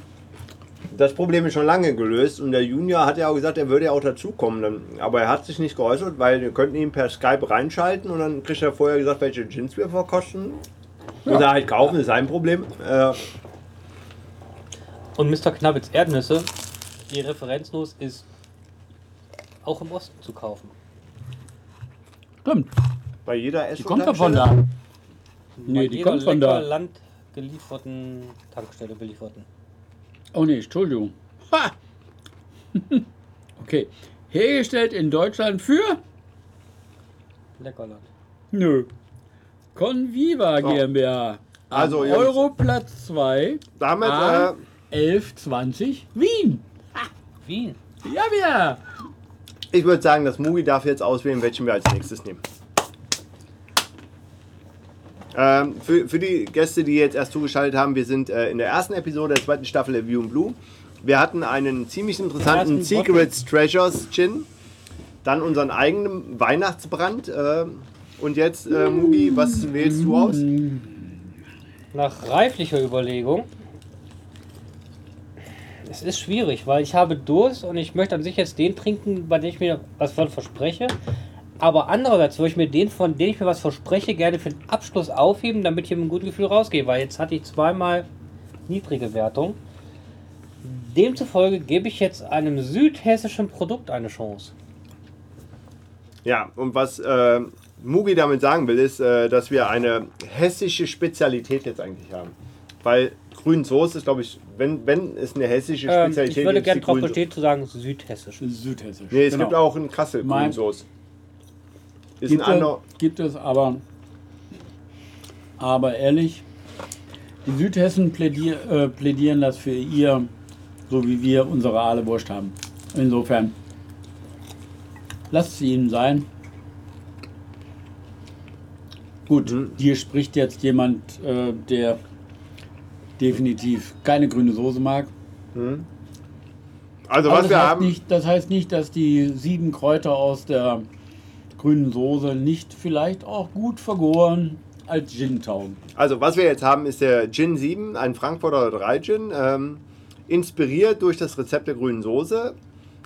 Speaker 1: Das Problem ist schon lange gelöst und der Junior hat ja auch gesagt, er würde ja auch dazukommen. Dann- Aber er hat sich nicht geäußert, weil wir könnten ihn per Skype reinschalten und dann kriegt er vorher gesagt, welche Gins wir verkosten. Oder halt kaufen, ist sein Problem. Äh,
Speaker 2: Und Mr. Knabbits Erdnüsse, die referenzlos ist, auch im Osten zu kaufen.
Speaker 3: stimmt,
Speaker 1: bei jeder
Speaker 3: die
Speaker 1: Essen.
Speaker 3: kommt doch von da. Nee,
Speaker 2: Bei
Speaker 3: die
Speaker 2: jeder
Speaker 3: kommt von
Speaker 2: lecker
Speaker 3: da.
Speaker 2: Land gelieferten Tankstelle belieferten.
Speaker 3: Oh nee, Entschuldigung. Ha! okay. Hergestellt in Deutschland für?
Speaker 2: Leckerland.
Speaker 3: Nö. Conviva GmbH. Am
Speaker 1: Also, Jungs.
Speaker 3: Europlatz 2.
Speaker 1: Damit
Speaker 3: Ah.
Speaker 1: äh,
Speaker 3: 1120 Wien.
Speaker 2: Wien.
Speaker 3: Ja, wir.
Speaker 1: Ich würde sagen, das Mugi darf jetzt auswählen, welchen wir als nächstes nehmen. Ähm, für, für die Gäste, die jetzt erst zugeschaltet haben, wir sind äh, in der ersten Episode der zweiten Staffel der View and Blue. Wir hatten einen ziemlich interessanten
Speaker 2: Ersten
Speaker 1: Secrets Treasures Gin, dann unseren eigenen Weihnachtsbrand äh, und jetzt, äh, Mugi, was wählst du aus?
Speaker 2: Nach reiflicher Überlegung. Es ist schwierig, weil ich habe Durst und ich möchte an sich jetzt den trinken, bei dem ich mir was von verspreche. Aber andererseits würde ich mir den, von dem ich mir was verspreche, gerne für den Abschluss aufheben, damit ich mit einem guten Gefühl rausgehe. Weil jetzt hatte ich zweimal niedrige Wertung. Demzufolge gebe ich jetzt einem südhessischen Produkt eine Chance.
Speaker 1: Ja, und was äh, Mugi damit sagen will, ist, äh, dass wir eine hessische Spezialität jetzt eigentlich haben. Weil Grünsoße ist, glaube ich, wenn, wenn es eine hessische
Speaker 2: Ähm,
Speaker 1: Spezialität
Speaker 2: ich würde
Speaker 1: ist, die
Speaker 2: gerne darauf
Speaker 1: Grünso-
Speaker 2: bestehen zu sagen südhessisch.
Speaker 3: Südhessisch.
Speaker 1: Nee, es
Speaker 3: Genau.
Speaker 1: gibt auch in Kassel
Speaker 3: Mein-
Speaker 1: Grünsoße. Ist
Speaker 3: Gibt,
Speaker 1: ein anderer.
Speaker 3: es, gibt es aber, aber ehrlich, die Südhessen plädier, äh, plädieren das für ihr, so wie wir unsere Aale Wurst haben. Insofern, lasst sie ihnen sein. Gut,
Speaker 1: Mhm.
Speaker 3: hier spricht jetzt jemand, äh, der definitiv keine grüne Soße mag.
Speaker 1: Also,
Speaker 3: Aber
Speaker 1: was
Speaker 3: das,
Speaker 1: wir
Speaker 3: heißt
Speaker 1: haben.
Speaker 3: nicht, das heißt nicht, dass die sieben Kräuter aus der grünen Soße nicht vielleicht auch gut vergoren als Gin taugen.
Speaker 1: Also, was wir jetzt haben, ist der Gin 7, ein Frankfurter 3 Gin, ähm, inspiriert durch das Rezept der grünen Soße.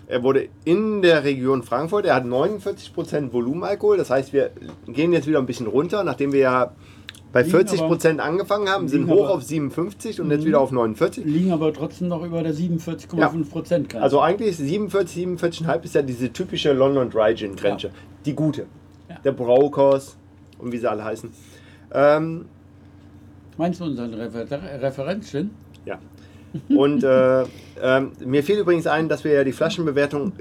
Speaker 1: Er wurde in der Region Frankfurt, er hat 49% Volumenalkohol, das heißt, wir gehen jetzt wieder ein bisschen runter, nachdem wir ja bei
Speaker 3: Liegen aber-
Speaker 1: 40% angefangen haben, sind
Speaker 3: liegen
Speaker 1: hoch
Speaker 3: aber- Mhm.
Speaker 1: auf 57 und jetzt wieder auf 49.
Speaker 3: Liegen aber trotzdem noch über der 47,5% Grenze.
Speaker 1: Also eigentlich 47, 47,5 ist ja diese typische London Dry Gin Grenze.
Speaker 3: Ja.
Speaker 1: Die gute.
Speaker 3: Ja.
Speaker 1: Der Braukos und wie sie alle heißen. Ähm,
Speaker 3: Meinst du unseren Refer Referenzgin?
Speaker 1: Ja. Und äh, ähm, mir fiel übrigens ein, dass wir ja die Flaschenbewertung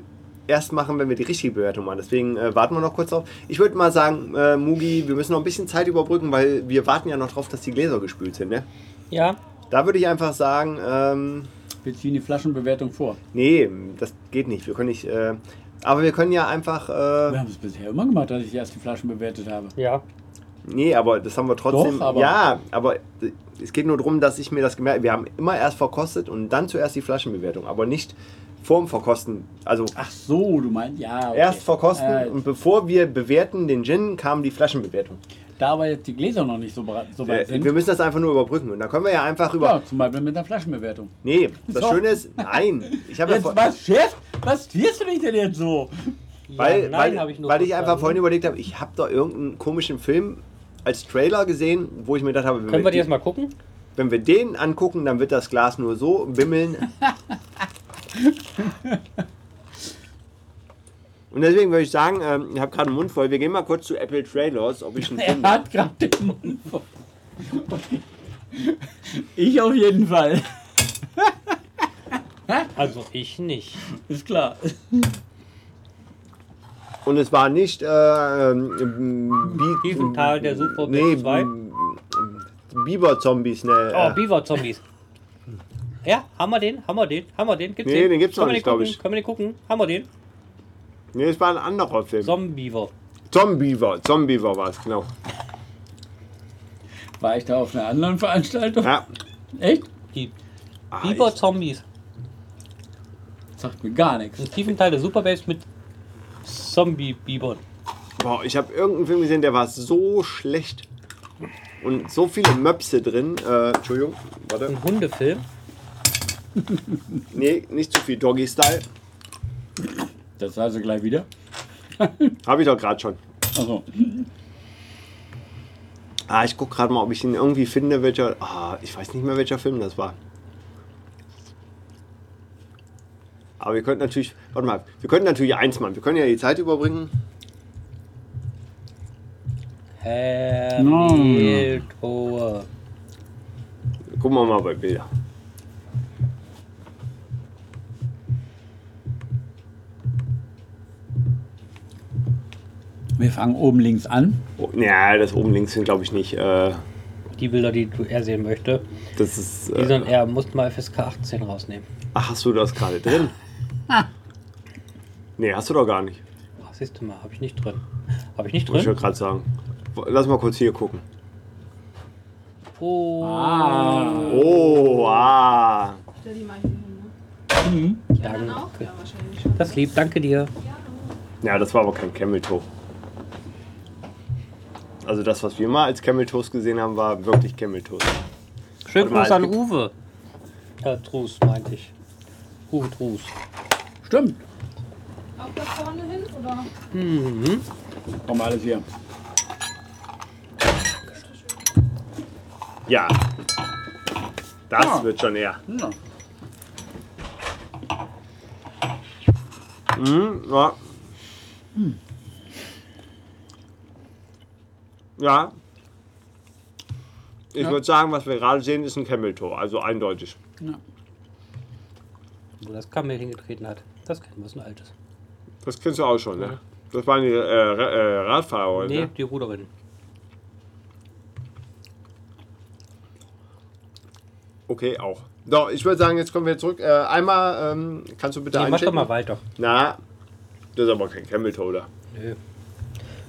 Speaker 1: erst machen, wenn wir die richtige Bewertung machen. Deswegen äh, warten wir noch kurz drauf. Ich würde mal sagen, äh, Mugi, wir müssen noch ein bisschen Zeit überbrücken, weil wir warten ja noch drauf, dass die Gläser gespült sind. Ne?
Speaker 2: Ja,
Speaker 1: Da würde ich einfach sagen, ähm,
Speaker 3: Wir ziehen die Flaschenbewertung vor.
Speaker 1: nee, das geht nicht. Wir können nicht. Äh, aber wir können ja einfach. Äh,
Speaker 3: Wir haben es bisher immer gemacht, dass ich erst die Flaschen bewertet habe.
Speaker 2: ja.
Speaker 1: Nee, aber das haben wir trotzdem.
Speaker 3: Doch, aber-
Speaker 1: ja, aber es geht nur darum, dass ich mir das gemerkt habe. Wir haben immer erst verkostet und dann zuerst die Flaschenbewertung, aber nicht vorm Verkosten. Also
Speaker 3: Ach so, du meinst, ja. okay.
Speaker 1: erst verkosten
Speaker 3: Äh,
Speaker 1: und bevor wir bewerten den Gin, kam die Flaschenbewertung.
Speaker 3: da aber jetzt die Gläser noch nicht so, bra- so
Speaker 1: Wir,
Speaker 3: weit sind.
Speaker 1: wir müssen das einfach nur überbrücken und dann können wir ja einfach über.
Speaker 3: ja, zum Beispiel mit einer Flaschenbewertung.
Speaker 1: Nee, das
Speaker 3: So.
Speaker 1: Schöne ist, nein. Ich habe ja
Speaker 3: Jetzt,
Speaker 1: vor,
Speaker 3: was, Chef? Was tierst du dich denn jetzt so?
Speaker 1: weil,
Speaker 2: ja,
Speaker 1: weil,
Speaker 2: hab nur
Speaker 1: weil ich
Speaker 2: verstanden.
Speaker 1: einfach vorhin überlegt habe, ich habe da irgendeinen komischen Film als Trailer gesehen, wo ich mir gedacht habe, wenn
Speaker 2: Können wir die
Speaker 1: die-
Speaker 2: jetzt mal gucken?
Speaker 1: Wenn wir den angucken, dann wird das Glas nur so wimmeln. Und deswegen würde ich sagen, ähm, ich habe gerade einen Mund voll. Wir gehen mal kurz zu Apple Trailers, ob ich ihn
Speaker 3: Er
Speaker 1: finde.
Speaker 3: hat gerade den Mund voll. Ich auf jeden Fall.
Speaker 2: Also ich nicht.
Speaker 3: Ist klar.
Speaker 1: Und es war nicht äh, ähm, Bi-
Speaker 2: Tiefental der Super
Speaker 1: nee,
Speaker 2: 2.
Speaker 1: Bi- Biber-Zombies, ne?
Speaker 2: Oh,
Speaker 1: äh,
Speaker 2: Beaver-Zombies. Ja, haben wir den, haben wir den, haben wir den. Gibt's
Speaker 1: Nee, den gibt's
Speaker 2: Können
Speaker 1: noch
Speaker 2: wir
Speaker 1: nicht,
Speaker 2: den
Speaker 1: glaub
Speaker 2: gucken?
Speaker 1: ich. Hm.
Speaker 2: Können wir den gucken? Haben wir den?
Speaker 1: nee, es war ein anderer Film.
Speaker 2: Zombiever.
Speaker 1: Zombiever, Zombiever war es, genau.
Speaker 3: War ich da auf einer anderen Veranstaltung?
Speaker 1: Ja,
Speaker 3: Echt?
Speaker 2: Die
Speaker 1: Ah, ich-
Speaker 2: Beaver-Zombies.
Speaker 3: Sagt mir gar nichts.
Speaker 2: Ein Tiefental der Superbabes mit Zombie-Biebern.
Speaker 1: Boah, ich habe irgendeinen Film gesehen, der war so schlecht. Und so viele Möpse drin. Äh, Entschuldigung, warte.
Speaker 2: Ein Hundefilm.
Speaker 1: Nee, nicht zu viel Doggy-Style.
Speaker 3: Das heißt du gleich wieder.
Speaker 1: Habe ich doch gerade schon.
Speaker 3: Also,
Speaker 1: Ah, ich gucke gerade mal, ob ich ihn irgendwie finde, welcher. Ah, ich weiß nicht mehr, welcher Film das war. Aber wir könnten natürlich. Warte mal, wir könnten natürlich eins machen. Wir können ja die Zeit überbringen.
Speaker 2: Herr
Speaker 3: No.
Speaker 2: Wildhohe.
Speaker 1: Gucken wir mal bei Bilder.
Speaker 3: wir fangen oben links an.
Speaker 1: Oh, naja, das oben links sind, glaube ich, nicht. Äh,
Speaker 2: die Bilder, die du er sehen möchte.
Speaker 1: Das ist.
Speaker 2: Die
Speaker 1: Äh,
Speaker 2: sind er muss mal FSK 18 rausnehmen.
Speaker 1: ach, hast du das gerade drin? Nee, hast du doch gar nicht.
Speaker 2: Ach, siehst du mal, habe ich nicht drin. Habe ich nicht
Speaker 1: Wollte ich ja
Speaker 2: drin?
Speaker 1: gerade sagen. Wo- Lass mal kurz hier gucken.
Speaker 2: Oh,
Speaker 1: Oh, ah.
Speaker 6: Stell die mal hier hin, ne? Ja, dann auch?
Speaker 2: danke.
Speaker 6: Ja, wahrscheinlich schon.
Speaker 2: Das lieb, danke dir.
Speaker 1: Ja, das war aber kein Cameltoe. Also das, was wir mal als Cameltoes gesehen haben, war wirklich Cameltoes.
Speaker 2: Schön
Speaker 1: Warte mal,
Speaker 2: Gruß an
Speaker 1: es gibt-
Speaker 2: Uwe. Äh, Trus, meinte ich. Uwe Trus.
Speaker 3: Stimmt.
Speaker 6: Auch da vorne hin, oder?
Speaker 3: Komm alles hier.
Speaker 1: Ja. Das
Speaker 3: Ja.
Speaker 1: wird schon eher.
Speaker 3: Ja.
Speaker 1: Mhm, ja. Ja. Ich würde sagen, was wir gerade sehen, ist ein Cameltoe. Also eindeutig.
Speaker 2: Wo das Kamel hingetreten hat. Das kennen wir, ist ein altes.
Speaker 1: Das kennst du auch schon, ne? Das waren die äh, Ra- äh, Radfahrer,
Speaker 2: Nee,
Speaker 1: ne?
Speaker 2: die Ruderin.
Speaker 1: Okay, auch. So, ich würde sagen, jetzt kommen wir zurück. Äh, einmal, ähm, kannst du bitte
Speaker 2: Nee, mach doch
Speaker 1: einchecken?
Speaker 2: mal weiter.
Speaker 1: Na, das ist aber kein Cameltoe, oder?
Speaker 2: Nö.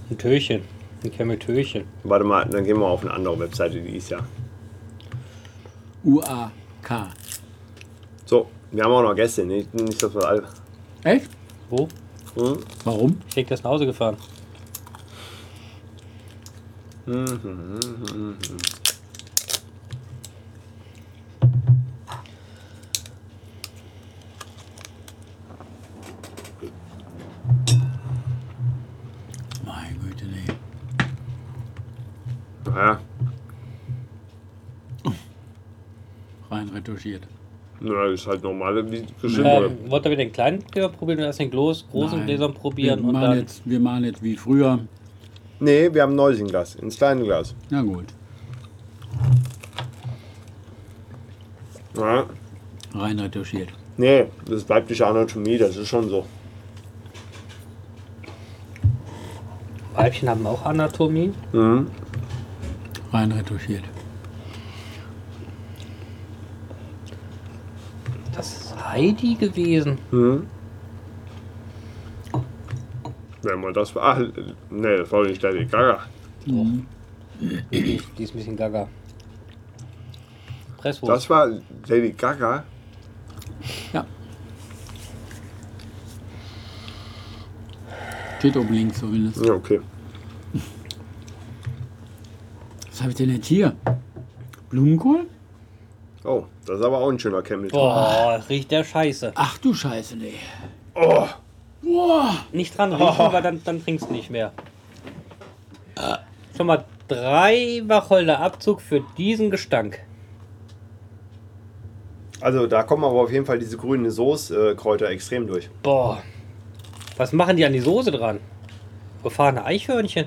Speaker 2: Ein Türchen. Ein Kameltürchen.
Speaker 1: Warte mal, dann gehen wir auf eine andere Webseite, die ist ja.
Speaker 3: UAK.
Speaker 1: So, wir haben auch noch Gäste, nicht, nicht dass wir alle.
Speaker 3: Echt?
Speaker 2: Wo?
Speaker 3: Warum?
Speaker 2: Ich denke, das ist nach Hause gefahren.
Speaker 3: Mein Güte, nee.
Speaker 1: Naja,
Speaker 3: Rein retuschiert.
Speaker 1: na, das ist halt normale, wie geschrieben wurde.
Speaker 2: Ähm, wollt ihr mit den kleinen Gläsern probieren oder erst den Glos, großen
Speaker 3: Nein.
Speaker 2: Gläsern probieren
Speaker 3: wir
Speaker 2: und
Speaker 3: machen
Speaker 2: dann.
Speaker 3: Jetzt, wir machen jetzt wie früher.
Speaker 1: Nee, wir haben ein neues in Glas, ins kleine Glas.
Speaker 3: Na gut.
Speaker 1: Ja.
Speaker 3: Rein retuschiert.
Speaker 1: Nee, das bleibt nicht Anatomie, das ist schon so.
Speaker 2: Weibchen haben auch Anatomie.
Speaker 1: Mhm.
Speaker 3: Rein retuschiert.
Speaker 2: Das ist Heidi gewesen.
Speaker 1: Wenn man das war. Ah, Nee, das war nicht Lady Gaga.
Speaker 2: Die, ist- die ist ein bisschen gaga. Presswurst.
Speaker 1: Das war Lady Gaga.
Speaker 3: Ja. Steht oben links zumindest.
Speaker 1: Ja, okay.
Speaker 3: Was habe ich denn jetzt hier? Blumenkohl?
Speaker 1: Oh, das ist aber auch ein schöner Cameltoe.
Speaker 2: Boah, riecht der Scheiße.
Speaker 3: Ach du Scheiße, nee.
Speaker 1: Oh,
Speaker 3: Boah.
Speaker 2: Nicht dran riechen, weil dann, dann trinkst du nicht mehr. Schon mal drei Wacholderabzug für diesen Gestank.
Speaker 1: also da kommen aber auf jeden Fall diese grünen Soße-Kräuter extrem durch.
Speaker 2: Boah. Was machen die an die Soße dran? Gefahrene Eichhörnchen.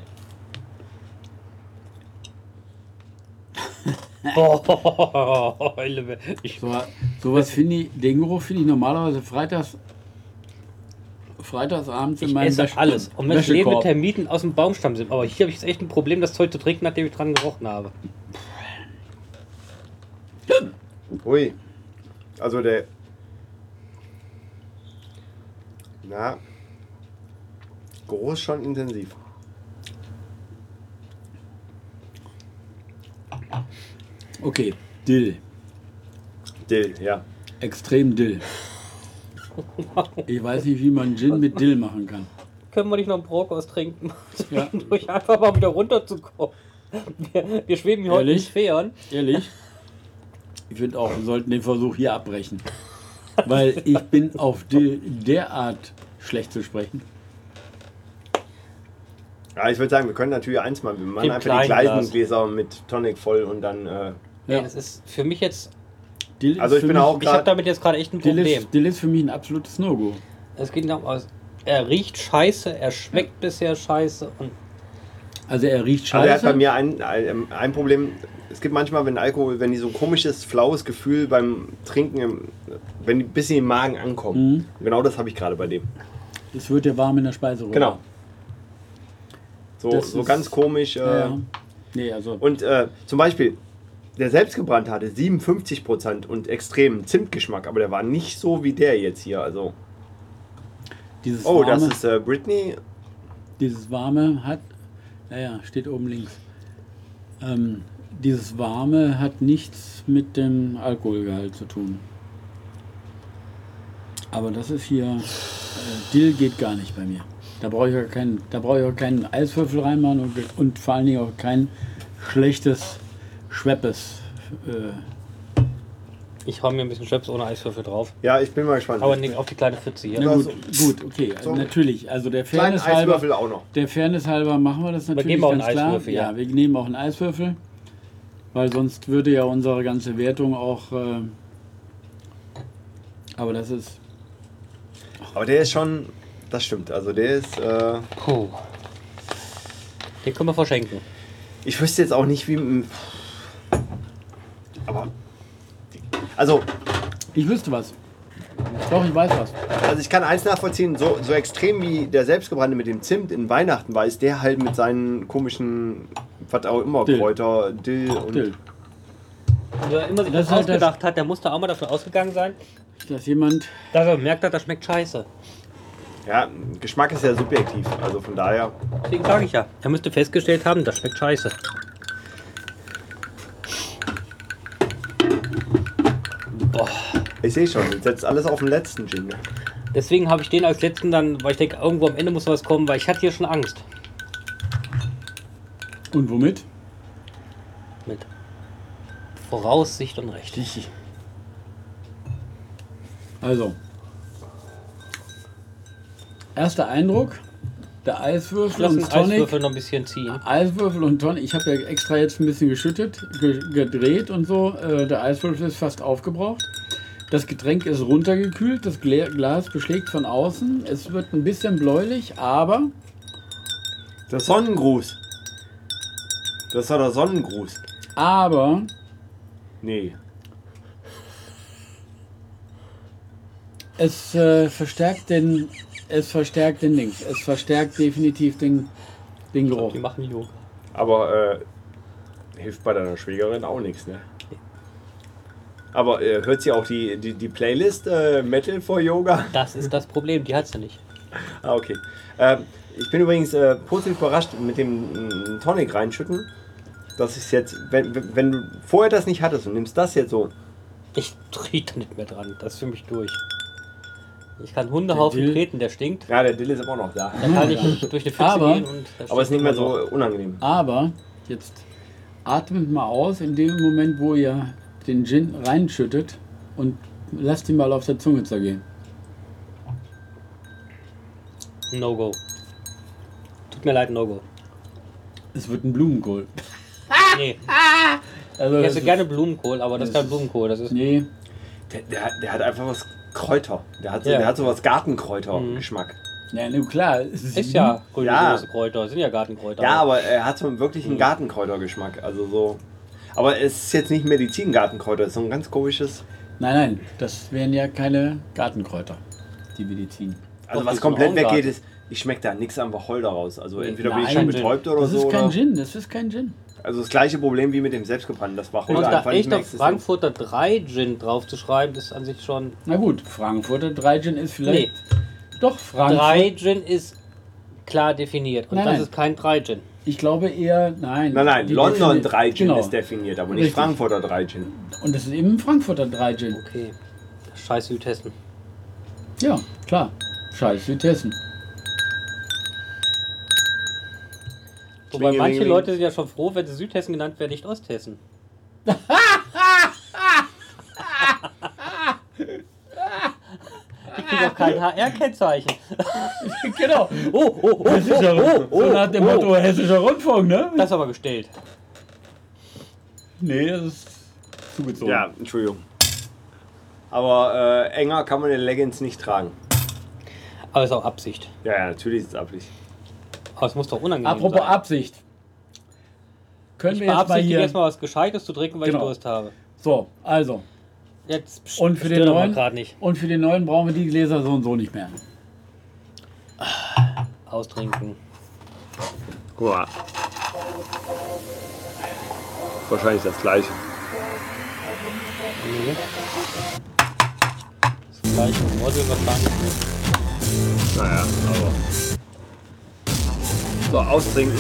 Speaker 2: Boah, Heule. ich
Speaker 3: So, sowas finde ich, den Geruch finde ich normalerweise freitags, freitagsabends in
Speaker 2: Ich
Speaker 3: meinem
Speaker 2: esse
Speaker 3: Wäsche-
Speaker 2: alles. Und wenn es lebende
Speaker 3: Wäschekorb.
Speaker 2: Termiten aus dem Baumstamm sind. Aber hier habe ich jetzt echt ein Problem, das Zeug zu trinken, nachdem ich dran gerochen habe.
Speaker 1: Ui. Also der. Na. Groß schon intensiv.
Speaker 3: Okay, Dill.
Speaker 1: Dill, ja.
Speaker 3: Extrem Dill. Ich weiß nicht, wie man Gin mit Dill machen kann.
Speaker 2: Können wir nicht noch einen Brokkos trinken?
Speaker 3: Ja.
Speaker 2: Durch einfach mal wieder runterzukommen. Wir, wir schweben hier heute in
Speaker 3: Ehrlich?
Speaker 2: Sphären.
Speaker 3: Ehrlich? Ich finde auch, wir sollten den Versuch hier abbrechen. Weil ich bin auf Dill derart schlecht zu sprechen.
Speaker 1: Ja, ich würde sagen, wir können natürlich eins machen. Wir machen
Speaker 2: Im
Speaker 1: einfach die
Speaker 2: kleinen
Speaker 1: kleinen Gläser mit Tonic voll und dann. Äh,
Speaker 3: Ja.
Speaker 2: Ey, das ist für mich jetzt.
Speaker 3: Dill
Speaker 1: Also ich
Speaker 3: für
Speaker 1: bin
Speaker 3: mich,
Speaker 1: auch
Speaker 2: Ich
Speaker 1: klar.
Speaker 2: habe damit jetzt gerade echt ein
Speaker 3: Dill
Speaker 2: Problem.
Speaker 3: ist, Dill ist für mich ein absolutes No-Go.
Speaker 2: Es geht darum aus. Er riecht scheiße, er schmeckt bisher scheiße und
Speaker 3: Also er riecht
Speaker 1: Also er
Speaker 3: scheiße.
Speaker 1: hat bei mir ein, ein, ein Problem. Es gibt manchmal, wenn Alkohol, wenn die so ein komisches, flaues Gefühl beim Trinken, im, wenn die ein bisschen im Magen ankommen. Genau das habe ich gerade bei dem.
Speaker 3: es wird ja warm in der Speiseröhre.
Speaker 1: Genau. So,
Speaker 3: Das
Speaker 1: so
Speaker 3: ist-
Speaker 1: ganz komisch. Äh,
Speaker 3: Ja. ja. Nee, also
Speaker 1: Und äh, zum Beispiel, der selbstgebrannt hatte 57% und extremen Zimtgeschmack, aber der war nicht so wie der jetzt hier. Also,
Speaker 3: Dieses
Speaker 1: oh,
Speaker 3: warme,
Speaker 1: das ist äh, Britney.
Speaker 3: dieses warme hat, naja, steht oben links. Ähm, dieses warme hat nichts mit dem Alkoholgehalt zu tun. Aber das ist hier, äh, Dill geht gar nicht bei mir. Da brauche ich auch keinen, da brauche ich auch keinen Eiswürfel reinmachen und, und vor allen Dingen auch kein schlechtes Schweppes. Äh,
Speaker 2: Ich hau mir ein bisschen Schöps ohne Eiswürfel drauf.
Speaker 1: Ja, ich bin mal gespannt.
Speaker 2: Aber nicht auf die kleine Pfütze hier.
Speaker 1: Ja,
Speaker 3: Na gut,
Speaker 1: so-
Speaker 3: gut, okay,
Speaker 1: so-
Speaker 3: natürlich. Also der
Speaker 1: Kleinen
Speaker 3: Fairness halber,
Speaker 1: Eiswürfel auch noch.
Speaker 3: der Fairness halber machen wir das natürlich
Speaker 2: geben auch
Speaker 3: ganz
Speaker 2: einen
Speaker 3: klar.
Speaker 2: Eiswürfel,
Speaker 3: ja.
Speaker 2: ja.
Speaker 3: wir nehmen auch einen Eiswürfel, weil sonst würde ja unsere ganze Wertung auch. Äh, aber das ist
Speaker 1: Aber der ist schon, das stimmt. Also der ist, äh,
Speaker 2: Puh. Den können wir verschenken.
Speaker 1: ich wüsste jetzt auch nicht, wie. hm, Aber. Also,
Speaker 3: Ich wüsste was. Doch, ich weiß was.
Speaker 1: Also ich kann eins nachvollziehen, so, so extrem wie der selbstgebrannte mit dem Zimt in Weihnachten war, ist der halt mit seinen komischen, was auch immer,
Speaker 3: Dill.
Speaker 1: Kräuter, Dill und...
Speaker 3: Dill.
Speaker 2: Wer immer sich das,
Speaker 3: Das ist halt der-
Speaker 2: ausgedacht hat, der muss da auch mal davon ausgegangen sein,
Speaker 3: Dass jemand.
Speaker 2: dass er merkt hat, das schmeckt scheiße.
Speaker 1: Ja, Geschmack ist ja subjektiv, also von daher...
Speaker 2: Deswegen sage ich ja. Er müsste festgestellt haben, das schmeckt scheiße. Boah.
Speaker 1: Ich sehe schon, jetzt setzt alles auf den letzten Gin.
Speaker 2: Deswegen habe ich den als letzten dann, weil ich denke, irgendwo am Ende muss was kommen, weil ich hatte hier schon Angst
Speaker 3: Und womit?
Speaker 2: mit Voraussicht und Recht.
Speaker 3: Also. Erster Eindruck: der Eiswürfel
Speaker 2: Lass
Speaker 3: und
Speaker 2: uns
Speaker 3: Tonic.
Speaker 2: Eiswürfel noch ein bisschen ziehen.
Speaker 3: Eiswürfel und Tonic. Ich habe ja extra jetzt ein bisschen geschüttet, ge gedreht und so. Äh, der Eiswürfel ist fast aufgebraucht. Das Getränk ist runtergekühlt. Das Gla Glas beschlägt von außen. Es wird ein bisschen bläulich, aber
Speaker 1: Der Sonnengruß. Das war der Sonnengruß.
Speaker 3: aber
Speaker 1: Nee.
Speaker 3: Es äh, verstärkt den. Es verstärkt den Dings. Es verstärkt definitiv den, den Geruch.
Speaker 2: Wir machen Yoga.
Speaker 1: Aber äh, hilft bei deiner Schwägerin auch nichts, ne? Aber äh, hört sie auch die, die, die Playlist äh, Metal for Yoga?
Speaker 2: Das ist das Problem, die hat sie nicht.
Speaker 1: Ah, okay. Ähm, ich bin übrigens äh, positiv überrascht mit dem mm, Tonic reinschütten. Das ist jetzt, wenn, wenn- wenn du vorher das nicht hattest und nimmst das jetzt so,
Speaker 2: Ich trete nicht mehr dran, das ist für mich durch. Ich kann Hundehaufen
Speaker 3: Dill-
Speaker 2: treten, der stinkt.
Speaker 1: ja, der Dill ist immer noch da.
Speaker 2: Da kann ich durch eine Pfütze
Speaker 3: Aber-
Speaker 2: gehen und... da
Speaker 1: Aber es ist also nicht
Speaker 2: stinkt
Speaker 1: mehr
Speaker 2: immer noch.
Speaker 1: so unangenehm.
Speaker 3: Aber jetzt atmet mal aus in dem Moment, wo ihr den Gin reinschüttet und lasst ihn mal auf der Zunge zergehen.
Speaker 2: No-Go. Tut mir leid, No-Go.
Speaker 3: Es wird ein Blumenkohl.
Speaker 2: Nee,
Speaker 3: Also
Speaker 2: ich
Speaker 3: das
Speaker 2: hätte
Speaker 3: ist-
Speaker 2: gerne Blumenkohl, aber das ist
Speaker 3: das Mhm.
Speaker 2: kein Blumenkohl. Das ist
Speaker 3: Nee,
Speaker 1: Der, der, hat- der hat einfach was Kräuter. Der hat, so-
Speaker 2: Ja.
Speaker 1: der hat so was Gartenkräuter-Geschmack.
Speaker 3: ja, nee, klar. es
Speaker 2: ist ja grüne
Speaker 1: Ja.
Speaker 2: große Kräuter, sind ja Gartenkräuter.
Speaker 1: Ja, aber er hat so einen wirklichen Gartenkräutergeschmack. Also so. Aber es ist jetzt nicht Medizingartenkräuter, es ist so ein ganz komisches.
Speaker 3: Nein, nein, das wären ja keine Gartenkräuter, die wir die ziehen.
Speaker 1: Also
Speaker 2: Doch, das
Speaker 1: was
Speaker 2: ist
Speaker 1: komplett
Speaker 2: ein Weingarten.
Speaker 1: weggeht, ist, ich schmecke da nichts am Wacholder raus. Also entweder bin ich
Speaker 3: Nein,
Speaker 1: schon betäubt oder
Speaker 3: Das
Speaker 1: so.
Speaker 3: ist kein
Speaker 1: oder?
Speaker 3: Gin, das ist kein Gin.
Speaker 1: Also das gleiche Problem wie mit dem selbstgebrannten. Das war
Speaker 2: Und
Speaker 1: heute
Speaker 2: da
Speaker 1: einfach nicht
Speaker 2: echt
Speaker 1: mehr
Speaker 2: auf
Speaker 1: existent.
Speaker 2: Frankfurter 3 Gin draufzuschreiben, ist an sich schon...
Speaker 3: Na gut, Frankfurter 3 Gin ist
Speaker 2: Nee,
Speaker 3: vielleicht. Doch, Frankfurt.
Speaker 2: 3 Gin ist klar definiert und
Speaker 3: Nein,
Speaker 2: das
Speaker 3: nein.
Speaker 2: ist kein 3 Gin.
Speaker 3: Ich glaube eher, nein.
Speaker 1: Nein, nein,
Speaker 3: die
Speaker 1: London
Speaker 3: defini-
Speaker 1: 3 Gin
Speaker 3: genau.
Speaker 1: ist definiert, aber nicht
Speaker 3: Richtig.
Speaker 1: Frankfurter 3 Gin.
Speaker 3: Und das ist eben ein Frankfurter 3 Gin.
Speaker 2: Okay, scheiß Südhessen.
Speaker 3: Ja, klar. Scheiß Südhessen.
Speaker 2: Wobei
Speaker 1: Klingelingeling.
Speaker 2: manche Leute sind ja schon froh, wenn sie Südhessen genannt werden, nicht Osthessen. ich kriege auch kein HR-Kennzeichen.
Speaker 3: genau.
Speaker 2: Oh, oh, oh,
Speaker 3: Hessischer
Speaker 2: oh, oh,
Speaker 3: so nach dem
Speaker 2: oh.
Speaker 3: Motto Hessischer Rundfunk, ne?
Speaker 2: Das ist aber gestellt.
Speaker 3: nee, das ist zugezogen.
Speaker 1: Ja, Entschuldigung. Aber äh, enger kann man den Leggings nicht tragen.
Speaker 2: Aber ist auch Absicht.
Speaker 1: Ja, ja, natürlich ist es ablich.
Speaker 2: Aber es muss doch unangenehm
Speaker 3: Apropos
Speaker 2: sein.
Speaker 3: Absicht. Können
Speaker 2: Ich
Speaker 3: wir jetzt mal
Speaker 2: beabsichtige
Speaker 3: hier.
Speaker 2: erstmal was Gescheites zu trinken, weil
Speaker 3: Genau.
Speaker 2: ich Durst habe.
Speaker 3: So, also.
Speaker 2: Jetzt pst,
Speaker 3: Und für, den
Speaker 2: stör doch mal
Speaker 3: neuen,
Speaker 2: grad nicht.
Speaker 3: und für den neuen brauchen wir die Gläser so und so nicht mehr.
Speaker 2: Austrinken.
Speaker 1: Guck mal. Wahrscheinlich das gleiche.
Speaker 2: Nee. Mhm. Das gleiche Model wahrscheinlich.
Speaker 1: Äh, Naja, aber. So, austrinken.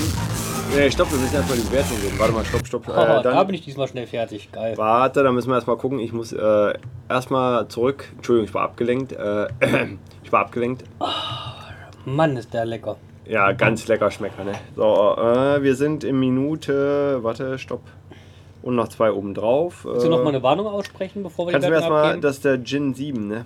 Speaker 1: Nee, stopp, wir müssen erstmal die Bewertung geben. Warte mal, stopp, stopp. Äh,
Speaker 2: Oh, da
Speaker 1: dann,
Speaker 2: bin ich diesmal schnell fertig. Geil.
Speaker 1: warte, da müssen wir erstmal gucken. Ich muss äh, erstmal zurück. Entschuldigung, ich war abgelenkt. Äh, ich war abgelenkt.
Speaker 2: Mann, ist der lecker.
Speaker 1: Ja, ganz lecker Schmecker, ne? So, äh, wir sind in Minute. Warte, stopp. Und noch zwei oben drauf.
Speaker 2: Willst du noch mal eine Warnung aussprechen, bevor wir
Speaker 1: Äh, Kannst du mir
Speaker 2: Wertung
Speaker 1: erstmal,
Speaker 2: abgeben?
Speaker 1: das ist der Gin 7, ne?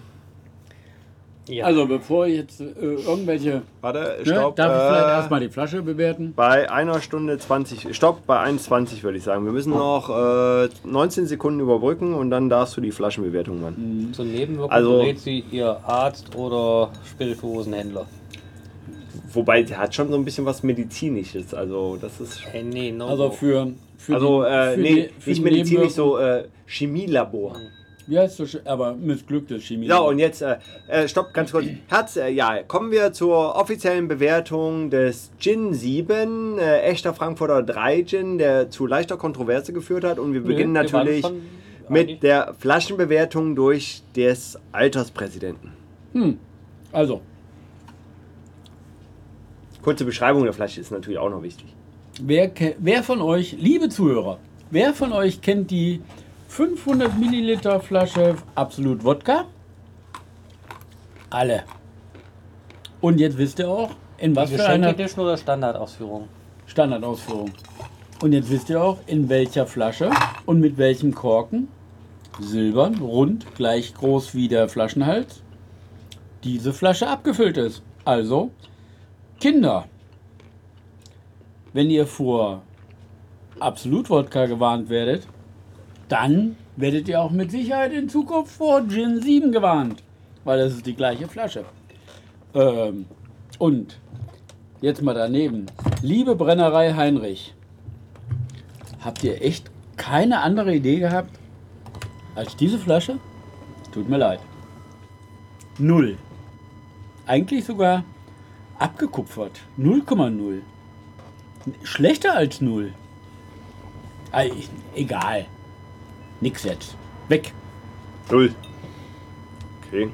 Speaker 2: ja.
Speaker 3: Also bevor jetzt äh, irgendwelche...
Speaker 1: Warte,
Speaker 3: Ne,
Speaker 1: stopp.
Speaker 3: darf ich
Speaker 1: äh,
Speaker 3: vielleicht erstmal die Flasche bewerten?
Speaker 1: Bei einer Stunde 20, stopp, bei 1,20 würde ich sagen. Wir müssen noch äh, 19 Sekunden überbrücken und dann darfst du die Flaschenbewertung machen.
Speaker 2: Zur Nebenwirkung
Speaker 1: Also-
Speaker 2: berät sie ihr Arzt oder Spirituosenhändler.
Speaker 1: Wobei, der hat schon so ein bisschen was Medizinisches. Also, das ist.
Speaker 2: Hey, Äh, nee, no.
Speaker 3: Also
Speaker 2: go.
Speaker 3: für... für
Speaker 1: Also,
Speaker 3: die-
Speaker 1: äh,
Speaker 3: für
Speaker 1: nee,
Speaker 3: die- für
Speaker 1: nicht
Speaker 3: die
Speaker 1: medizinisch,
Speaker 3: Nebenwirkung-
Speaker 1: so äh, Chemielabor.
Speaker 3: Wie heißt das? Aber missglücktes Chemie.
Speaker 1: Ja, und jetzt, äh, äh, stopp, ganz kurz. Herz, äh, ja, kommen wir zur offiziellen Bewertung des Gin 7, äh, echter Frankfurter 3 Gin, der zu leichter Kontroverse geführt hat. Und Ne, wir beginnen
Speaker 2: wir waren
Speaker 1: natürlich
Speaker 2: schon einig.
Speaker 1: mit der Flaschenbewertung durch des Alterspräsidenten.
Speaker 3: Also,
Speaker 1: Kurze Beschreibung der Flasche ist natürlich auch noch wichtig.
Speaker 3: wer, ke- wer von euch, liebe Zuhörer, wer von euch kennt die 500 Milliliter Flasche Absolut Wodka? Alle. Und jetzt wisst ihr auch, in was
Speaker 2: Die
Speaker 3: für einer
Speaker 2: Geschenk-Edition oder Standardausführung?
Speaker 3: Standardausführung. Und jetzt wisst ihr auch, in welcher Flasche und mit welchem Korken. Silbern, rund, gleich groß wie der Flaschenhals. Diese Flasche abgefüllt ist. Also, Kinder, wenn ihr vor Absolut-Wodka gewarnt werdet, dann werdet ihr auch mit Sicherheit in Zukunft vor Gin 7 gewarnt. Weil das ist die gleiche Flasche. Ähm, und Jetzt mal daneben. Liebe Brennerei Heinrich, habt ihr echt keine andere Idee gehabt als diese Flasche? Tut mir leid. Null. Eigentlich sogar abgekupfert. 0,0. Schlechter als null. Ei, Egal. Nix jetzt. Weg.
Speaker 1: Null. Okay.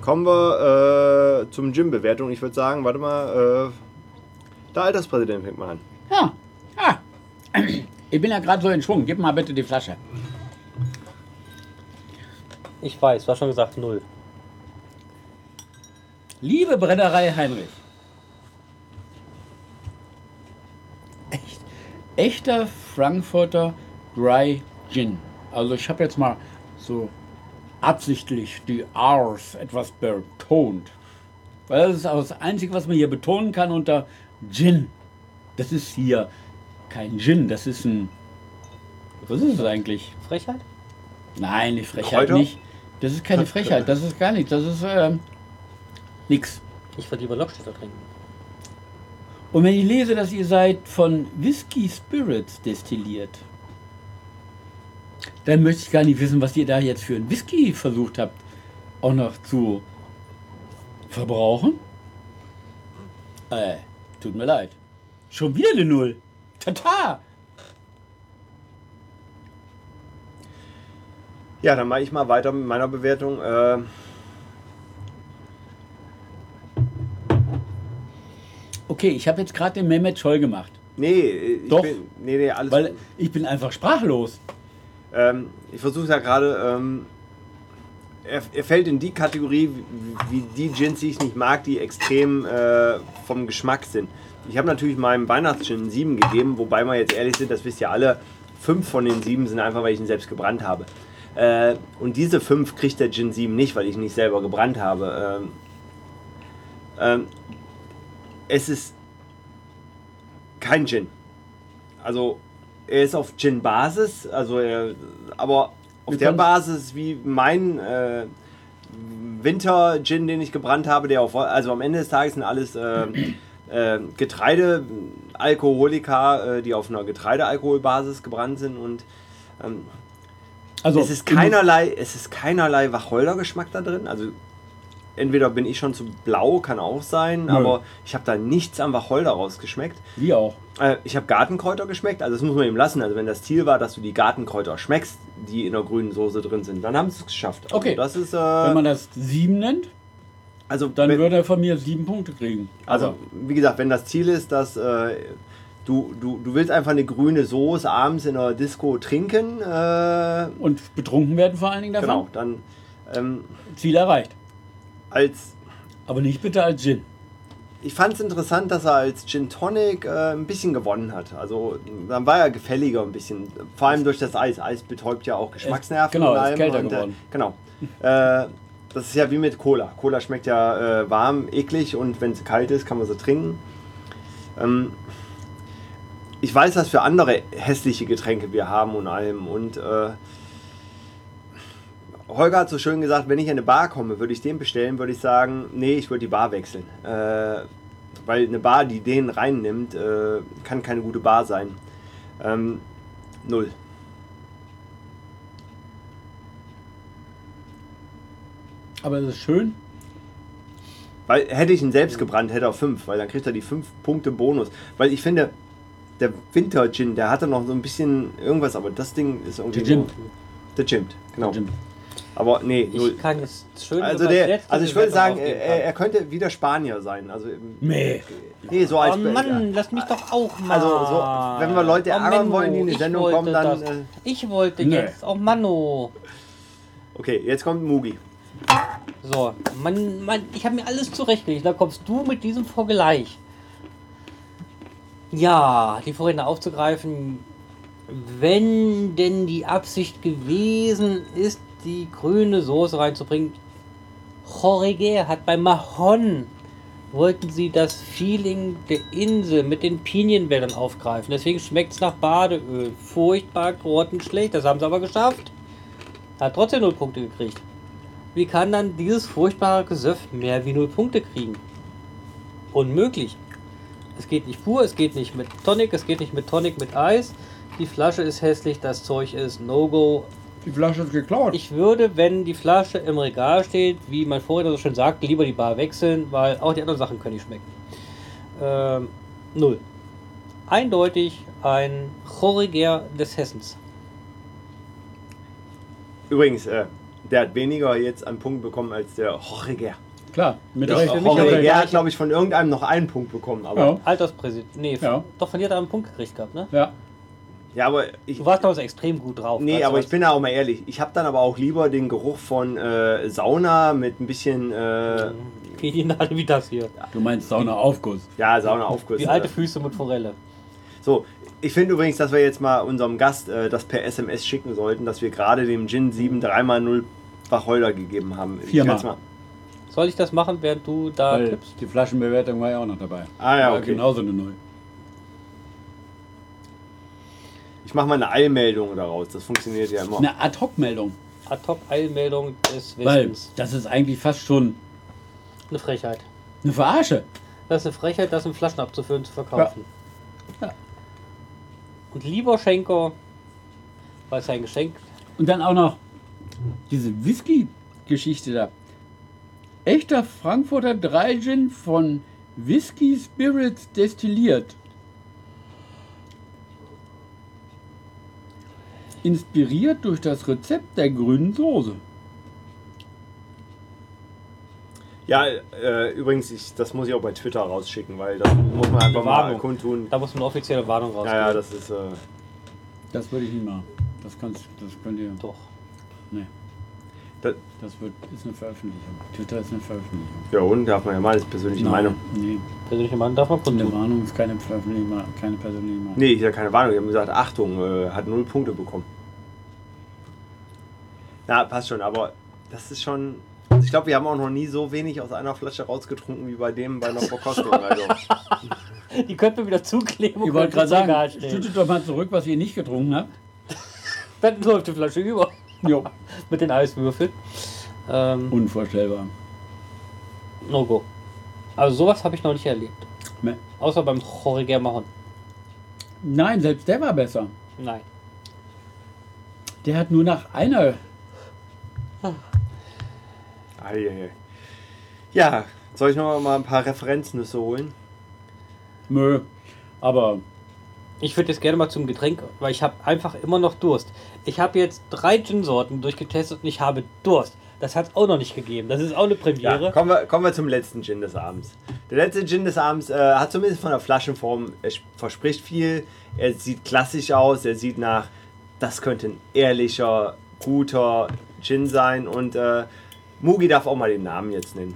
Speaker 1: Kommen wir äh, zum Gin-Bewertung. Ich würde sagen, warte mal, äh, der Alterspräsident fängt mal an.
Speaker 3: Ja. Ah. Ich bin ja gerade so in Schwung. Gib mal bitte die Flasche.
Speaker 2: Ich weiß, war schon gesagt, null.
Speaker 3: Liebe Brennerei Heinrich. Echt, echter Frankfurter Dry Gin. Also ich habe jetzt mal so absichtlich die R's etwas betont. Weil das ist auch das Einzige, was man hier betonen kann unter Gin. Das ist hier kein Gin, das ist ein... Was ist es eigentlich?
Speaker 2: Frechheit?
Speaker 3: Nein, die Frechheit
Speaker 1: Kräuter?
Speaker 3: nicht. Das ist keine Frechheit, das ist gar nichts. Das ist ähm, nix.
Speaker 2: Ich würde lieber Lockstädter trinken.
Speaker 3: Und wenn ich lese, dass ihr seid von Whisky Spirits destilliert, dann möchte ich gar nicht wissen, was ihr da jetzt für einen Whisky versucht habt, auch noch zu verbrauchen. Äh, tut mir leid. Schon wieder eine Null. Tata!
Speaker 1: Ja, dann mache ich mal weiter mit meiner Bewertung. Äh,
Speaker 3: Okay, ich habe jetzt gerade den Mehmet Scholl gemacht,
Speaker 1: nee, ich
Speaker 3: Doch.
Speaker 1: bin. Nee, nee, alles
Speaker 3: weil
Speaker 1: gut.
Speaker 3: ich bin einfach sprachlos.
Speaker 1: Ähm, ich versuche ja gerade. Ähm, er, er fällt in die Kategorie, wie, wie die Gins, die ich nicht mag, die extrem äh, vom Geschmack sind. Ich habe natürlich meinem Weihnachtsgin 7 gegeben, wobei wir jetzt ehrlich sind, das wisst ihr alle, fünf von den sieben sind einfach, weil ich ihn selbst gebrannt habe. Äh, und diese fünf kriegt der Gin 7 nicht, weil ich ihn nicht selber gebrannt habe. Ähm, ähm, es ist kein Gin. Also er ist auf Gin-Basis, also er, aber auf
Speaker 3: Du
Speaker 1: der
Speaker 3: kannst-
Speaker 1: Basis wie mein äh, Winter-Gin, den ich gebrannt habe, der auf, also am Ende des Tages sind alles äh, äh, Getreidealkoholika, äh, die auf einer Getreidealkoholbasis gebrannt sind und ähm,
Speaker 3: Also
Speaker 1: es ist keinerlei, es ist keinerlei Wacholdergeschmack da drin, also entweder bin ich schon zu blau, kann auch sein, aber ich habe da nichts am Wacholder rausgeschmeckt.
Speaker 3: Wie auch.
Speaker 1: Äh, ich habe Gartenkräuter geschmeckt, also das muss man eben lassen. Also wenn das Ziel war, dass du die Gartenkräuter schmeckst, die in der grünen Soße drin sind, dann haben sie es geschafft. Also
Speaker 3: Okay.
Speaker 1: Das ist, äh,
Speaker 3: Wenn man das 7 nennt,
Speaker 1: also
Speaker 3: dann
Speaker 1: wenn-
Speaker 3: würde er von mir 7 Punkte kriegen.
Speaker 1: Also,
Speaker 3: Aber
Speaker 1: wie gesagt, wenn das Ziel ist, dass äh, du, du, du willst einfach eine grüne Soße abends in der Disco trinken, äh,
Speaker 3: Und betrunken werden vor allen Dingen
Speaker 1: genau,
Speaker 3: davon.
Speaker 1: dann ähm,
Speaker 3: Ziel erreicht.
Speaker 1: als.
Speaker 3: Aber nicht bitte als Gin.
Speaker 1: Ich fand es interessant, dass er als Gin Tonic äh, ein bisschen gewonnen hat. Also dann war er gefälliger ein bisschen. Vor allem durch das Eis. Eis betäubt ja auch Geschmacksnerven.
Speaker 3: genau,
Speaker 1: und
Speaker 3: es ist
Speaker 1: allem
Speaker 3: kälter
Speaker 1: und,
Speaker 3: geworden.
Speaker 1: Äh, genau. äh, das ist ja wie mit Cola. Cola schmeckt ja äh, warm, eklig und wenn sie kalt ist, kann man sie trinken. Ähm, ich weiß, was für andere hässliche Getränke wir haben und allem. Und äh, Holger hat so schön gesagt, wenn ich in eine Bar komme, würde ich den bestellen, würde ich sagen, nee, ich würde die Bar wechseln. Äh, weil eine Bar, die den reinnimmt, äh, kann keine gute Bar sein. Ähm, null.
Speaker 3: Aber es ist schön.
Speaker 1: Weil hätte ich ihn selbst gebrannt, hätte er fünf, weil dann kriegt er die fünf Punkte Bonus. Weil ich finde, der Winter Gin, der hatte noch so ein bisschen irgendwas, aber das Ding ist irgendwie.
Speaker 3: Der Gin.
Speaker 1: nur- Der Gimpt, genau.
Speaker 3: Jim.
Speaker 1: Aber nee, null.
Speaker 2: Ich kann es schön Oh
Speaker 1: Also, der,
Speaker 2: übersetzt
Speaker 1: also
Speaker 2: und
Speaker 1: ich würde
Speaker 2: Bewertung
Speaker 1: sagen,
Speaker 2: aufgeben
Speaker 1: er,
Speaker 2: kann.
Speaker 1: er könnte wieder Spanier sein. Also,
Speaker 3: Nee.
Speaker 1: nee, so als.
Speaker 2: Oh Mann, lass mich doch auch mal.
Speaker 1: Also, so, wenn wir Leute
Speaker 2: oh,
Speaker 1: ärgern
Speaker 2: Menno,
Speaker 1: wollen, die in die
Speaker 2: ich
Speaker 1: Sendung
Speaker 2: wollte
Speaker 1: kommen, dann,
Speaker 2: das.
Speaker 1: äh,
Speaker 2: ich wollte
Speaker 3: Nee.
Speaker 2: jetzt. Oh Manno.
Speaker 1: Okay, jetzt kommt Mugi.
Speaker 2: So, Mann, Mann, ich habe mir alles zurechtgelegt. Da kommst du mit diesem Vergleich. Ja, die Vorredner aufzugreifen. Wenn denn die Absicht gewesen ist, die grüne Soße reinzubringen. Jorge hat bei Mahon wollten sie das Feeling der Insel mit den Pinienblättern aufgreifen. Deswegen schmeckt es nach Badeöl. Furchtbar grottenschlecht. Das haben sie aber geschafft. Hat trotzdem null Punkte gekriegt. Wie kann dann dieses furchtbare Gesöff mehr wie null Punkte kriegen? Unmöglich. Es geht nicht pur, es geht nicht mit Tonic, es geht nicht mit Tonic mit Eis. Die Flasche ist hässlich, das Zeug ist No-Go.
Speaker 3: Die Flasche ist geklaut.
Speaker 2: Ich würde, wenn die Flasche im Regal steht, wie mein Vorredner so schön sagt, lieber die Bar wechseln, weil auch die anderen Sachen können nicht schmecken. Ähm, null. Eindeutig ein Choriger des Hessens.
Speaker 1: Übrigens, äh, der hat weniger jetzt an Punkten bekommen als der Horriger.
Speaker 3: Klar, mit
Speaker 4: Ja,
Speaker 3: Recht.
Speaker 4: auch
Speaker 3: Mit Recht.
Speaker 1: Horriger hat, glaube ich, von irgendeinem noch einen Punkt bekommen. Aber,
Speaker 3: Ja.
Speaker 2: Alterspräsident. Nee,
Speaker 3: Ja.
Speaker 2: doch von dir hat er einen Punkt gekriegt gehabt, ne?
Speaker 3: ja.
Speaker 1: ja. aber ich.
Speaker 2: Du warst damals extrem gut drauf.
Speaker 1: Nee,
Speaker 2: Also,
Speaker 1: aber ich bin da auch mal ehrlich. Ich habe dann aber auch lieber den Geruch von äh, Sauna mit ein bisschen. Äh,
Speaker 2: Wie die Nadel wie das hier.
Speaker 3: Du meinst Saunaaufguss.
Speaker 1: ja, Saunaaufguss.
Speaker 2: Wie alte Füße mit Forelle.
Speaker 1: So, ich finde übrigens, dass wir jetzt mal unserem Gast äh, das per SMS schicken sollten, dass wir gerade dem Gin 7 3x0 Wacholder gegeben haben. Ich
Speaker 3: Viermal.
Speaker 1: kann's mal-
Speaker 2: Soll ich das machen, während du da
Speaker 3: Weil
Speaker 2: tippst?
Speaker 3: die Flaschenbewertung war ja genau. auch noch dabei.
Speaker 1: Ah, ja,
Speaker 3: War
Speaker 1: okay.
Speaker 3: Genauso eine neue.
Speaker 1: Ich mache mal eine Eilmeldung daraus. Das funktioniert ja immer.
Speaker 3: Eine Ad-Hoc-Meldung.
Speaker 2: Ad-Hoc-Eilmeldung des
Speaker 3: Weil
Speaker 2: Wissens.
Speaker 3: das ist eigentlich fast schon
Speaker 2: Eine Frechheit.
Speaker 3: eine Verarsche.
Speaker 2: Das ist eine Frechheit, das in Flaschen abzufüllen, zu verkaufen.
Speaker 3: Ja. Ja.
Speaker 2: Und lieber Schenker, weil es ein Geschenk
Speaker 3: Und dann auch noch diese Whisky-Geschichte da. Echter Frankfurter Dreigin von Whisky Spirits destilliert. Inspiriert durch das Rezept der grünen Soße.
Speaker 1: Ja, äh, übrigens, ich, das muss ich auch bei Twitter rausschicken, weil das muss man einfach mal
Speaker 2: Warnung.
Speaker 1: kundtun.
Speaker 2: Da muss man eine offizielle Warnung rausgeben.
Speaker 1: Ja, ja, das ist. Äh,
Speaker 3: Das würde ich nicht machen. Das, kannst, das könnt ihr.
Speaker 2: Doch.
Speaker 3: Nee,
Speaker 1: das,
Speaker 3: das wird, ist eine Veröffentlichung. Twitter ist eine Veröffentlichung.
Speaker 1: ja, und darf man ja mal, das ist persönliche Meinung.
Speaker 3: Nee,
Speaker 2: Persönliche Meinung darf man
Speaker 3: eine
Speaker 2: kundtun.
Speaker 3: Warnung ist keine persönliche Ma- keine persönliche Meinung.
Speaker 1: Nee, ich habe keine Warnung. Ich habe gesagt, Achtung, äh, hat null Punkte bekommen. Na, passt schon, aber das ist schon. Also ich glaube, wir haben auch noch nie so wenig aus einer Flasche rausgetrunken wie bei dem bei einer Verkostung. Also,
Speaker 2: Die könnten wir wieder zukleben und
Speaker 3: Ihr wollt
Speaker 2: könnten
Speaker 3: gerade
Speaker 2: ins Regal
Speaker 3: sagen,
Speaker 2: stellen.
Speaker 3: schüttet doch mal zurück, was ihr nicht getrunken habt.
Speaker 2: Dann läuft die Flasche über.
Speaker 3: Jo.
Speaker 2: Mit den Eiswürfeln. Ähm,
Speaker 3: Unvorstellbar.
Speaker 2: no go. Also sowas habe ich noch nicht erlebt.
Speaker 3: Me-
Speaker 2: Außer beim Jorge Germahon.
Speaker 3: Nein, selbst der war besser.
Speaker 2: Nein.
Speaker 3: Der hat nur nach einer.
Speaker 1: ei, ei, ei. Ja, soll ich noch mal ein paar Referenznüsse holen?
Speaker 3: Nö. Aber
Speaker 2: Ich würde jetzt gerne mal zum Getränk, weil ich habe einfach immer noch Durst. Ich habe jetzt drei Gin-Sorten durchgetestet und ich habe Durst. Das hat es auch noch nicht gegeben. Das ist auch eine Premiere.
Speaker 1: Ja, kommen, wir, kommen wir zum letzten Gin des Abends. Der letzte Gin des Abends äh, hat zumindest von der Flaschenform, er sch- verspricht viel, er sieht klassisch aus, er sieht nach, das könnte ein ehrlicher, guter Gin sein und äh, Mugi darf auch mal den Namen jetzt nennen.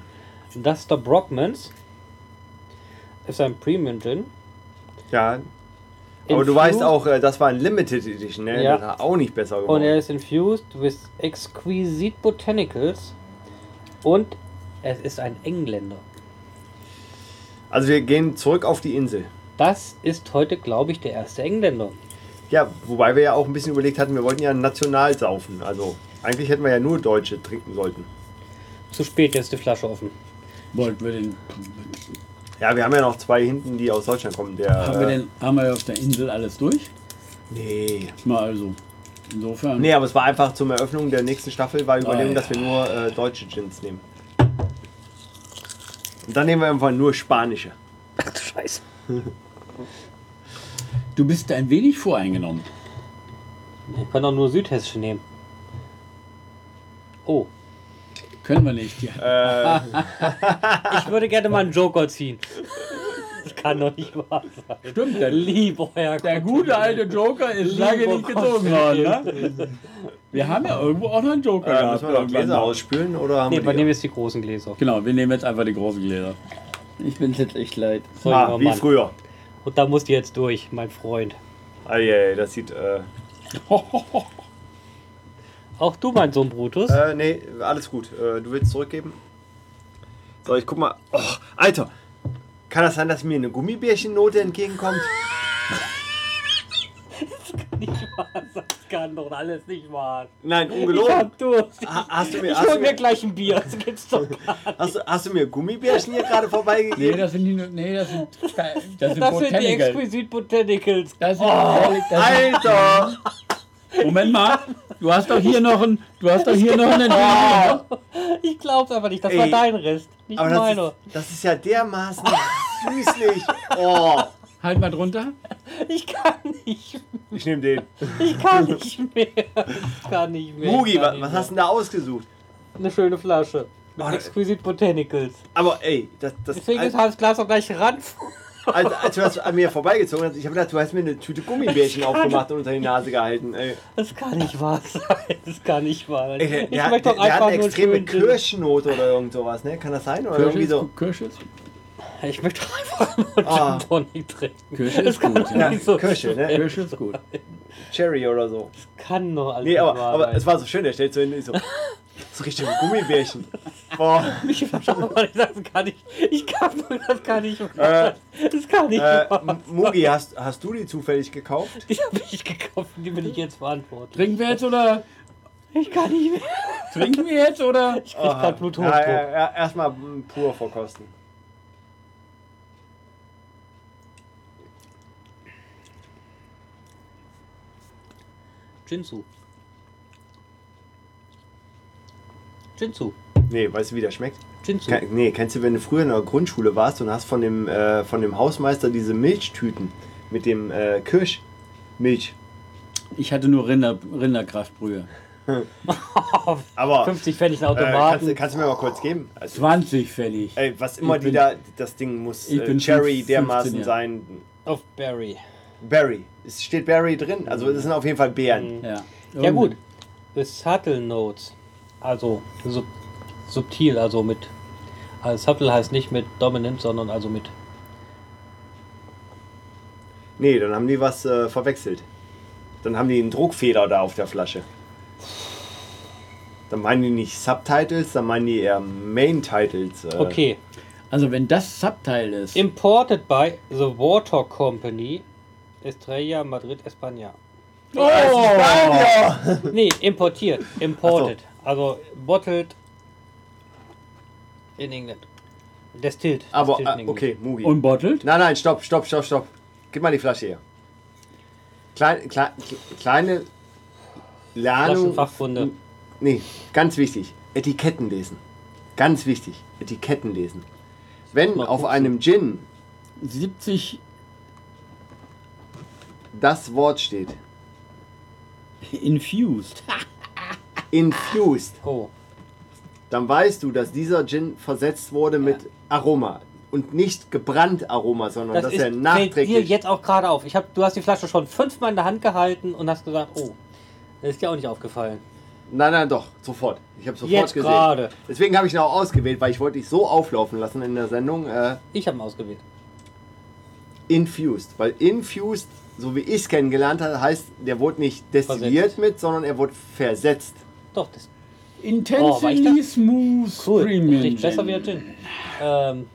Speaker 2: Das ist der Brockmans. Ist ein Premium Gin.
Speaker 1: Ja, aber du
Speaker 2: Infused-
Speaker 1: weißt auch, äh, das war ein Limited Edition, ne?
Speaker 2: Ja.
Speaker 1: Das hat auch nicht besser
Speaker 2: Und er
Speaker 1: geworden.
Speaker 2: ist infused with exquisite botanicals. Und es ist ein Engländer.
Speaker 1: Also wir gehen zurück auf die Insel.
Speaker 2: Das ist heute, glaube ich, der erste Engländer.
Speaker 1: Ja, wobei wir ja auch ein bisschen überlegt hatten, wir wollten ja national saufen. Also eigentlich hätten wir ja nur Deutsche trinken sollten.
Speaker 2: Zu spät, jetzt die Flasche offen.
Speaker 3: wollten wir den.
Speaker 1: Ja, wir haben ja noch zwei hinten, die aus Deutschland kommen. Der,
Speaker 3: Haben wir
Speaker 1: äh,
Speaker 3: denn haben wir auf der Insel alles durch?
Speaker 1: Nee.
Speaker 3: Mal also. Insofern.
Speaker 1: Nee, aber es war einfach zum Eröffnung der nächsten Staffel, war überlegen,
Speaker 3: ja.
Speaker 1: dass wir nur äh, deutsche Gins nehmen. Und dann nehmen wir einfach nur spanische. Äh,
Speaker 2: Ach du Scheiße.
Speaker 3: Du bist ein wenig voreingenommen.
Speaker 2: Wir können auch nur Südhessische nehmen. Oh.
Speaker 3: Können wir nicht. Ja.
Speaker 2: Ich würde gerne mal einen Joker ziehen. Das kann doch nicht wahr
Speaker 1: Äh,
Speaker 2: sein.
Speaker 3: Stimmt, der,
Speaker 2: Lieb, euer
Speaker 3: der
Speaker 2: Gott.
Speaker 3: gute alte Joker ist lange
Speaker 2: Lieber
Speaker 3: nicht gezogen worden. Ne? Wir haben ja irgendwo auch noch einen Joker
Speaker 1: Äh,
Speaker 3: gehabt.
Speaker 1: müssen wir noch
Speaker 3: irgendwann
Speaker 1: Gläser
Speaker 3: mal.
Speaker 1: ausspülen oder haben
Speaker 2: Nee, wir
Speaker 1: wir die?
Speaker 2: nehmen jetzt die großen Gläser.
Speaker 3: Genau, wir nehmen jetzt einfach die großen Gläser.
Speaker 7: Ich bin jetzt echt leid.
Speaker 2: So,
Speaker 1: Ah,
Speaker 2: junger
Speaker 1: wie
Speaker 2: Mann.
Speaker 1: früher.
Speaker 2: Und da musst du jetzt durch, mein Freund.
Speaker 1: Ah, ja, ja, das sieht. Äh,
Speaker 2: Auch du, mein Sohn Brutus.
Speaker 1: äh, nee, alles gut. Äh, du willst zurückgeben? So, ich guck mal. Oh, Alter! Kann das sein, dass mir eine Gummibärchennote entgegenkommt?
Speaker 2: Nicht wahr, das kann doch alles nicht wahr.
Speaker 1: Nein,
Speaker 2: Ich
Speaker 1: ungelogen.
Speaker 2: hab Durst.
Speaker 1: Ha- Hast du mir,
Speaker 2: Ich
Speaker 1: hast
Speaker 2: hol
Speaker 1: du
Speaker 2: mir
Speaker 1: mir,
Speaker 2: gleich ein Bier. Das gibt's doch gar nicht.
Speaker 1: hast, du- hast du mir Gummibärchen hier gerade vorbeigegeben?
Speaker 3: Nee, das sind die. Nee, das sind. Das sind,
Speaker 2: Das sind die
Speaker 3: Botanicals.
Speaker 2: Exquisite Botanicals.
Speaker 3: Das
Speaker 1: Oh,
Speaker 3: sind, das sind,
Speaker 1: Alter!
Speaker 3: Moment mal, du hast doch hier noch einen. Du hast doch hier noch einen.
Speaker 2: Genau. Ich glaub's aber nicht. Das
Speaker 1: Ey.
Speaker 2: war dein Rest. Nicht
Speaker 1: Aber das
Speaker 2: meiner.
Speaker 1: ist, das ist ja dermaßen süßlich. Oh,
Speaker 3: Halt mal drunter.
Speaker 2: Ich kann nicht.
Speaker 1: ich nehme den.
Speaker 2: Ich kann nicht mehr. Ich kann nicht mehr.
Speaker 1: Mugi,
Speaker 2: ich kann
Speaker 1: was,
Speaker 2: nicht
Speaker 1: was
Speaker 2: mehr.
Speaker 1: hast du denn da ausgesucht?
Speaker 2: Eine schöne Flasche. Mit
Speaker 1: Warte.
Speaker 2: Exquisite Botanicals.
Speaker 1: Aber ey, das, das
Speaker 2: Deswegen ist halt
Speaker 1: als,
Speaker 2: das Glas auch gleich ran.
Speaker 1: als, als du das an mir vorbeigezogen hast, ich habe gedacht, du hast mir eine Tüte Gummibärchen aufgemacht und unter die Nase gehalten. Ey,
Speaker 2: Das kann nicht wahr sein. Das kann nicht wahr sein.
Speaker 1: ey der,
Speaker 2: Ich
Speaker 1: der, hat-
Speaker 2: möchte
Speaker 1: der,
Speaker 2: doch
Speaker 1: der hat
Speaker 2: einfach
Speaker 1: eine
Speaker 2: nur
Speaker 1: extreme
Speaker 2: schön Gin.
Speaker 1: Kirschnote oder irgend sowas, ne? Kann das sein? Oder irgendwie so.
Speaker 3: Kirsche ist,
Speaker 2: Ich möchte doch einfach nur
Speaker 1: Ah.
Speaker 2: Gin Tonic trinken.
Speaker 3: Kirsche ist gut.
Speaker 1: Ja,
Speaker 3: Ja.
Speaker 2: Wieso?
Speaker 1: Kirsche, ne?
Speaker 3: Kirsche ist gut.
Speaker 1: Cherry oder so.
Speaker 2: Kann doch alles
Speaker 1: Nee,
Speaker 2: nicht
Speaker 1: aber,
Speaker 2: wahr
Speaker 1: aber
Speaker 2: sein.
Speaker 1: es war so schön, der stellt so hin, ich so. So richtig Gummibärchen. Boah.
Speaker 2: Ich verstehe aber nicht, das kann nicht. Ich kann das kann nicht.
Speaker 1: Äh,
Speaker 2: Das kann nicht.
Speaker 1: Äh,
Speaker 2: wahr sein.
Speaker 1: Mugi, hast, hast du die zufällig gekauft?
Speaker 2: die habe ich gekauft, die bin ich jetzt verantwortlich.
Speaker 3: Trinken wir jetzt oder.
Speaker 2: Ich kann nicht mehr.
Speaker 3: Trinken wir jetzt oder.
Speaker 2: Ich krieg grad Bluthochdruck.
Speaker 1: Ja, ja, ja, erstmal mm, pur vorkosten.
Speaker 2: Jinsu. Jinsu.
Speaker 1: Nee, weißt du, wie der schmeckt?
Speaker 2: Jinsu.
Speaker 1: Ke nee, kennst du, wenn du früher in der Grundschule warst und hast von dem, äh, von dem Hausmeister diese Milchtüten mit dem äh, Kirschmilch?
Speaker 3: Ich hatte nur Rinder, Rinderkraftbrühe.
Speaker 1: Aber
Speaker 2: 50 Pfennig einen
Speaker 1: äh, kannst,
Speaker 2: Automaten.
Speaker 1: du- kannst du mir mal kurz geben? Also,
Speaker 3: 20 Pfennig.
Speaker 1: ey, was immer
Speaker 3: Ich
Speaker 1: die
Speaker 3: bin-
Speaker 1: da, das Ding muss
Speaker 3: Ich
Speaker 1: äh,
Speaker 3: bin
Speaker 1: Cherry
Speaker 3: 15
Speaker 1: dermaßen
Speaker 3: Jahre.
Speaker 1: sein.
Speaker 2: auf Barry.
Speaker 1: Berry. Es steht Berry drin.
Speaker 3: Mhm.
Speaker 1: Also es sind auf jeden Fall Beeren.
Speaker 3: ja.
Speaker 2: Ja gut. Subtle Notes. Also sub subtil, also mit. Also subtle heißt nicht mit dominant, sondern also mit.
Speaker 1: Nee, dann haben die was äh, verwechselt. Dann haben die einen Druckfehler da auf der Flasche. Dann meinen die nicht Subtitles, dann meinen die eher Main Titles. Äh.
Speaker 2: Okay.
Speaker 3: Also wenn das Subteil ist.
Speaker 2: Imported by the Water Company, Estrella Madrid España. Oh! nee, importiert. Imported. Also bottled in England. Destilled.
Speaker 1: Aber
Speaker 2: Destilled in
Speaker 1: äh,
Speaker 2: England.
Speaker 1: okay, Mugi.
Speaker 3: Unbottled?
Speaker 1: nein, nein, stopp, stopp, stopp, stopp. Gib mal die Flasche her. Klein, klein, kleine Lernung.
Speaker 2: Flaschenfachkunde.
Speaker 1: Nee, ganz wichtig. Etiketten lesen. Ganz wichtig, Etiketten lesen. Wenn auf einem Gin
Speaker 3: 70
Speaker 1: das Wort steht,
Speaker 7: Infused.
Speaker 1: infused,
Speaker 2: Oh.
Speaker 1: dann weißt du, dass dieser Gin versetzt wurde mit Aroma. Und nicht gebrannt Aroma, sondern
Speaker 2: Das
Speaker 1: dass
Speaker 2: ist,
Speaker 1: er
Speaker 2: fällt dir
Speaker 1: nachträglich.
Speaker 2: jetzt auch gerade auf. Ich hab, du hast die Flasche schon fünfmal in der Hand gehalten und hast gesagt, oh, das ist dir auch nicht aufgefallen.
Speaker 1: Nein, nein, doch, sofort. Ich habe sofort
Speaker 2: Jetzt
Speaker 1: gesehen.
Speaker 2: gerade.
Speaker 1: Deswegen habe ich ihn auch ausgewählt, weil ich wollte dich so auflaufen lassen in der Sendung. Äh,
Speaker 2: Ich habe ihn ausgewählt.
Speaker 1: infused. Weil infused, so wie ich es kennengelernt habe, heißt, der wurde nicht destilliert
Speaker 2: Versetzt.
Speaker 1: mit, sondern er wurde versetzt.
Speaker 2: Doch, das Oh, war ich da?
Speaker 3: Intensely Smooth
Speaker 2: Cool.
Speaker 3: Premium
Speaker 2: Das riecht besser wie der
Speaker 3: Gin.
Speaker 2: Gin. Ähm,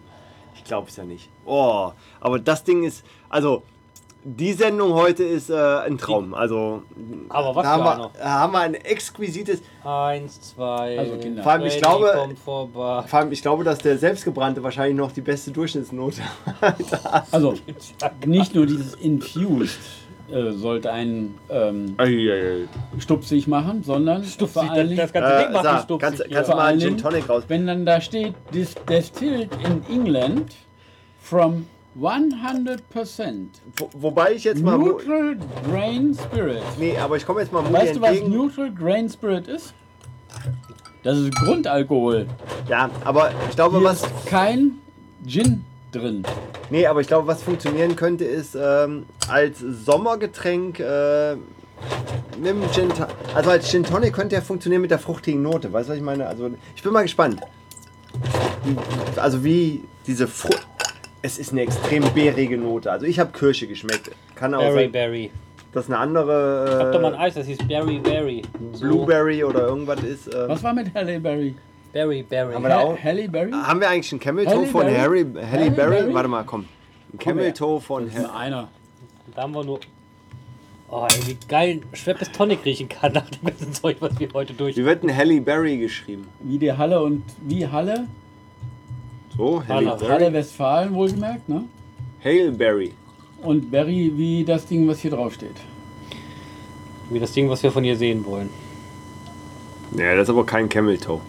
Speaker 1: Ich glaube es ja nicht. Oh, aber das Ding ist, also die Sendung heute ist äh, ein Traum. Also
Speaker 2: aber was
Speaker 1: da haben
Speaker 2: war
Speaker 1: wir,
Speaker 2: noch?
Speaker 1: haben wir ein exquisites.
Speaker 2: Eins, zwei.
Speaker 3: Also Kinder.
Speaker 1: Vor allem, ich
Speaker 2: Freddy
Speaker 1: glaube-
Speaker 2: kommt vorbei.
Speaker 1: Vor allem, ich glaube, dass der selbstgebrannte wahrscheinlich noch die beste Durchschnittsnote hat.
Speaker 3: Also nicht nur dieses Infused äh, sollte einen ähm, stupsig machen, sondern vor allen Dingen,
Speaker 2: Das ganze
Speaker 1: Äh,
Speaker 2: Ding macht
Speaker 1: so,
Speaker 2: mich stumpf.
Speaker 1: kannst-
Speaker 2: hier.
Speaker 1: kannst du
Speaker 3: vor
Speaker 1: mal
Speaker 3: allen
Speaker 1: einen Gin
Speaker 3: Dingen,
Speaker 1: Tonic raus-
Speaker 3: Wenn dann da steht, "Dis- distilled in England from 100%
Speaker 1: Wo, wobei ich jetzt mal. Mu-
Speaker 3: Neutral Grain Spirit.
Speaker 1: Nee, aber ich komme jetzt mal Mudi
Speaker 3: Weißt du, was
Speaker 1: entgegen.
Speaker 3: Neutral Grain Spirit ist? Das ist Grundalkohol.
Speaker 1: ja, aber ich glaube,
Speaker 3: Hier
Speaker 1: was.
Speaker 3: ist kein Gin drin.
Speaker 1: Nee, aber ich glaube, was funktionieren könnte, ist ähm, als Sommergetränk äh, mit dem Gin Ton- Also als Gin Tonic könnte er funktionieren mit der fruchtigen Note. Weißt du, was ich meine? Also ich bin mal gespannt. Also wie diese Frucht. Es ist eine extrem beerige Note. Also ich habe Kirsche geschmeckt. Kann auch
Speaker 2: Berry,
Speaker 1: sein,
Speaker 2: Berry.
Speaker 1: dass eine
Speaker 2: Ich hab doch mal ein
Speaker 1: andere
Speaker 2: Eis, das hieß Berry, Berry.
Speaker 1: äh, Blueberry oder irgendwas ist. Äh,
Speaker 3: Was war mit Halle Berry?
Speaker 2: Berry, Berry.
Speaker 1: Aber da auch-
Speaker 3: Halle Berry?
Speaker 1: haben wir eigentlich einen Camel-Toe
Speaker 3: Halle
Speaker 1: von
Speaker 3: Berry?
Speaker 1: Harry,
Speaker 3: Halle
Speaker 1: Halle Berry?
Speaker 3: Berry?
Speaker 1: Warte mal, komm. Ein Camel-Toe von
Speaker 3: Das ist
Speaker 1: Harry.
Speaker 3: einer.
Speaker 2: Da haben wir nur. Oh, ey, wie geil Schweppes Tonic riechen kann nach dem ganzen Zeug, was wir heute durch.
Speaker 1: Wie wird ein Halle Berry geschrieben?
Speaker 3: Wie die Halle und wie Halle?
Speaker 1: So, Halle
Speaker 2: Hallo.
Speaker 1: Berry.
Speaker 3: Halle Westfalen wohlgemerkt, ne?
Speaker 1: Haleberry.
Speaker 3: Und Berry wie das Ding, was hier drauf steht.
Speaker 2: Wie das Ding, was wir von ihr sehen wollen.
Speaker 1: Ja, das ist aber kein Camel Toe.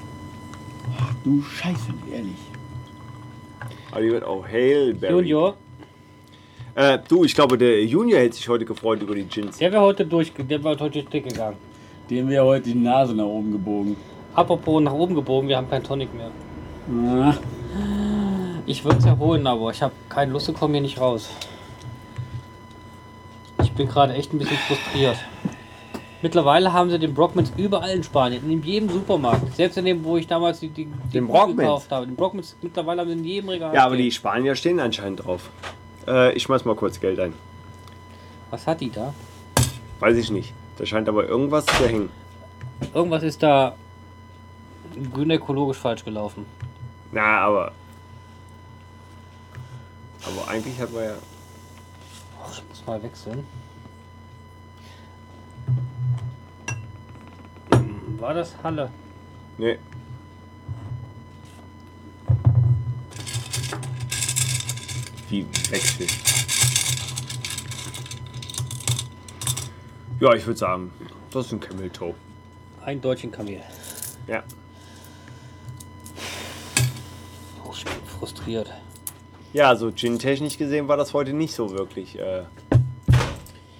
Speaker 3: Du Scheiße, ehrlich.
Speaker 1: Aber die wird auch Haleberry.
Speaker 2: Junior,
Speaker 1: Äh, du, ich glaube, der Junior hätte sich heute gefreut über die Gins.
Speaker 2: der wäre heute durch, der wäre heute durch dick gegangen.
Speaker 3: Dem wäre heute die Nase nach oben gebogen.
Speaker 2: Apropos nach oben gebogen, wir haben keinen Tonic mehr.
Speaker 3: Ah,
Speaker 2: Ich würde es ja holen, aber ich habe keine Lust, ich komme hier nicht raus. Ich bin gerade echt ein bisschen frustriert. Mittlerweile haben sie den Brockmans überall in Spanien, in jedem Supermarkt. Selbst in dem, wo ich damals die, die, die
Speaker 1: Den
Speaker 2: Kuh
Speaker 1: Brockmans?
Speaker 2: gekauft habe. Den Brockmans mittlerweile haben sie in jedem Regal.
Speaker 1: Ja, aber die
Speaker 2: stehen.
Speaker 1: Spanier stehen anscheinend drauf. Äh, ich schmeiß mal kurz Geld ein.
Speaker 2: Was hat die da?
Speaker 1: Weiß ich nicht. Da scheint aber irgendwas zu hängen.
Speaker 2: Irgendwas ist da gynäkologisch falsch gelaufen.
Speaker 1: Na, aber. Aber eigentlich hat man ja.
Speaker 2: Oh, ich muss mal wechseln. War das Halle?
Speaker 1: Nee. Wie wechseln. Ja, ich würde sagen, das ist ein Camel Toe.
Speaker 2: Ein deutschen Kamel.
Speaker 1: Ja.
Speaker 2: Oh, ich bin frustriert.
Speaker 1: Ja, so gin-technisch gesehen war das heute nicht so wirklich. Äh.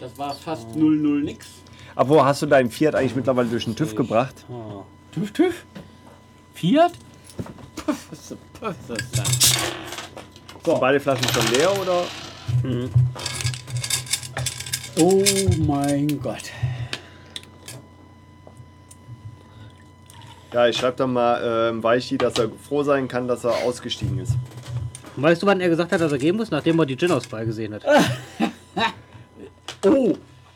Speaker 3: das war fast 00 nix.
Speaker 1: Obwohl, hast du deinen Fiat eigentlich mittlerweile durch den TÜV gebracht?
Speaker 3: Tüff, tüff. Fiat? Puff, was ist das- was ist das
Speaker 1: Sind beide Flaschen schon leer oder?
Speaker 3: denn? Oh mein Gott.
Speaker 1: Ja, ich schreibe dann mal ähm, Weichi, dass er froh sein kann, dass er ausgestiegen ist.
Speaker 2: Weißt du, wann er gesagt hat, dass er gehen muss? Nachdem er die Gin-Auswahl gesehen hat.
Speaker 3: Oh,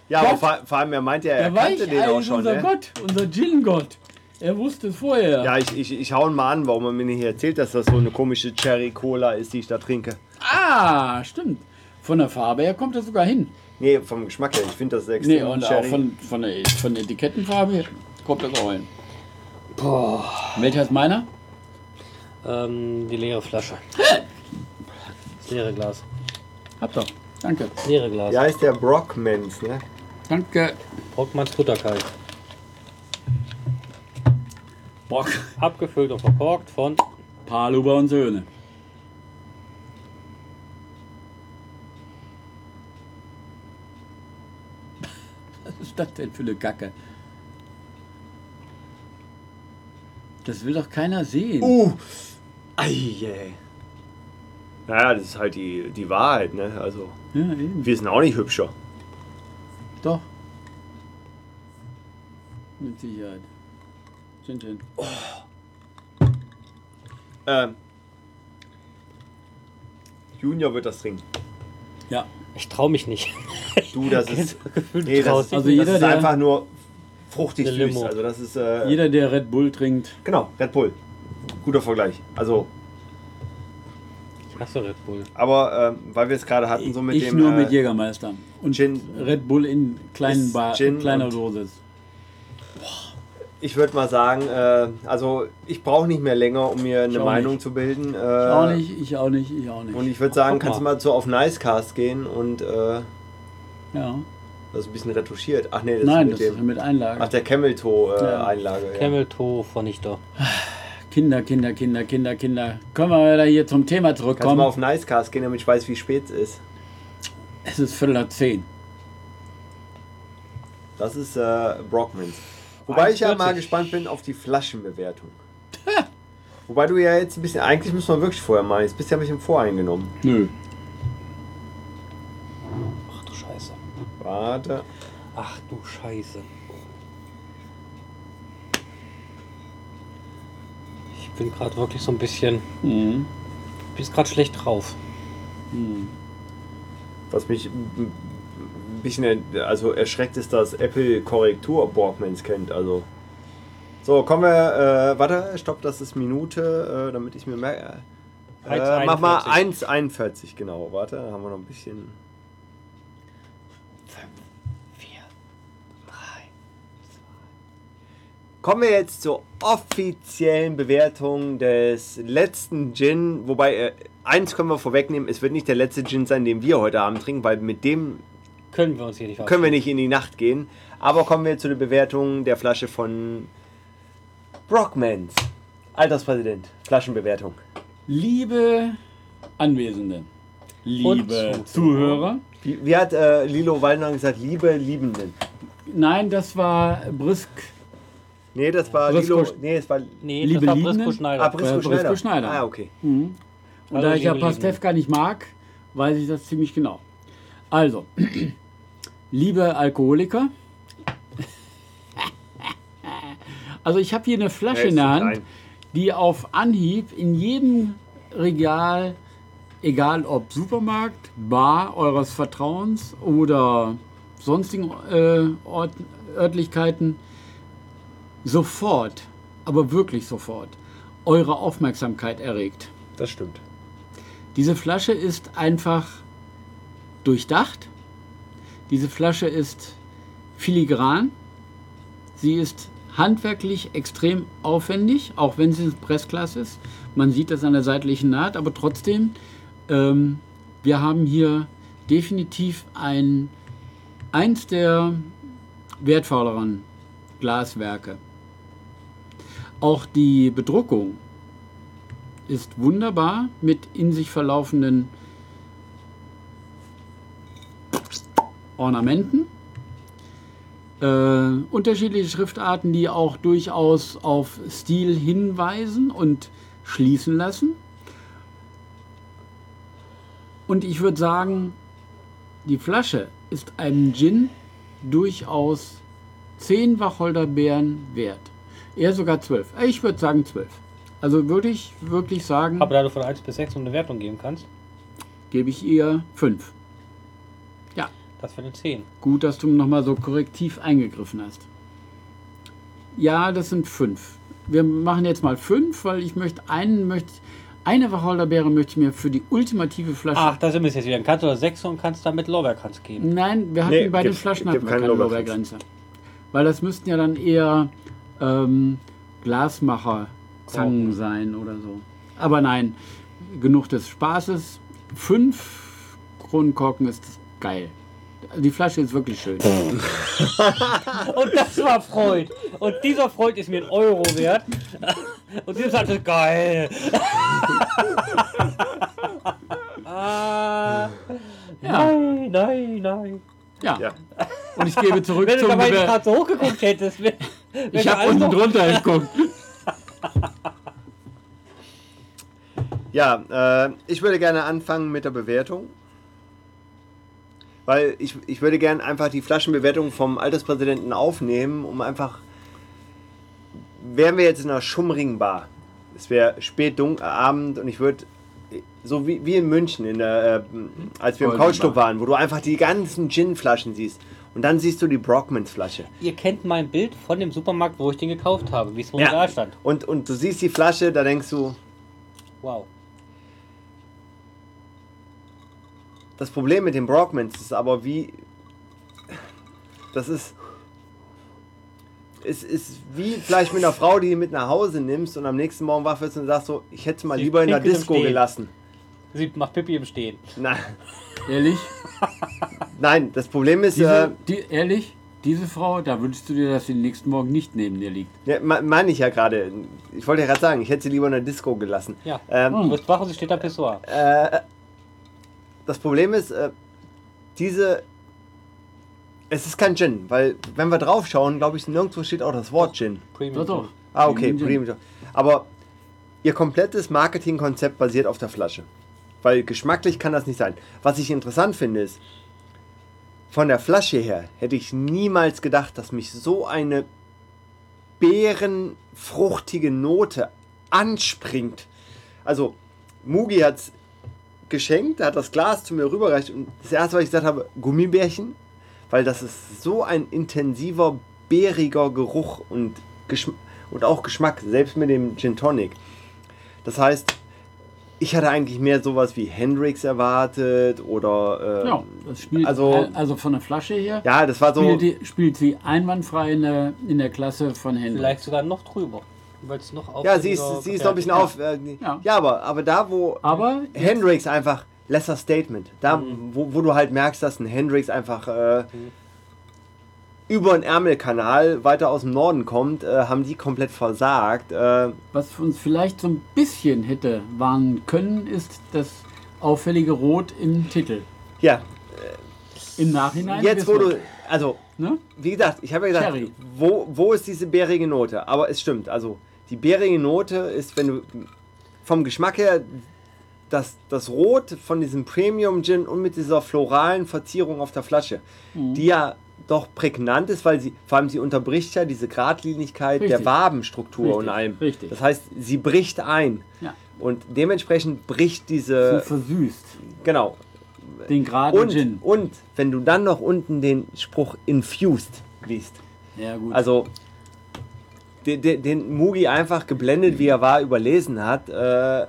Speaker 1: Ja, aber
Speaker 3: Gott.
Speaker 1: vor, vor allem, er meinte ja, er
Speaker 3: da war ich
Speaker 1: kannte den auch
Speaker 3: eigentlich
Speaker 1: schon.
Speaker 3: also
Speaker 1: Ne?
Speaker 3: unser Gott, unser Gin-Gott. Er wusste es vorher.
Speaker 1: Ja, ich, ich, ich hau ihn mal an, warum er mir nicht erzählt, dass das so eine komische Cherry-Cola ist, die ich da trinke.
Speaker 3: Ah, stimmt. Von der Farbe her kommt er sogar hin.
Speaker 1: Nee, vom Geschmack her. Ich finde das extrem
Speaker 3: Nee, und auch
Speaker 1: Cherry.
Speaker 3: von, von, der, von der Etikettenfarbe her kommt das auch hin. Boah. Welcher ist meiner?
Speaker 2: ähm, die leere Flasche. Das leere Glas.
Speaker 3: Habt ihr. Danke.
Speaker 2: Das leere Glas.
Speaker 1: ja, ist der Brockmans, ne?
Speaker 3: Danke.
Speaker 2: Brockmanns Butterkalk.
Speaker 3: Bock.
Speaker 2: Abgefüllt und verkorkt von
Speaker 3: Paluber und Söhne. Was ist das denn für eine Kacke? Das will doch keiner sehen.
Speaker 1: Uh! Eieiei. Naja, das ist halt die, die Wahrheit, ne? Also,
Speaker 3: Ja, eben.
Speaker 1: wir sind auch nicht hübscher.
Speaker 3: Doch. Mit Sicherheit. Chin Chin.
Speaker 1: Ähm. Junior wird das trinken.
Speaker 3: Ja.
Speaker 2: Ich trau mich nicht.
Speaker 1: Du, das ist. Nee,
Speaker 2: du
Speaker 1: das, ist-
Speaker 2: traust dich
Speaker 1: das
Speaker 3: nicht. Also
Speaker 1: ist
Speaker 3: jeder, der-
Speaker 1: einfach nur fruchtig
Speaker 2: Eine
Speaker 1: süß.
Speaker 2: Limo.
Speaker 1: Also, das ist. Äh,
Speaker 3: Jeder, der Red Bull trinkt,
Speaker 1: Genau, Red Bull. Guter Vergleich. Also,
Speaker 2: Ich hasse Red Bull.
Speaker 1: aber ähm, weil wir es gerade hatten, so mit
Speaker 3: ich
Speaker 1: dem.
Speaker 3: nur mit
Speaker 1: äh,
Speaker 3: Jägermeister. Und
Speaker 1: Gin.
Speaker 3: Red Bull in kleinen
Speaker 1: Ist
Speaker 3: Bar,
Speaker 1: Gin
Speaker 3: kleiner
Speaker 1: und-
Speaker 3: Dosis.
Speaker 1: Ich würde mal sagen, äh, also ich brauche nicht mehr länger, um mir eine
Speaker 3: auch
Speaker 1: Meinung zu bilden. Äh,
Speaker 3: Ich auch nicht, ich auch nicht, ich auch nicht.
Speaker 1: Und ich würde sagen,
Speaker 2: Guck
Speaker 1: kannst du
Speaker 2: mal.
Speaker 1: mal zu auf Nicecast gehen und äh,
Speaker 3: ja.
Speaker 1: das ist ein bisschen retuschiert. Ach nee, das
Speaker 3: Nein,
Speaker 1: ist
Speaker 3: das
Speaker 1: mit
Speaker 3: ist
Speaker 1: dem.
Speaker 3: mit Einlage.
Speaker 1: Ach, der Cameltoe-Einlage.
Speaker 3: Ja.
Speaker 1: Äh, Einlage, ja.
Speaker 2: Camel Toe Vernichter.
Speaker 3: Kinder, Kinder, Kinder, Kinder, Kinder. Können wir wieder hier zum Thema
Speaker 1: Kannst du mal
Speaker 3: zurückkommen?
Speaker 1: auf Nicecast gehen, damit ich weiß, wie spät es ist.
Speaker 3: Es ist Viertel nach zehn.
Speaker 1: Das ist äh, Brockmans. Wobei ich ja mal gespannt bin auf die Flaschenbewertung. Wobei du ja jetzt ein bisschen, eigentlich müssen wir wirklich vorher mal, jetzt bist du ja ein bisschen voreingenommen.
Speaker 3: Nö.
Speaker 2: Ach du Scheiße.
Speaker 1: Warte.
Speaker 2: Ach du Scheiße. Ich bin gerade wirklich so ein bisschen.
Speaker 3: Mhm.
Speaker 2: Bist gerade schlecht drauf.
Speaker 3: Mhm.
Speaker 1: Was mich ein bisschen er- also erschreckt ist, dass Apple Korrektur Borgmans kennt. Also. So, kommen wir. Äh, warte, stopp, das ist Minute, äh, damit ich mir merke. Äh, mach mal 1,41, genau. Warte, da haben wir noch ein bisschen.
Speaker 2: 4, 3.
Speaker 1: Kommen wir jetzt zur offiziellen Bewertung des letzten Gin. Wobei, äh, eins können wir vorwegnehmen: es wird nicht der letzte Gin sein, den wir heute Abend trinken, weil mit dem
Speaker 2: Können wir uns hier nicht
Speaker 1: können wir nicht in die Nacht gehen. Aber kommen wir zu der Bewertung der Flasche von Brockmans. Alterspräsident, Flaschenbewertung.
Speaker 3: Liebe Anwesende, liebe
Speaker 2: Und
Speaker 3: Zuhörer.
Speaker 1: Wie, wie hat äh, Lilo Wallner gesagt? Liebe Liebenden.
Speaker 3: Nein, das war Brisk.
Speaker 1: Nee, das war
Speaker 3: Brisco-
Speaker 1: Lilo. Nee, es war
Speaker 2: Nee,
Speaker 3: Liebe
Speaker 2: das war
Speaker 3: Liebenden?
Speaker 2: Brisco Schneider.
Speaker 1: ah, Brisco
Speaker 3: Äh, Brisco
Speaker 1: Schneider.
Speaker 3: Schneider.
Speaker 1: Ah, okay.
Speaker 3: Mhm.
Speaker 1: Also
Speaker 3: Und
Speaker 2: Hallo,
Speaker 3: da ich ja
Speaker 2: liebe Lieben.
Speaker 3: Pastewka nicht mag, weiß ich das ziemlich genau. Also, liebe Alkoholiker, also ich habe hier eine Flasche
Speaker 1: Nee,
Speaker 3: in der
Speaker 1: ist
Speaker 3: Hand,
Speaker 1: klein.
Speaker 3: die auf Anhieb in jedem Regal, egal ob Supermarkt, Bar eures Vertrauens oder sonstigen äh, Ort, Örtlichkeiten, sofort, aber wirklich sofort, eure Aufmerksamkeit erregt.
Speaker 1: Das stimmt.
Speaker 3: Diese Flasche ist einfach durchdacht. Diese Flasche ist filigran. Sie ist handwerklich extrem aufwendig, auch wenn sie ein Pressglas ist. Man sieht das an der seitlichen Naht, aber trotzdem, ähm, wir haben hier definitiv ein, eins der wertvolleren Glaswerke. Auch die Bedruckung ist wunderbar mit in sich verlaufenden Ornamenten. Äh, unterschiedliche Schriftarten, die auch durchaus auf Stil hinweisen und schließen lassen. Und ich würde sagen, die Flasche ist einem Gin durchaus 10 Wacholderbeeren wert. Eher sogar 12. Äh, Ich würde sagen 12. Also würde ich wirklich sagen,
Speaker 2: Aber da du von 1 bis 6 eine Wertung geben kannst,
Speaker 3: gebe ich ihr 5.
Speaker 2: das wäre eine 10.
Speaker 3: Gut, dass du nochmal so korrektiv eingegriffen hast. Ja, das sind fünf. Wir machen jetzt mal fünf, weil ich möchte einen, möchte, eine Wacholderbeere möchte ich mir für die ultimative Flasche.
Speaker 1: Ah.
Speaker 2: Ach, da sind wir jetzt wieder. Dann kannst du 6 und kannst damit Lorbeerkranz geben.
Speaker 3: Nein, wir hatten
Speaker 1: Nee,
Speaker 3: bei den
Speaker 1: gibt's-
Speaker 3: Flaschen
Speaker 1: gibt
Speaker 3: hatten wir
Speaker 1: keine
Speaker 3: keine
Speaker 1: Lorbeergrenze.
Speaker 3: Lorbeergrenze. Weil das müssten ja dann eher ähm, Glasmacher-Zangen
Speaker 1: Oh.
Speaker 2: Korken.
Speaker 3: sein oder so. Aber nein, genug des Spaßes. Fünf Kronkorken ist geil. Die Flasche ist wirklich schön.
Speaker 2: Und das war Freud. Und dieser Freud ist mir ein Euro wert. Und sie sagte, geil. ah,
Speaker 3: Ja,
Speaker 2: nein, nein, nein.
Speaker 3: ja.
Speaker 1: Ja.
Speaker 3: Und ich gebe zurück
Speaker 2: Wenn du
Speaker 3: zum
Speaker 2: dabei nicht
Speaker 3: Gewehr.
Speaker 2: gerade so hochgeguckt hättest, wär, wär
Speaker 3: Ich
Speaker 2: mir
Speaker 3: habe
Speaker 2: alles
Speaker 3: unten
Speaker 2: noch-
Speaker 3: drunter geguckt.
Speaker 1: Ja, äh, ich würde gerne anfangen mit der Bewertung. Weil ich, ich würde gerne einfach die Flaschenbewertung vom Alterspräsidenten aufnehmen, um einfach. Wären wir jetzt in einer schummrigen Bar. Es wäre spät dunkel, Abend und ich würde. So wie, wie in München, in der, äh, als wir im
Speaker 3: Goldene
Speaker 1: Couchclub
Speaker 3: Bar.
Speaker 1: waren, wo du einfach die ganzen Gin-Flaschen siehst. Und dann siehst du die Brockmans-Flasche.
Speaker 2: Ihr kennt mein Bild von dem Supermarkt, wo ich den gekauft habe, wie es vom Regal stand.
Speaker 1: Und, und du siehst die Flasche, da denkst du,
Speaker 2: Wow.
Speaker 1: Das Problem mit den Brockmans ist aber wie. Das ist. Es ist wie vielleicht mit einer Frau, die du mit nach Hause nimmst und am nächsten Morgen wach wirst und sagst so, ich hätte sie mal
Speaker 2: Sie
Speaker 1: lieber in der
Speaker 2: pinkelt im
Speaker 1: Disco
Speaker 2: Stehen.
Speaker 1: gelassen.
Speaker 2: Sie macht Pippi im Stehen.
Speaker 1: Nein,
Speaker 3: Ehrlich?
Speaker 1: nein, das Problem ist, äh,
Speaker 3: Diese, die, ehrlich? Diese Frau, da wünschst du dir, dass sie den nächsten Morgen nicht neben dir liegt.
Speaker 1: ja, me- meine ich ja gerade. Ich wollte ja gerade sagen, ich hätte sie lieber in der Disco gelassen.
Speaker 2: Ja.
Speaker 1: Ähm, äh,
Speaker 2: Du wirst wach und sie steht am Pissoir.
Speaker 1: das Problem ist, äh, diese. Es ist kein Gin, weil wenn wir drauf schauen, glaube ich, nirgendwo steht auch das Wort Gin.
Speaker 2: Premium.
Speaker 3: Doch, doch.
Speaker 1: Ah, okay,
Speaker 3: Gin.
Speaker 1: Premium. Aber ihr komplettes Marketingkonzept basiert auf der Flasche. Weil geschmacklich kann das nicht sein. Was ich interessant finde, ist, von der Flasche her hätte ich niemals gedacht, dass mich so eine beerenfruchtige Note anspringt. Also, Mugi hat es geschenkt, hat das Glas zu mir rübergereicht und das erste, was ich gesagt habe, Gummibärchen, weil das ist so ein intensiver, bäriger Geruch und, Geschm und auch Geschmack, selbst mit dem Gin Tonic. Das heißt, ich hatte eigentlich mehr sowas wie Hendrix erwartet oder. Äh,
Speaker 3: Ja, das spielt,
Speaker 1: also-
Speaker 3: also, also von der Flasche her
Speaker 1: ja, also- das war so.
Speaker 3: spielt, die, spielt sie einwandfrei in der, in der Klasse von Händler.
Speaker 2: Vielleicht sogar noch drüber. Weil es noch auf
Speaker 1: Ja, sie ist, sie ist noch ein bisschen auf. Äh, ja.
Speaker 3: Ja.
Speaker 1: aber, aber da, wo
Speaker 3: Aber
Speaker 1: Hendrix einfach lesser Statement, da, wo, wo du halt merkst, dass ein Hendrix einfach äh, über den Ärmelkanal weiter aus dem Norden kommt, äh, haben die komplett versagt. Äh,
Speaker 3: was uns vielleicht so ein bisschen hätte warnen können, ist das auffällige Rot im Titel.
Speaker 1: ja,
Speaker 3: Im Nachhinein.
Speaker 1: jetzt wo
Speaker 3: wissen
Speaker 1: du. Also,
Speaker 3: wir, Ne?
Speaker 1: wie gesagt, ich habe ja gesagt,
Speaker 3: Sherry.
Speaker 1: wo, wo ist diese bärige Note? Aber es stimmt, also die bärige Note ist, wenn du vom Geschmack her das, das Rot von diesem Premium Gin und mit dieser floralen Verzierung auf der Flasche,
Speaker 3: Mhm.
Speaker 1: die ja doch prägnant ist, weil sie, vor allem sie unterbricht ja diese Gradlinigkeit der
Speaker 3: Richtig.
Speaker 1: Wabenstruktur und
Speaker 3: Richtig,
Speaker 1: allem.
Speaker 3: richtig.
Speaker 1: Das heißt, sie bricht ein.
Speaker 3: Ja.
Speaker 1: Und dementsprechend bricht
Speaker 3: Du
Speaker 1: diese,
Speaker 3: versüßt
Speaker 1: genau,
Speaker 3: den geraden
Speaker 1: und,
Speaker 3: Gin.
Speaker 1: und wenn du dann noch unten den Spruch infused liest,
Speaker 3: Ja, gut.
Speaker 1: also den, den, den Mugi einfach geblendet, wie er war, überlesen hat, äh,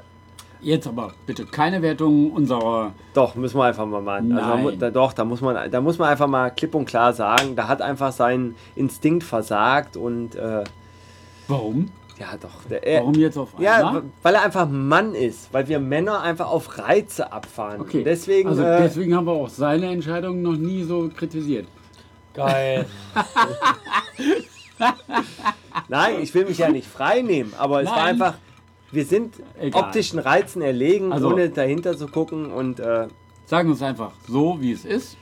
Speaker 3: jetzt aber bitte keine Wertung unserer.
Speaker 1: doch, müssen wir einfach mal machen. Also, da mu-
Speaker 3: Nein.
Speaker 1: da, doch, da muss, man, da muss man einfach mal klipp und klar sagen, da hat einfach sein Instinkt versagt und äh,
Speaker 3: Warum?
Speaker 1: ja, doch. Der, er,
Speaker 3: Warum jetzt auf einmal?
Speaker 1: Ja, w- weil er einfach Mann ist, weil wir Männer einfach auf Reize abfahren.
Speaker 3: Okay.
Speaker 1: Deswegen,
Speaker 3: also
Speaker 1: äh,
Speaker 3: deswegen haben wir auch seine Entscheidung noch nie so kritisiert.
Speaker 2: Geil.
Speaker 1: nein, ich will mich ja nicht frei nehmen, aber es war
Speaker 3: Nein.
Speaker 1: einfach, wir sind
Speaker 3: Egal.
Speaker 1: optischen Reizen erlegen,
Speaker 3: Also-
Speaker 1: ohne dahinter zu gucken und äh,
Speaker 3: Sagen wir es einfach so, wie es ist.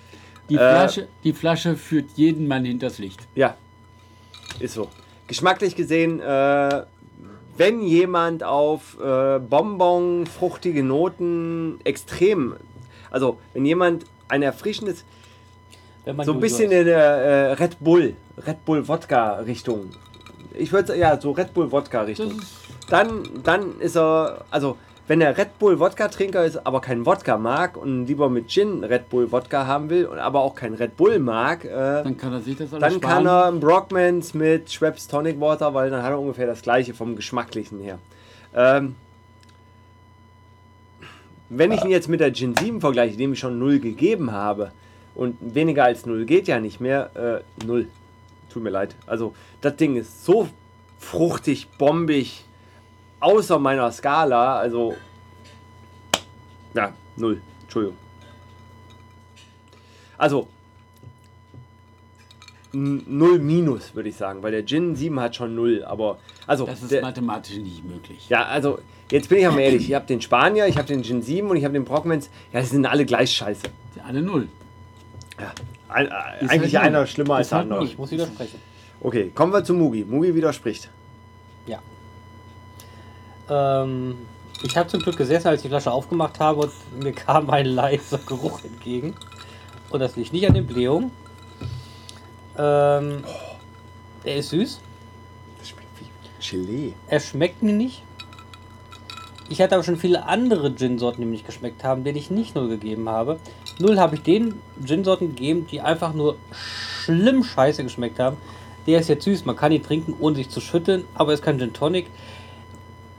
Speaker 3: Die Flasche, die Flasche führt jeden Mann hinters Licht.
Speaker 1: Ja, ist so. Geschmacklich gesehen, äh, wenn jemand auf äh, Bonbon, fruchtige Noten, extrem, also wenn jemand ein erfrischendes,
Speaker 2: Wenn man
Speaker 1: so ein
Speaker 2: Junior
Speaker 1: bisschen
Speaker 2: ist.
Speaker 1: in der äh, Red Bull, Red Bull Wodka Richtung, ich würde ja so Red Bull Wodka
Speaker 3: Das
Speaker 1: Richtung,
Speaker 3: ist,
Speaker 1: dann, dann ist er, also wenn er Red Bull Wodka Trinker ist, aber keinen Wodka mag und lieber mit Gin Red Bull Wodka haben will und aber auch keinen Red Bull mag, äh,
Speaker 3: dann kann er sich das alles
Speaker 1: dann
Speaker 3: sparen.
Speaker 1: kann er einen Brockmans mit Schweppes Tonic Water, weil dann hat er ungefähr das gleiche vom Geschmacklichen her. Ähm, wenn ich ihn jetzt mit der Gin 7 vergleiche, dem ich schon 0 gegeben habe, und weniger als 0 geht ja nicht mehr, äh, 0. Tut mir leid. Also das Ding ist so fruchtig, bombig, außer meiner Skala, also... Ja, 0. Entschuldigung. Also, n- null minus, würde ich sagen, weil der Gin 7 hat schon null. Aber, also,
Speaker 3: Das ist
Speaker 1: der,
Speaker 3: mathematisch nicht möglich.
Speaker 1: ja, also, jetzt bin ich aber ehrlich. Ich habe den Spanier, ich habe den Gin 7 und ich habe den Brockmans. Ja, die sind alle gleich scheiße.
Speaker 3: Alle null.
Speaker 1: Ein, äh,
Speaker 3: Ist
Speaker 1: eigentlich
Speaker 3: halt
Speaker 1: einer
Speaker 3: null.
Speaker 1: schlimmer als
Speaker 3: Ist
Speaker 1: der
Speaker 3: halt
Speaker 1: andere.
Speaker 3: null.
Speaker 2: Ich muss widersprechen.
Speaker 1: Okay, kommen wir zu Mugi. Mugi widerspricht.
Speaker 2: Ähm, ich habe zum Glück gesessen, als ich die Flasche aufgemacht habe und mir kam ein leiser Geruch entgegen. Und das liegt nicht an dem Blähung. Ähm, der ist süß.
Speaker 1: Das schmeckt wie Chili.
Speaker 2: Er schmeckt mir nicht. Ich hatte aber schon viele andere Gin-Sorten, die mir nicht geschmeckt haben, denen ich nicht null gegeben habe. Null habe ich den Gin-Sorten gegeben, die einfach nur schlimm scheiße geschmeckt haben. Der ist jetzt süß, man kann ihn trinken, ohne sich zu schütteln, aber es ist kein Gin Tonic.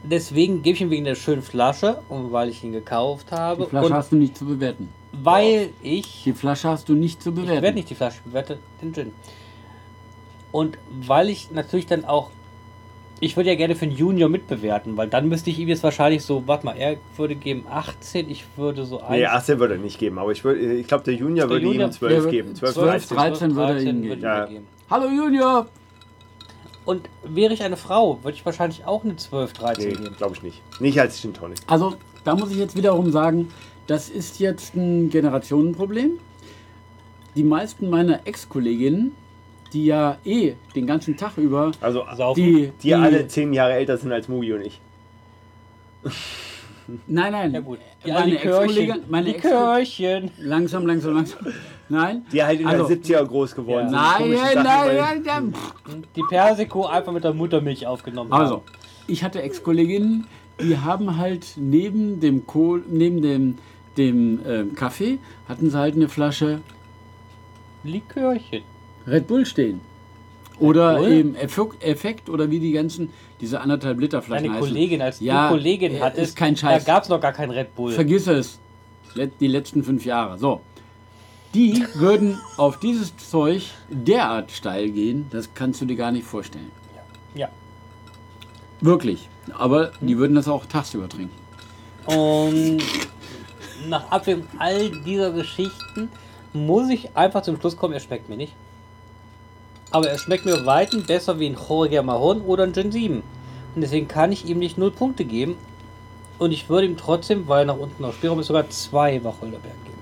Speaker 2: Deswegen gebe ich ihn wegen der schönen Flasche und weil ich ihn gekauft habe.
Speaker 3: Die Flasche
Speaker 2: Und
Speaker 3: hast du nicht zu bewerten.
Speaker 2: weil ich.
Speaker 3: Die Flasche hast du nicht zu
Speaker 2: Ich werde
Speaker 3: bewerten.
Speaker 2: nicht die Flasche, ich werde den Gin. Und weil ich natürlich dann auch. Ich würde ja gerne für den Junior mitbewerten, weil dann müsste ich ihm jetzt wahrscheinlich so, warte mal, er würde geben 18, ich würde so 1.
Speaker 1: Nee, 18 würde er nicht geben, aber ich, würd- äh, ich glaube, der Junior
Speaker 2: Der
Speaker 1: würde
Speaker 2: Junior-
Speaker 1: ihm 12
Speaker 3: der-
Speaker 1: geben. 12,
Speaker 3: 12,
Speaker 1: 13.
Speaker 3: 13 würde er ihm geben.
Speaker 1: Ja.
Speaker 2: geben.
Speaker 3: Hallo Junior!
Speaker 2: Und wäre ich eine Frau, würde ich wahrscheinlich auch eine 12, 13
Speaker 1: Nee,
Speaker 2: geben.
Speaker 1: glaube ich nicht. Nicht als Gin Tonic.
Speaker 3: Also, da muss ich jetzt wiederum sagen, das ist jetzt ein Generationenproblem. Die meisten meiner Ex-Kolleginnen, die ja eh den ganzen Tag über
Speaker 1: Also,
Speaker 2: Saufen.
Speaker 3: die,
Speaker 1: die alle 10 Jahre älter sind als Mugi und ich.
Speaker 3: Nein, nein.
Speaker 2: Ja gut.
Speaker 3: meine Ex-Kollegin, meine
Speaker 2: Die
Speaker 3: Ex
Speaker 2: Kirchen.
Speaker 3: langsam, langsam, langsam. Nein.
Speaker 1: Die halt in
Speaker 3: Also-
Speaker 1: den 70er groß geworden
Speaker 2: Ja.
Speaker 1: sind.
Speaker 3: Nein,
Speaker 1: Komische
Speaker 3: nein,
Speaker 1: Sachen, weil-
Speaker 3: nein, nein.
Speaker 2: Die Persico einfach mit der Muttermilch aufgenommen.
Speaker 3: Also,
Speaker 2: haben.
Speaker 3: ich hatte Ex-Kolleginnen, die haben halt neben dem Kohl, neben dem, dem ähm, Kaffee, hatten sie halt eine Flasche
Speaker 2: Likörchen.
Speaker 3: Red Bull stehen. Oder
Speaker 2: Bull?
Speaker 3: eben Effekt, Effekt oder wie die ganzen, diese anderthalb Liter Flaschen
Speaker 2: Deine
Speaker 3: heißen.
Speaker 2: Kollegin, als
Speaker 3: Ja,
Speaker 2: du Kollegin
Speaker 3: äh,
Speaker 2: hattest,
Speaker 3: ist kein Scheiß.
Speaker 2: da gab es noch gar kein Red Bull.
Speaker 3: Vergiss es. Let- Die letzten fünf Jahre. So. Die würden auf dieses Zeug derart steil gehen, das kannst du dir gar nicht vorstellen.
Speaker 2: Ja.
Speaker 3: Wirklich. Aber die würden das auch tagsüber trinken.
Speaker 2: Und nach Abwägung all dieser Geschichten muss ich einfach zum Schluss kommen, er schmeckt mir nicht. Aber er schmeckt mir weiten besser wie ein Jorge Mahon oder ein Gen 7. Und deswegen kann ich ihm nicht null Punkte geben. Und ich würde ihm trotzdem, weil nach unten noch Spielraum ist, sogar zwei Wacholderbeeren geben.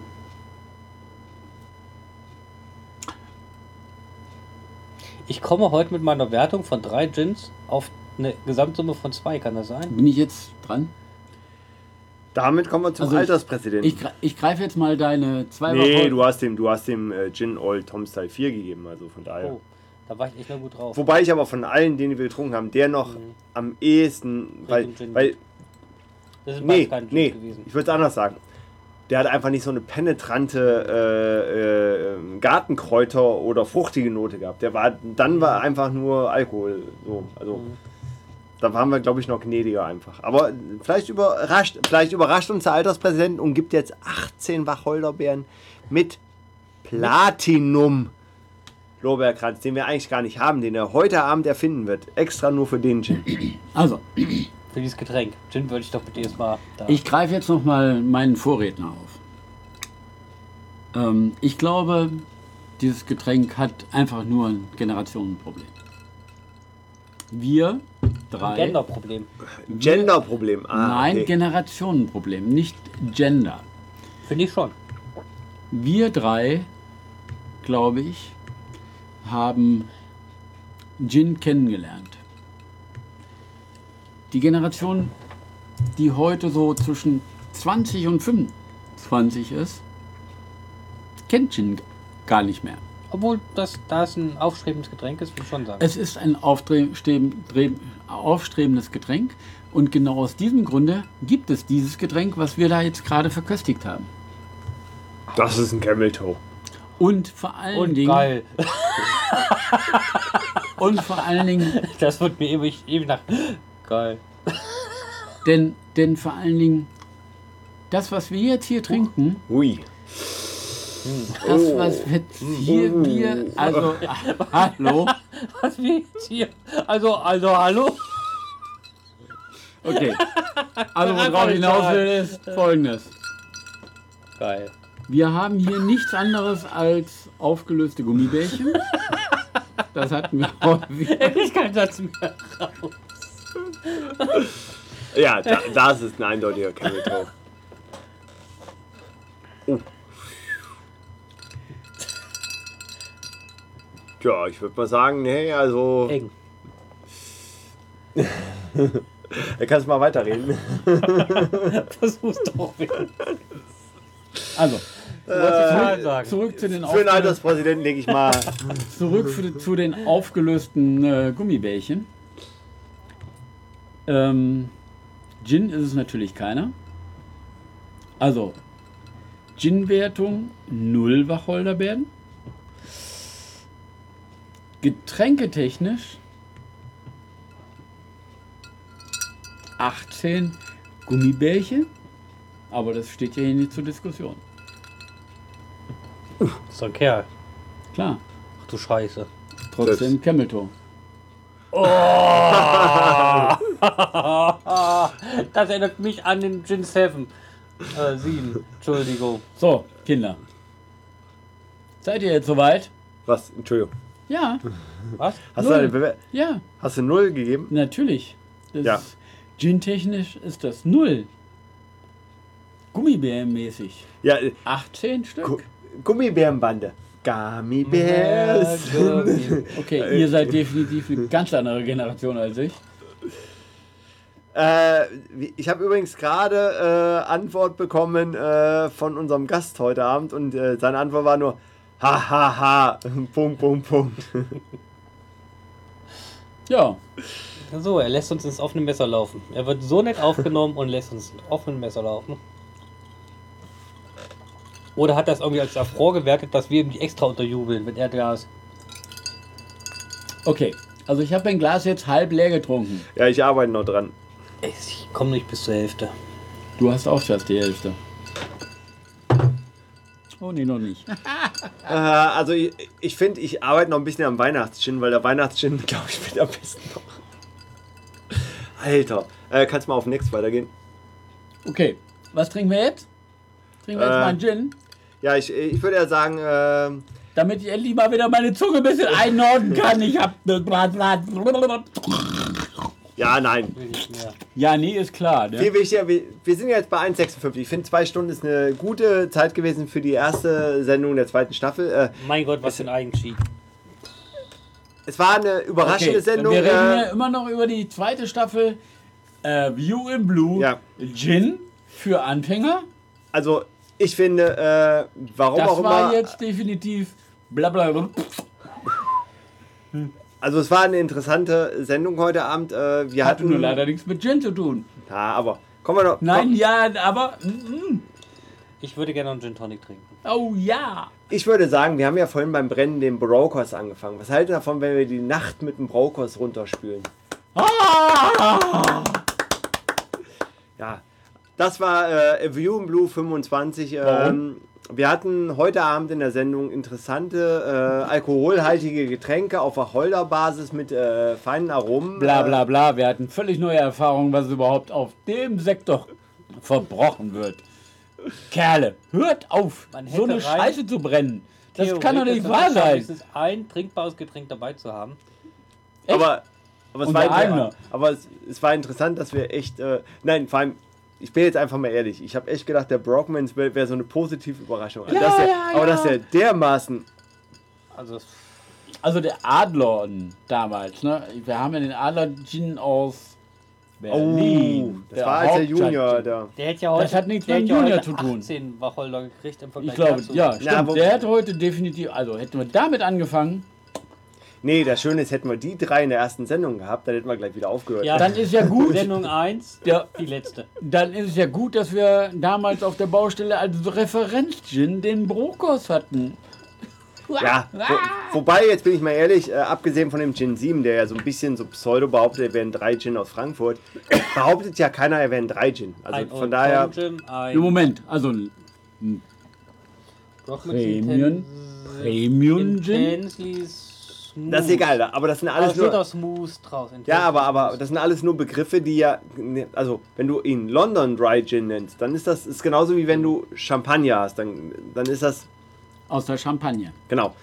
Speaker 2: Ich komme heute mit meiner Wertung von drei Gins auf eine Gesamtsumme von zwei, kann das sein?
Speaker 3: Bin ich jetzt dran?
Speaker 1: Damit kommen wir zum
Speaker 3: Also ich-
Speaker 1: Alterspräsidenten.
Speaker 3: Ich, gre- ich greife jetzt mal deine zwei
Speaker 1: nee,
Speaker 3: Wacholder-
Speaker 1: du hast dem, du hast dem äh, Gin Old Tom Style 4 gegeben, also von daher.
Speaker 2: Oh, da war ich echt noch gut drauf.
Speaker 1: Wobei ich aber von allen, denen wir getrunken haben, der noch
Speaker 3: Mhm.
Speaker 1: am ehesten, weil,
Speaker 2: Gin.
Speaker 1: weil
Speaker 2: Das ist
Speaker 1: nee,
Speaker 2: beides kein Gin
Speaker 1: nee,
Speaker 2: gewesen.
Speaker 1: ich würde es anders sagen. Der hat einfach nicht so eine penetrante äh, äh, ähm, Gartenkräuter oder fruchtige Note gehabt. Der war, dann war einfach nur Alkohol. So, also da waren wir, glaube ich, noch gnädiger einfach. Aber äh, vielleicht überrascht, vielleicht überrascht uns der Alterspräsident und gibt jetzt 18 Wacholderbeeren mit Platinum. Lorbeerkranz, den wir eigentlich gar nicht haben, den er heute Abend erfinden wird. Extra nur für den Gin.
Speaker 3: Also,
Speaker 2: Für dieses Getränk. Gin würde ich doch bitte jetzt mal da.
Speaker 3: ich greife jetzt nochmal meinen Vorredner auf. Ähm, ich glaube, dieses Getränk hat einfach nur ein Generationenproblem. Wir drei.
Speaker 2: Genderproblem.
Speaker 1: Genderproblem. Ah,
Speaker 3: Nein,
Speaker 1: okay.
Speaker 3: Generationenproblem, nicht Gender.
Speaker 2: Finde ich schon.
Speaker 3: Wir drei, glaube ich, haben Gin kennengelernt. Die Generation, die heute so zwischen 20 und 25 ist, kennt Gin gar nicht mehr.
Speaker 2: Obwohl das, da es ein aufstrebendes Getränk ist, würde ich schon sagen.
Speaker 3: Es ist ein aufdre- streben- dreben- aufstrebendes Getränk und genau aus diesem Grunde gibt es dieses Getränk, was wir da jetzt gerade verköstigt haben.
Speaker 1: Das ist ein Camel Toe.
Speaker 3: Und vor allen
Speaker 2: und
Speaker 3: Dingen
Speaker 2: geil.
Speaker 3: und vor allen Dingen
Speaker 2: Das wird mir ewig, ewig nach. Geil.
Speaker 3: Denn, denn vor allen Dingen, das, was wir jetzt hier trinken,
Speaker 1: Ui.
Speaker 3: das, was jetzt hier wir, also, hallo,
Speaker 2: Was wir jetzt hier. Also, also, hallo?
Speaker 3: okay. Also, worauf ich hinaus will, ist folgendes.
Speaker 2: Geil.
Speaker 3: Wir haben hier nichts anderes als aufgelöste Gummibärchen Das hatten wir häufig.
Speaker 2: Er kriegt keinen Satz mehr.
Speaker 1: Ja, da, das ist ein eindeutiger Camel Toe. Oh. Tja, ich würde mal sagen, nee, also.
Speaker 2: Eng.
Speaker 1: Da kannst du mal weiterreden.
Speaker 2: Versuch's doch wieder.
Speaker 3: Also,
Speaker 2: Total sagen.
Speaker 3: zurück zu
Speaker 1: Für
Speaker 3: den
Speaker 1: einen
Speaker 3: aufgelösten,
Speaker 1: Alterspräsidenten denke ich mal.
Speaker 3: zurück für, zu den aufgelösten äh, Gummibärchen. Ähm, Gin ist es natürlich keiner. Also, Gin-Wertung 0 Wacholderbeeren. Getränketechnisch 18 Gummibärchen. Aber das steht ja hier nicht zur Diskussion.
Speaker 2: Ist doch ein Kerl.
Speaker 3: Klar,
Speaker 2: Ach du Scheiße.
Speaker 3: trotzdem Cameltoe.
Speaker 2: Das erinnert mich an den Gin 7. Äh, 7. Entschuldigung.
Speaker 3: So, Kinder. Seid ihr jetzt soweit?
Speaker 1: Was? Entschuldigung.
Speaker 3: Ja,
Speaker 2: Was?
Speaker 1: Hast, du,
Speaker 3: Null.
Speaker 1: eine Bewer-
Speaker 3: ja,
Speaker 1: hast du null gegeben?
Speaker 3: natürlich. Das
Speaker 1: Ja.
Speaker 3: ist- Gin-technisch ist das null. Gummibärenmäßig.
Speaker 1: Ja, äh,
Speaker 3: 18
Speaker 1: Gu
Speaker 3: Stück.
Speaker 1: Gummibärenbande. Gummibärs.
Speaker 3: Okay, ihr seid definitiv eine ganz andere Generation als ich.
Speaker 1: Äh, wie- ich habe übrigens gerade äh, Antwort bekommen äh, von unserem Gast heute Abend und äh, seine Antwort war nur ha ha ha Punkt Punkt Punkt.
Speaker 3: Ja,
Speaker 2: So, er lässt uns ins offene Messer laufen. Er wird so nett aufgenommen und lässt uns ins offene Messer laufen. Oder hat das irgendwie als Affront gewertet, dass wir ihm die extra unterjubeln, wenn er da ist?
Speaker 3: okay. Also ich habe mein Glas jetzt halb leer getrunken.
Speaker 1: Ja, ich arbeite noch dran.
Speaker 2: Ich komme nicht bis zur Hälfte.
Speaker 3: Du hast auch fast die Hälfte. Oh nee, noch nicht.
Speaker 1: Äh, also ich, ich finde, ich arbeite noch ein bisschen am Weihnachtsgin, weil der Weihnachtsgin, glaube ich, wird am besten noch. Alter, äh, kannst mal auf Next weitergehen?
Speaker 3: Okay, was trinken wir jetzt? Trinken wir jetzt
Speaker 1: Äh.
Speaker 3: mal einen Gin?
Speaker 1: Ja, ich, ich würde ja sagen, ähm,
Speaker 3: Damit ich endlich mal wieder meine Zunge ein bisschen einordnen kann. Ich hab ne Bratwurst.
Speaker 1: ja, nein.
Speaker 2: Will nicht mehr.
Speaker 3: Ja, nee, ist klar. Ne?
Speaker 1: Viel wichtiger, wir, wir sind jetzt bei 1,56. Ich finde, zwei Stunden ist eine gute Zeit gewesen für die erste Sendung der zweiten Staffel. Äh,
Speaker 2: Mein Gott, was für ein Eigenschein.
Speaker 1: es war eine überraschende
Speaker 3: Okay,
Speaker 1: Sendung.
Speaker 3: wir reden ja
Speaker 1: äh,
Speaker 3: immer noch über die zweite Staffel äh, View in Blue.
Speaker 1: Ja.
Speaker 3: Gin für Anfänger.
Speaker 1: also, ich finde, äh, warum
Speaker 3: Das
Speaker 1: auch
Speaker 3: war
Speaker 1: immer.
Speaker 3: jetzt definitiv bla bla bla.
Speaker 1: Also, es war eine interessante Sendung heute Abend. Äh, wir
Speaker 3: Hatte
Speaker 1: hatten.
Speaker 3: nur leider nichts mit Gin zu tun.
Speaker 1: Ja, aber kommen wir noch.
Speaker 3: Nein,
Speaker 1: Komm,
Speaker 3: ja, aber. mm, mm.
Speaker 2: Ich würde gerne einen Gin Tonic trinken.
Speaker 3: Oh ja.
Speaker 1: ich würde sagen, wir haben ja vorhin beim Brennen den Brokers angefangen. Was haltet ihr davon, wenn wir die Nacht mit dem Brokers runterspülen?
Speaker 3: Ah!
Speaker 1: Ja, das war äh, A View in Blue 25. Ähm, wir hatten heute Abend in der Sendung interessante äh, alkoholhaltige Getränke auf Wacholderbasis mit äh, feinen Aromen.
Speaker 3: Bla bla
Speaker 1: Äh,
Speaker 3: bla. Wir hatten völlig neue Erfahrungen, was überhaupt auf dem Sektor verbrochen wird. Kerle, hört auf,
Speaker 2: Man hätte
Speaker 3: so eine
Speaker 2: rein-
Speaker 3: Scheiße zu brennen. Das kann doch
Speaker 2: Theoretisch
Speaker 3: nicht
Speaker 2: ist
Speaker 3: wahr
Speaker 2: es schon
Speaker 3: sein.
Speaker 2: wenigstens ein trinkbares Getränk dabei zu haben.
Speaker 1: aber, aber, es
Speaker 3: Und
Speaker 1: war
Speaker 3: der
Speaker 1: inter-
Speaker 3: eigene.
Speaker 1: aber es, es war interessant, dass wir echt. Äh, nein, vor allem. Ich bin jetzt einfach mal ehrlich. Ich habe echt gedacht, der Brockmans wäre wär so eine positive Überraschung. Aber dass er,
Speaker 3: ja,
Speaker 1: aber
Speaker 3: ja.
Speaker 1: dass er dermaßen.
Speaker 2: Also,
Speaker 3: Also der Adlon damals, ne? Wir haben ja den Adlon Gin aus Berlin.
Speaker 1: oh, das war als der Junior.
Speaker 3: Hauptstadt-Gin.
Speaker 1: Der,
Speaker 2: der hätte ja heute,
Speaker 3: Das hat nichts
Speaker 2: der
Speaker 3: mit
Speaker 2: hätte ja
Speaker 3: Junior
Speaker 2: heute
Speaker 3: zu tun.
Speaker 2: 18 Wacholder gekriegt im Vergleich
Speaker 3: Ich glaube,
Speaker 2: dazu.
Speaker 3: ja, stimmt.
Speaker 1: wo-
Speaker 3: der hätte heute definitiv, also hätten wir damit angefangen,
Speaker 1: nee, das Schöne ist, hätten wir die drei in der ersten Sendung gehabt, dann hätten wir gleich wieder aufgehört.
Speaker 2: Ja.
Speaker 3: dann ist ja gut,
Speaker 2: Sendung 1,
Speaker 3: der,
Speaker 2: die letzte.
Speaker 3: dann ist es ja gut, dass wir damals auf der Baustelle als Referenz-Gin den Brokos hatten.
Speaker 1: Ja, wo, wobei, jetzt bin ich mal ehrlich, äh, abgesehen von dem Gin 7, der ja so ein bisschen so pseudo behauptet, er wären drei Gin aus Frankfurt, behauptet ja keiner, er wären drei Gin. Also
Speaker 2: Ein
Speaker 1: von daher,
Speaker 2: Gin, ein
Speaker 3: Im Moment, also ein
Speaker 2: Rock mit
Speaker 3: Premium,
Speaker 2: Inten-
Speaker 3: Premium Gin.
Speaker 2: Intensely smooth.
Speaker 1: das ist egal, aber das sind
Speaker 2: Alles
Speaker 1: alles
Speaker 2: steht auch
Speaker 1: nur...
Speaker 2: smooth draus.
Speaker 1: Ja, aber, aber das sind alles nur Begriffe, die ja, ne, also wenn du ihn London Dry Gin nennst, dann ist das ist genauso wie wenn du Champagner hast, dann, dann ist das,
Speaker 3: Aus der Champagne.
Speaker 1: genau,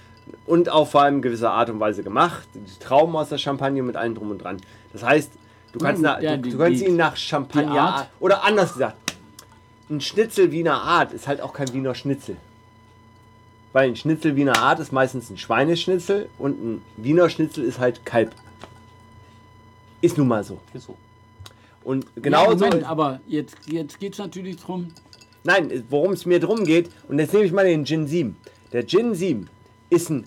Speaker 1: und auf allem gewisser Art und Weise gemacht. Die Trauben aus der Champagne mit allem drum und dran. Das heißt, du kannst,
Speaker 3: Ja,
Speaker 1: nach,
Speaker 3: Mm, ja,
Speaker 1: du,
Speaker 3: die-
Speaker 1: du kannst
Speaker 3: die-
Speaker 1: ihn nach
Speaker 3: die
Speaker 1: Champagner
Speaker 3: Art.
Speaker 1: oder anders gesagt, ein Schnitzel Wiener Art ist halt auch kein Wiener Schnitzel. Weil ein Schnitzel Wiener Art ist meistens ein Schweineschnitzel und ein Wiener Schnitzel ist halt Kalb. Ist nun mal so.
Speaker 2: Ist so.
Speaker 1: Und genau
Speaker 3: ja, Moment,
Speaker 1: so.
Speaker 3: aber jetzt, jetzt geht es natürlich darum,
Speaker 1: Nein, worum es mir drum geht, und jetzt nehme ich mal den Gin 7. Der Gin 7 ist ein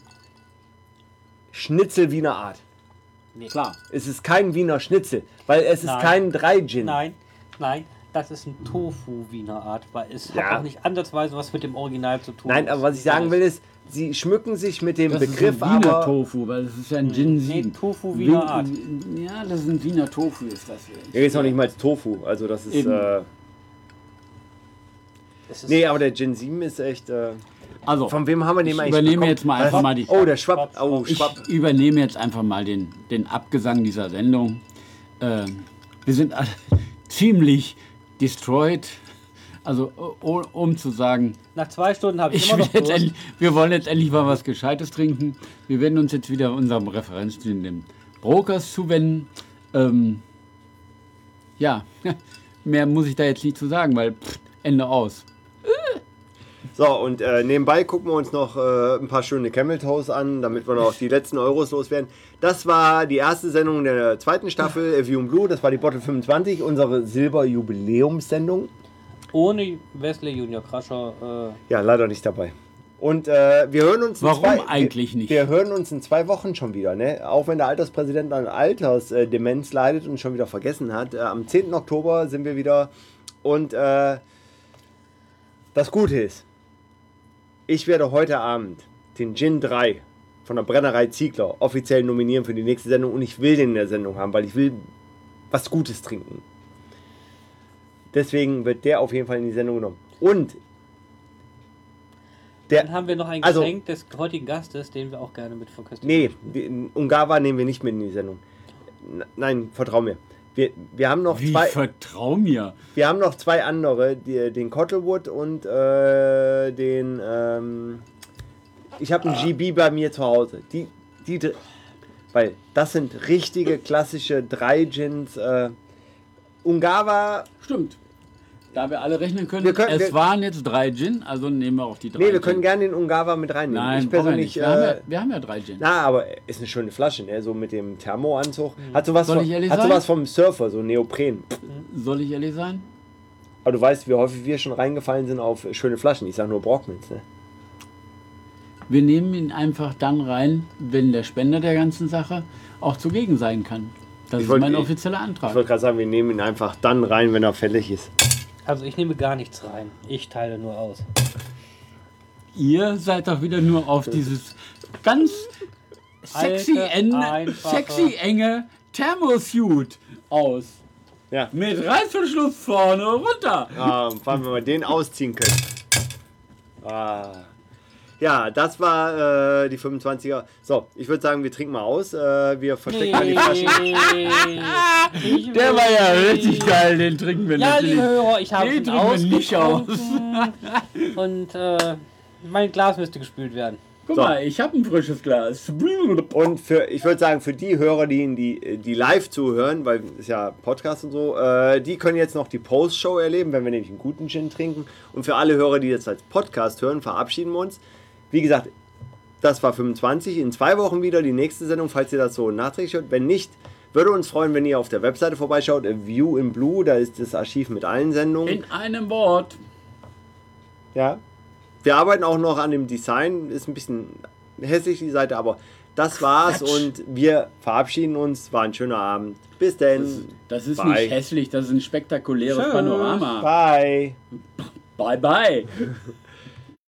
Speaker 1: Schnitzel Wiener Art.
Speaker 3: klar,
Speaker 1: Es ist kein Wiener Schnitzel, weil es ist
Speaker 2: Nein.
Speaker 1: kein Drei-Gin.
Speaker 2: Nein, nein, das ist ein Tofu-Wiener Art, weil es hat
Speaker 1: Ja.
Speaker 2: auch nicht ansatzweise was mit dem Original zu tun.
Speaker 1: Nein, aber was ich sagen will ist, sie schmücken sich mit dem
Speaker 3: das
Speaker 1: Begriff,
Speaker 3: ist ein Wiener
Speaker 1: aber.
Speaker 3: Tofu, weil das ist ja ein Gin 7.
Speaker 2: Tofu Wiener
Speaker 3: Wien-
Speaker 2: Art.
Speaker 3: Ja, das ist ein Wiener Tofu, ist das.
Speaker 1: Der ist auch nicht mal als Tofu, also das ist.
Speaker 3: Eben.
Speaker 1: Äh,
Speaker 2: Es ist
Speaker 1: nee, aber der Gin 7 ist echt. Äh,
Speaker 3: Also,
Speaker 1: von wem haben wir den
Speaker 3: ich
Speaker 1: eigentlich?
Speaker 3: übernehme
Speaker 1: bekommen?
Speaker 3: jetzt mal einfach
Speaker 1: Was?
Speaker 3: mal die.
Speaker 1: Oh, der Schwapp. Oh,
Speaker 3: Ich
Speaker 1: Schwapp.
Speaker 3: übernehme jetzt einfach mal den, den Abgesang dieser Sendung. Ähm, wir sind alle ziemlich destroyed. Also, o- um zu sagen,
Speaker 2: Nach zwei Stunden habe ich,
Speaker 3: ich
Speaker 2: immer
Speaker 3: will
Speaker 2: noch
Speaker 3: jetzt
Speaker 2: Durst.
Speaker 3: endlich, wir wollen jetzt endlich mal was Gescheites trinken. Wir werden uns jetzt wieder unserem Referenzdienst, dem Brokers, zuwenden. Ähm, ja, mehr muss ich da jetzt nicht zu sagen, weil pff, Ende aus.
Speaker 1: So, und äh, nebenbei gucken wir uns noch äh, ein paar schöne Camel Toes an, damit wir noch die letzten Euros loswerden. Das war die erste Sendung der zweiten Staffel äh, View in Blue. Das war die Bottle 25, unsere Silberjubiläumssendung.
Speaker 2: Ohne Wesley Junior Crusher. Äh,
Speaker 1: Ja, leider nicht dabei. Und äh, wir hören uns. in
Speaker 3: Warum eigentlich nicht?
Speaker 1: Wir hören uns in zwei Wochen schon wieder, ne? Auch wenn der Alterspräsident an Altersdemenz leidet und schon wieder vergessen hat. Äh, am 10. Oktober sind wir wieder. Und äh, das Gute ist, ich werde heute Abend den Gin 3 von der Brennerei Ziegler offiziell nominieren für die nächste Sendung und ich will den in der Sendung haben, weil ich will was Gutes trinken. Deswegen wird der auf jeden Fall in die Sendung genommen. Und
Speaker 2: dann
Speaker 1: der.
Speaker 2: haben wir noch ein
Speaker 1: also-
Speaker 2: Geschenk des heutigen Gastes, den wir auch gerne mit verköstigen.
Speaker 1: Nee, den Ungava nehmen wir nicht mit in die Sendung. N- Nein, vertrau mir. Wir, wir, haben noch
Speaker 3: Wie
Speaker 1: zwei,
Speaker 3: vertrau mir.
Speaker 1: wir haben noch zwei andere, die, den Cottlewood und äh, den. Ähm, ich habe einen GB bei mir zu Hause. Die, die, dr- weil das sind richtige klassische drei Gins. Äh, Ungava
Speaker 3: Stimmt. Da wir alle rechnen können,
Speaker 1: Wir können-
Speaker 3: es
Speaker 1: wir-
Speaker 3: waren jetzt drei Gin, also nehmen wir auch die drei.
Speaker 1: Nee, wir
Speaker 3: Gin.
Speaker 1: können gerne den Ungava mit reinnehmen.
Speaker 3: Nein,
Speaker 1: ich
Speaker 3: brauchen wir
Speaker 1: persönlich.
Speaker 3: nicht. Wir, haben ja,
Speaker 1: Äh,
Speaker 3: wir haben ja drei Gin.
Speaker 1: na, aber ist eine schöne Flasche, ne? So mit dem Thermoanzug. Hat sowas,
Speaker 3: Soll
Speaker 1: von,
Speaker 3: ich ehrlich
Speaker 1: hat
Speaker 3: sein?
Speaker 1: sowas vom Surfer, so Neopren.
Speaker 3: Soll ich ehrlich sein?
Speaker 1: Aber du weißt, wie häufig wir schon reingefallen sind auf schöne Flaschen. Ich sag nur Brockmans, ne?
Speaker 3: Wir nehmen ihn einfach dann rein, wenn der Spender der ganzen Sache auch zugegen sein kann. Das ist
Speaker 1: wollte-
Speaker 3: mein
Speaker 1: ich-
Speaker 3: offizieller
Speaker 1: Ich
Speaker 3: Antrag.
Speaker 1: wollte gerade sagen, wir nehmen ihn einfach dann rein, wenn er fällig ist.
Speaker 2: Also ich nehme gar nichts rein. Ich teile nur aus.
Speaker 3: Ihr seid doch wieder nur auf dieses ganz sexy,
Speaker 2: Alte,
Speaker 3: enge,
Speaker 2: einfache-
Speaker 3: sexy enge Thermosuit aus.
Speaker 1: Ja.
Speaker 3: Mit Reißverschluss vorne runter.
Speaker 1: Ah, vor allem, wenn wir den ausziehen können. Ah. Ja, das war äh, die 25er. So, ich würde sagen, wir trinken mal aus. Äh, wir verstecken mal die Flaschen.
Speaker 2: Ich
Speaker 3: Der
Speaker 2: will-
Speaker 3: war ja richtig geil, den trinken wir
Speaker 2: Ja, liebe
Speaker 3: natürlich.
Speaker 2: Hörer, ich habe
Speaker 3: Den
Speaker 2: ihn
Speaker 3: trinken wir nicht aus.
Speaker 2: ausgetrunken Und äh, mein Glas müsste gespült werden.
Speaker 3: Guck
Speaker 1: So.
Speaker 3: mal, ich habe ein frisches Glas.
Speaker 1: Und für, ich würde sagen, für die Hörer, die, die, die live zuhören, weil es ist ja Podcast und so, äh, die können jetzt noch die Post-Show erleben, wenn wir nämlich einen guten Gin trinken. Und für alle Hörer, die jetzt als Podcast hören, verabschieden wir uns. Wie gesagt, das war 25. In zwei Wochen wieder die nächste Sendung, falls ihr das so nachträglich hört. Wenn nicht, würde uns freuen, wenn ihr auf der Webseite vorbeischaut. äh, View in Blue, da ist das Archiv mit allen Sendungen.
Speaker 3: In einem Wort.
Speaker 1: Ja. Wir arbeiten auch noch an dem Design. Ist ein bisschen hässlich die Seite, aber das war's und wir verabschieden uns. War ein schöner Abend. Bis denn.
Speaker 3: Das ist
Speaker 1: Bye.
Speaker 3: nicht hässlich, das ist ein spektakuläres
Speaker 2: Tschüss.
Speaker 3: Panorama.
Speaker 1: Bye.
Speaker 3: Bye bye.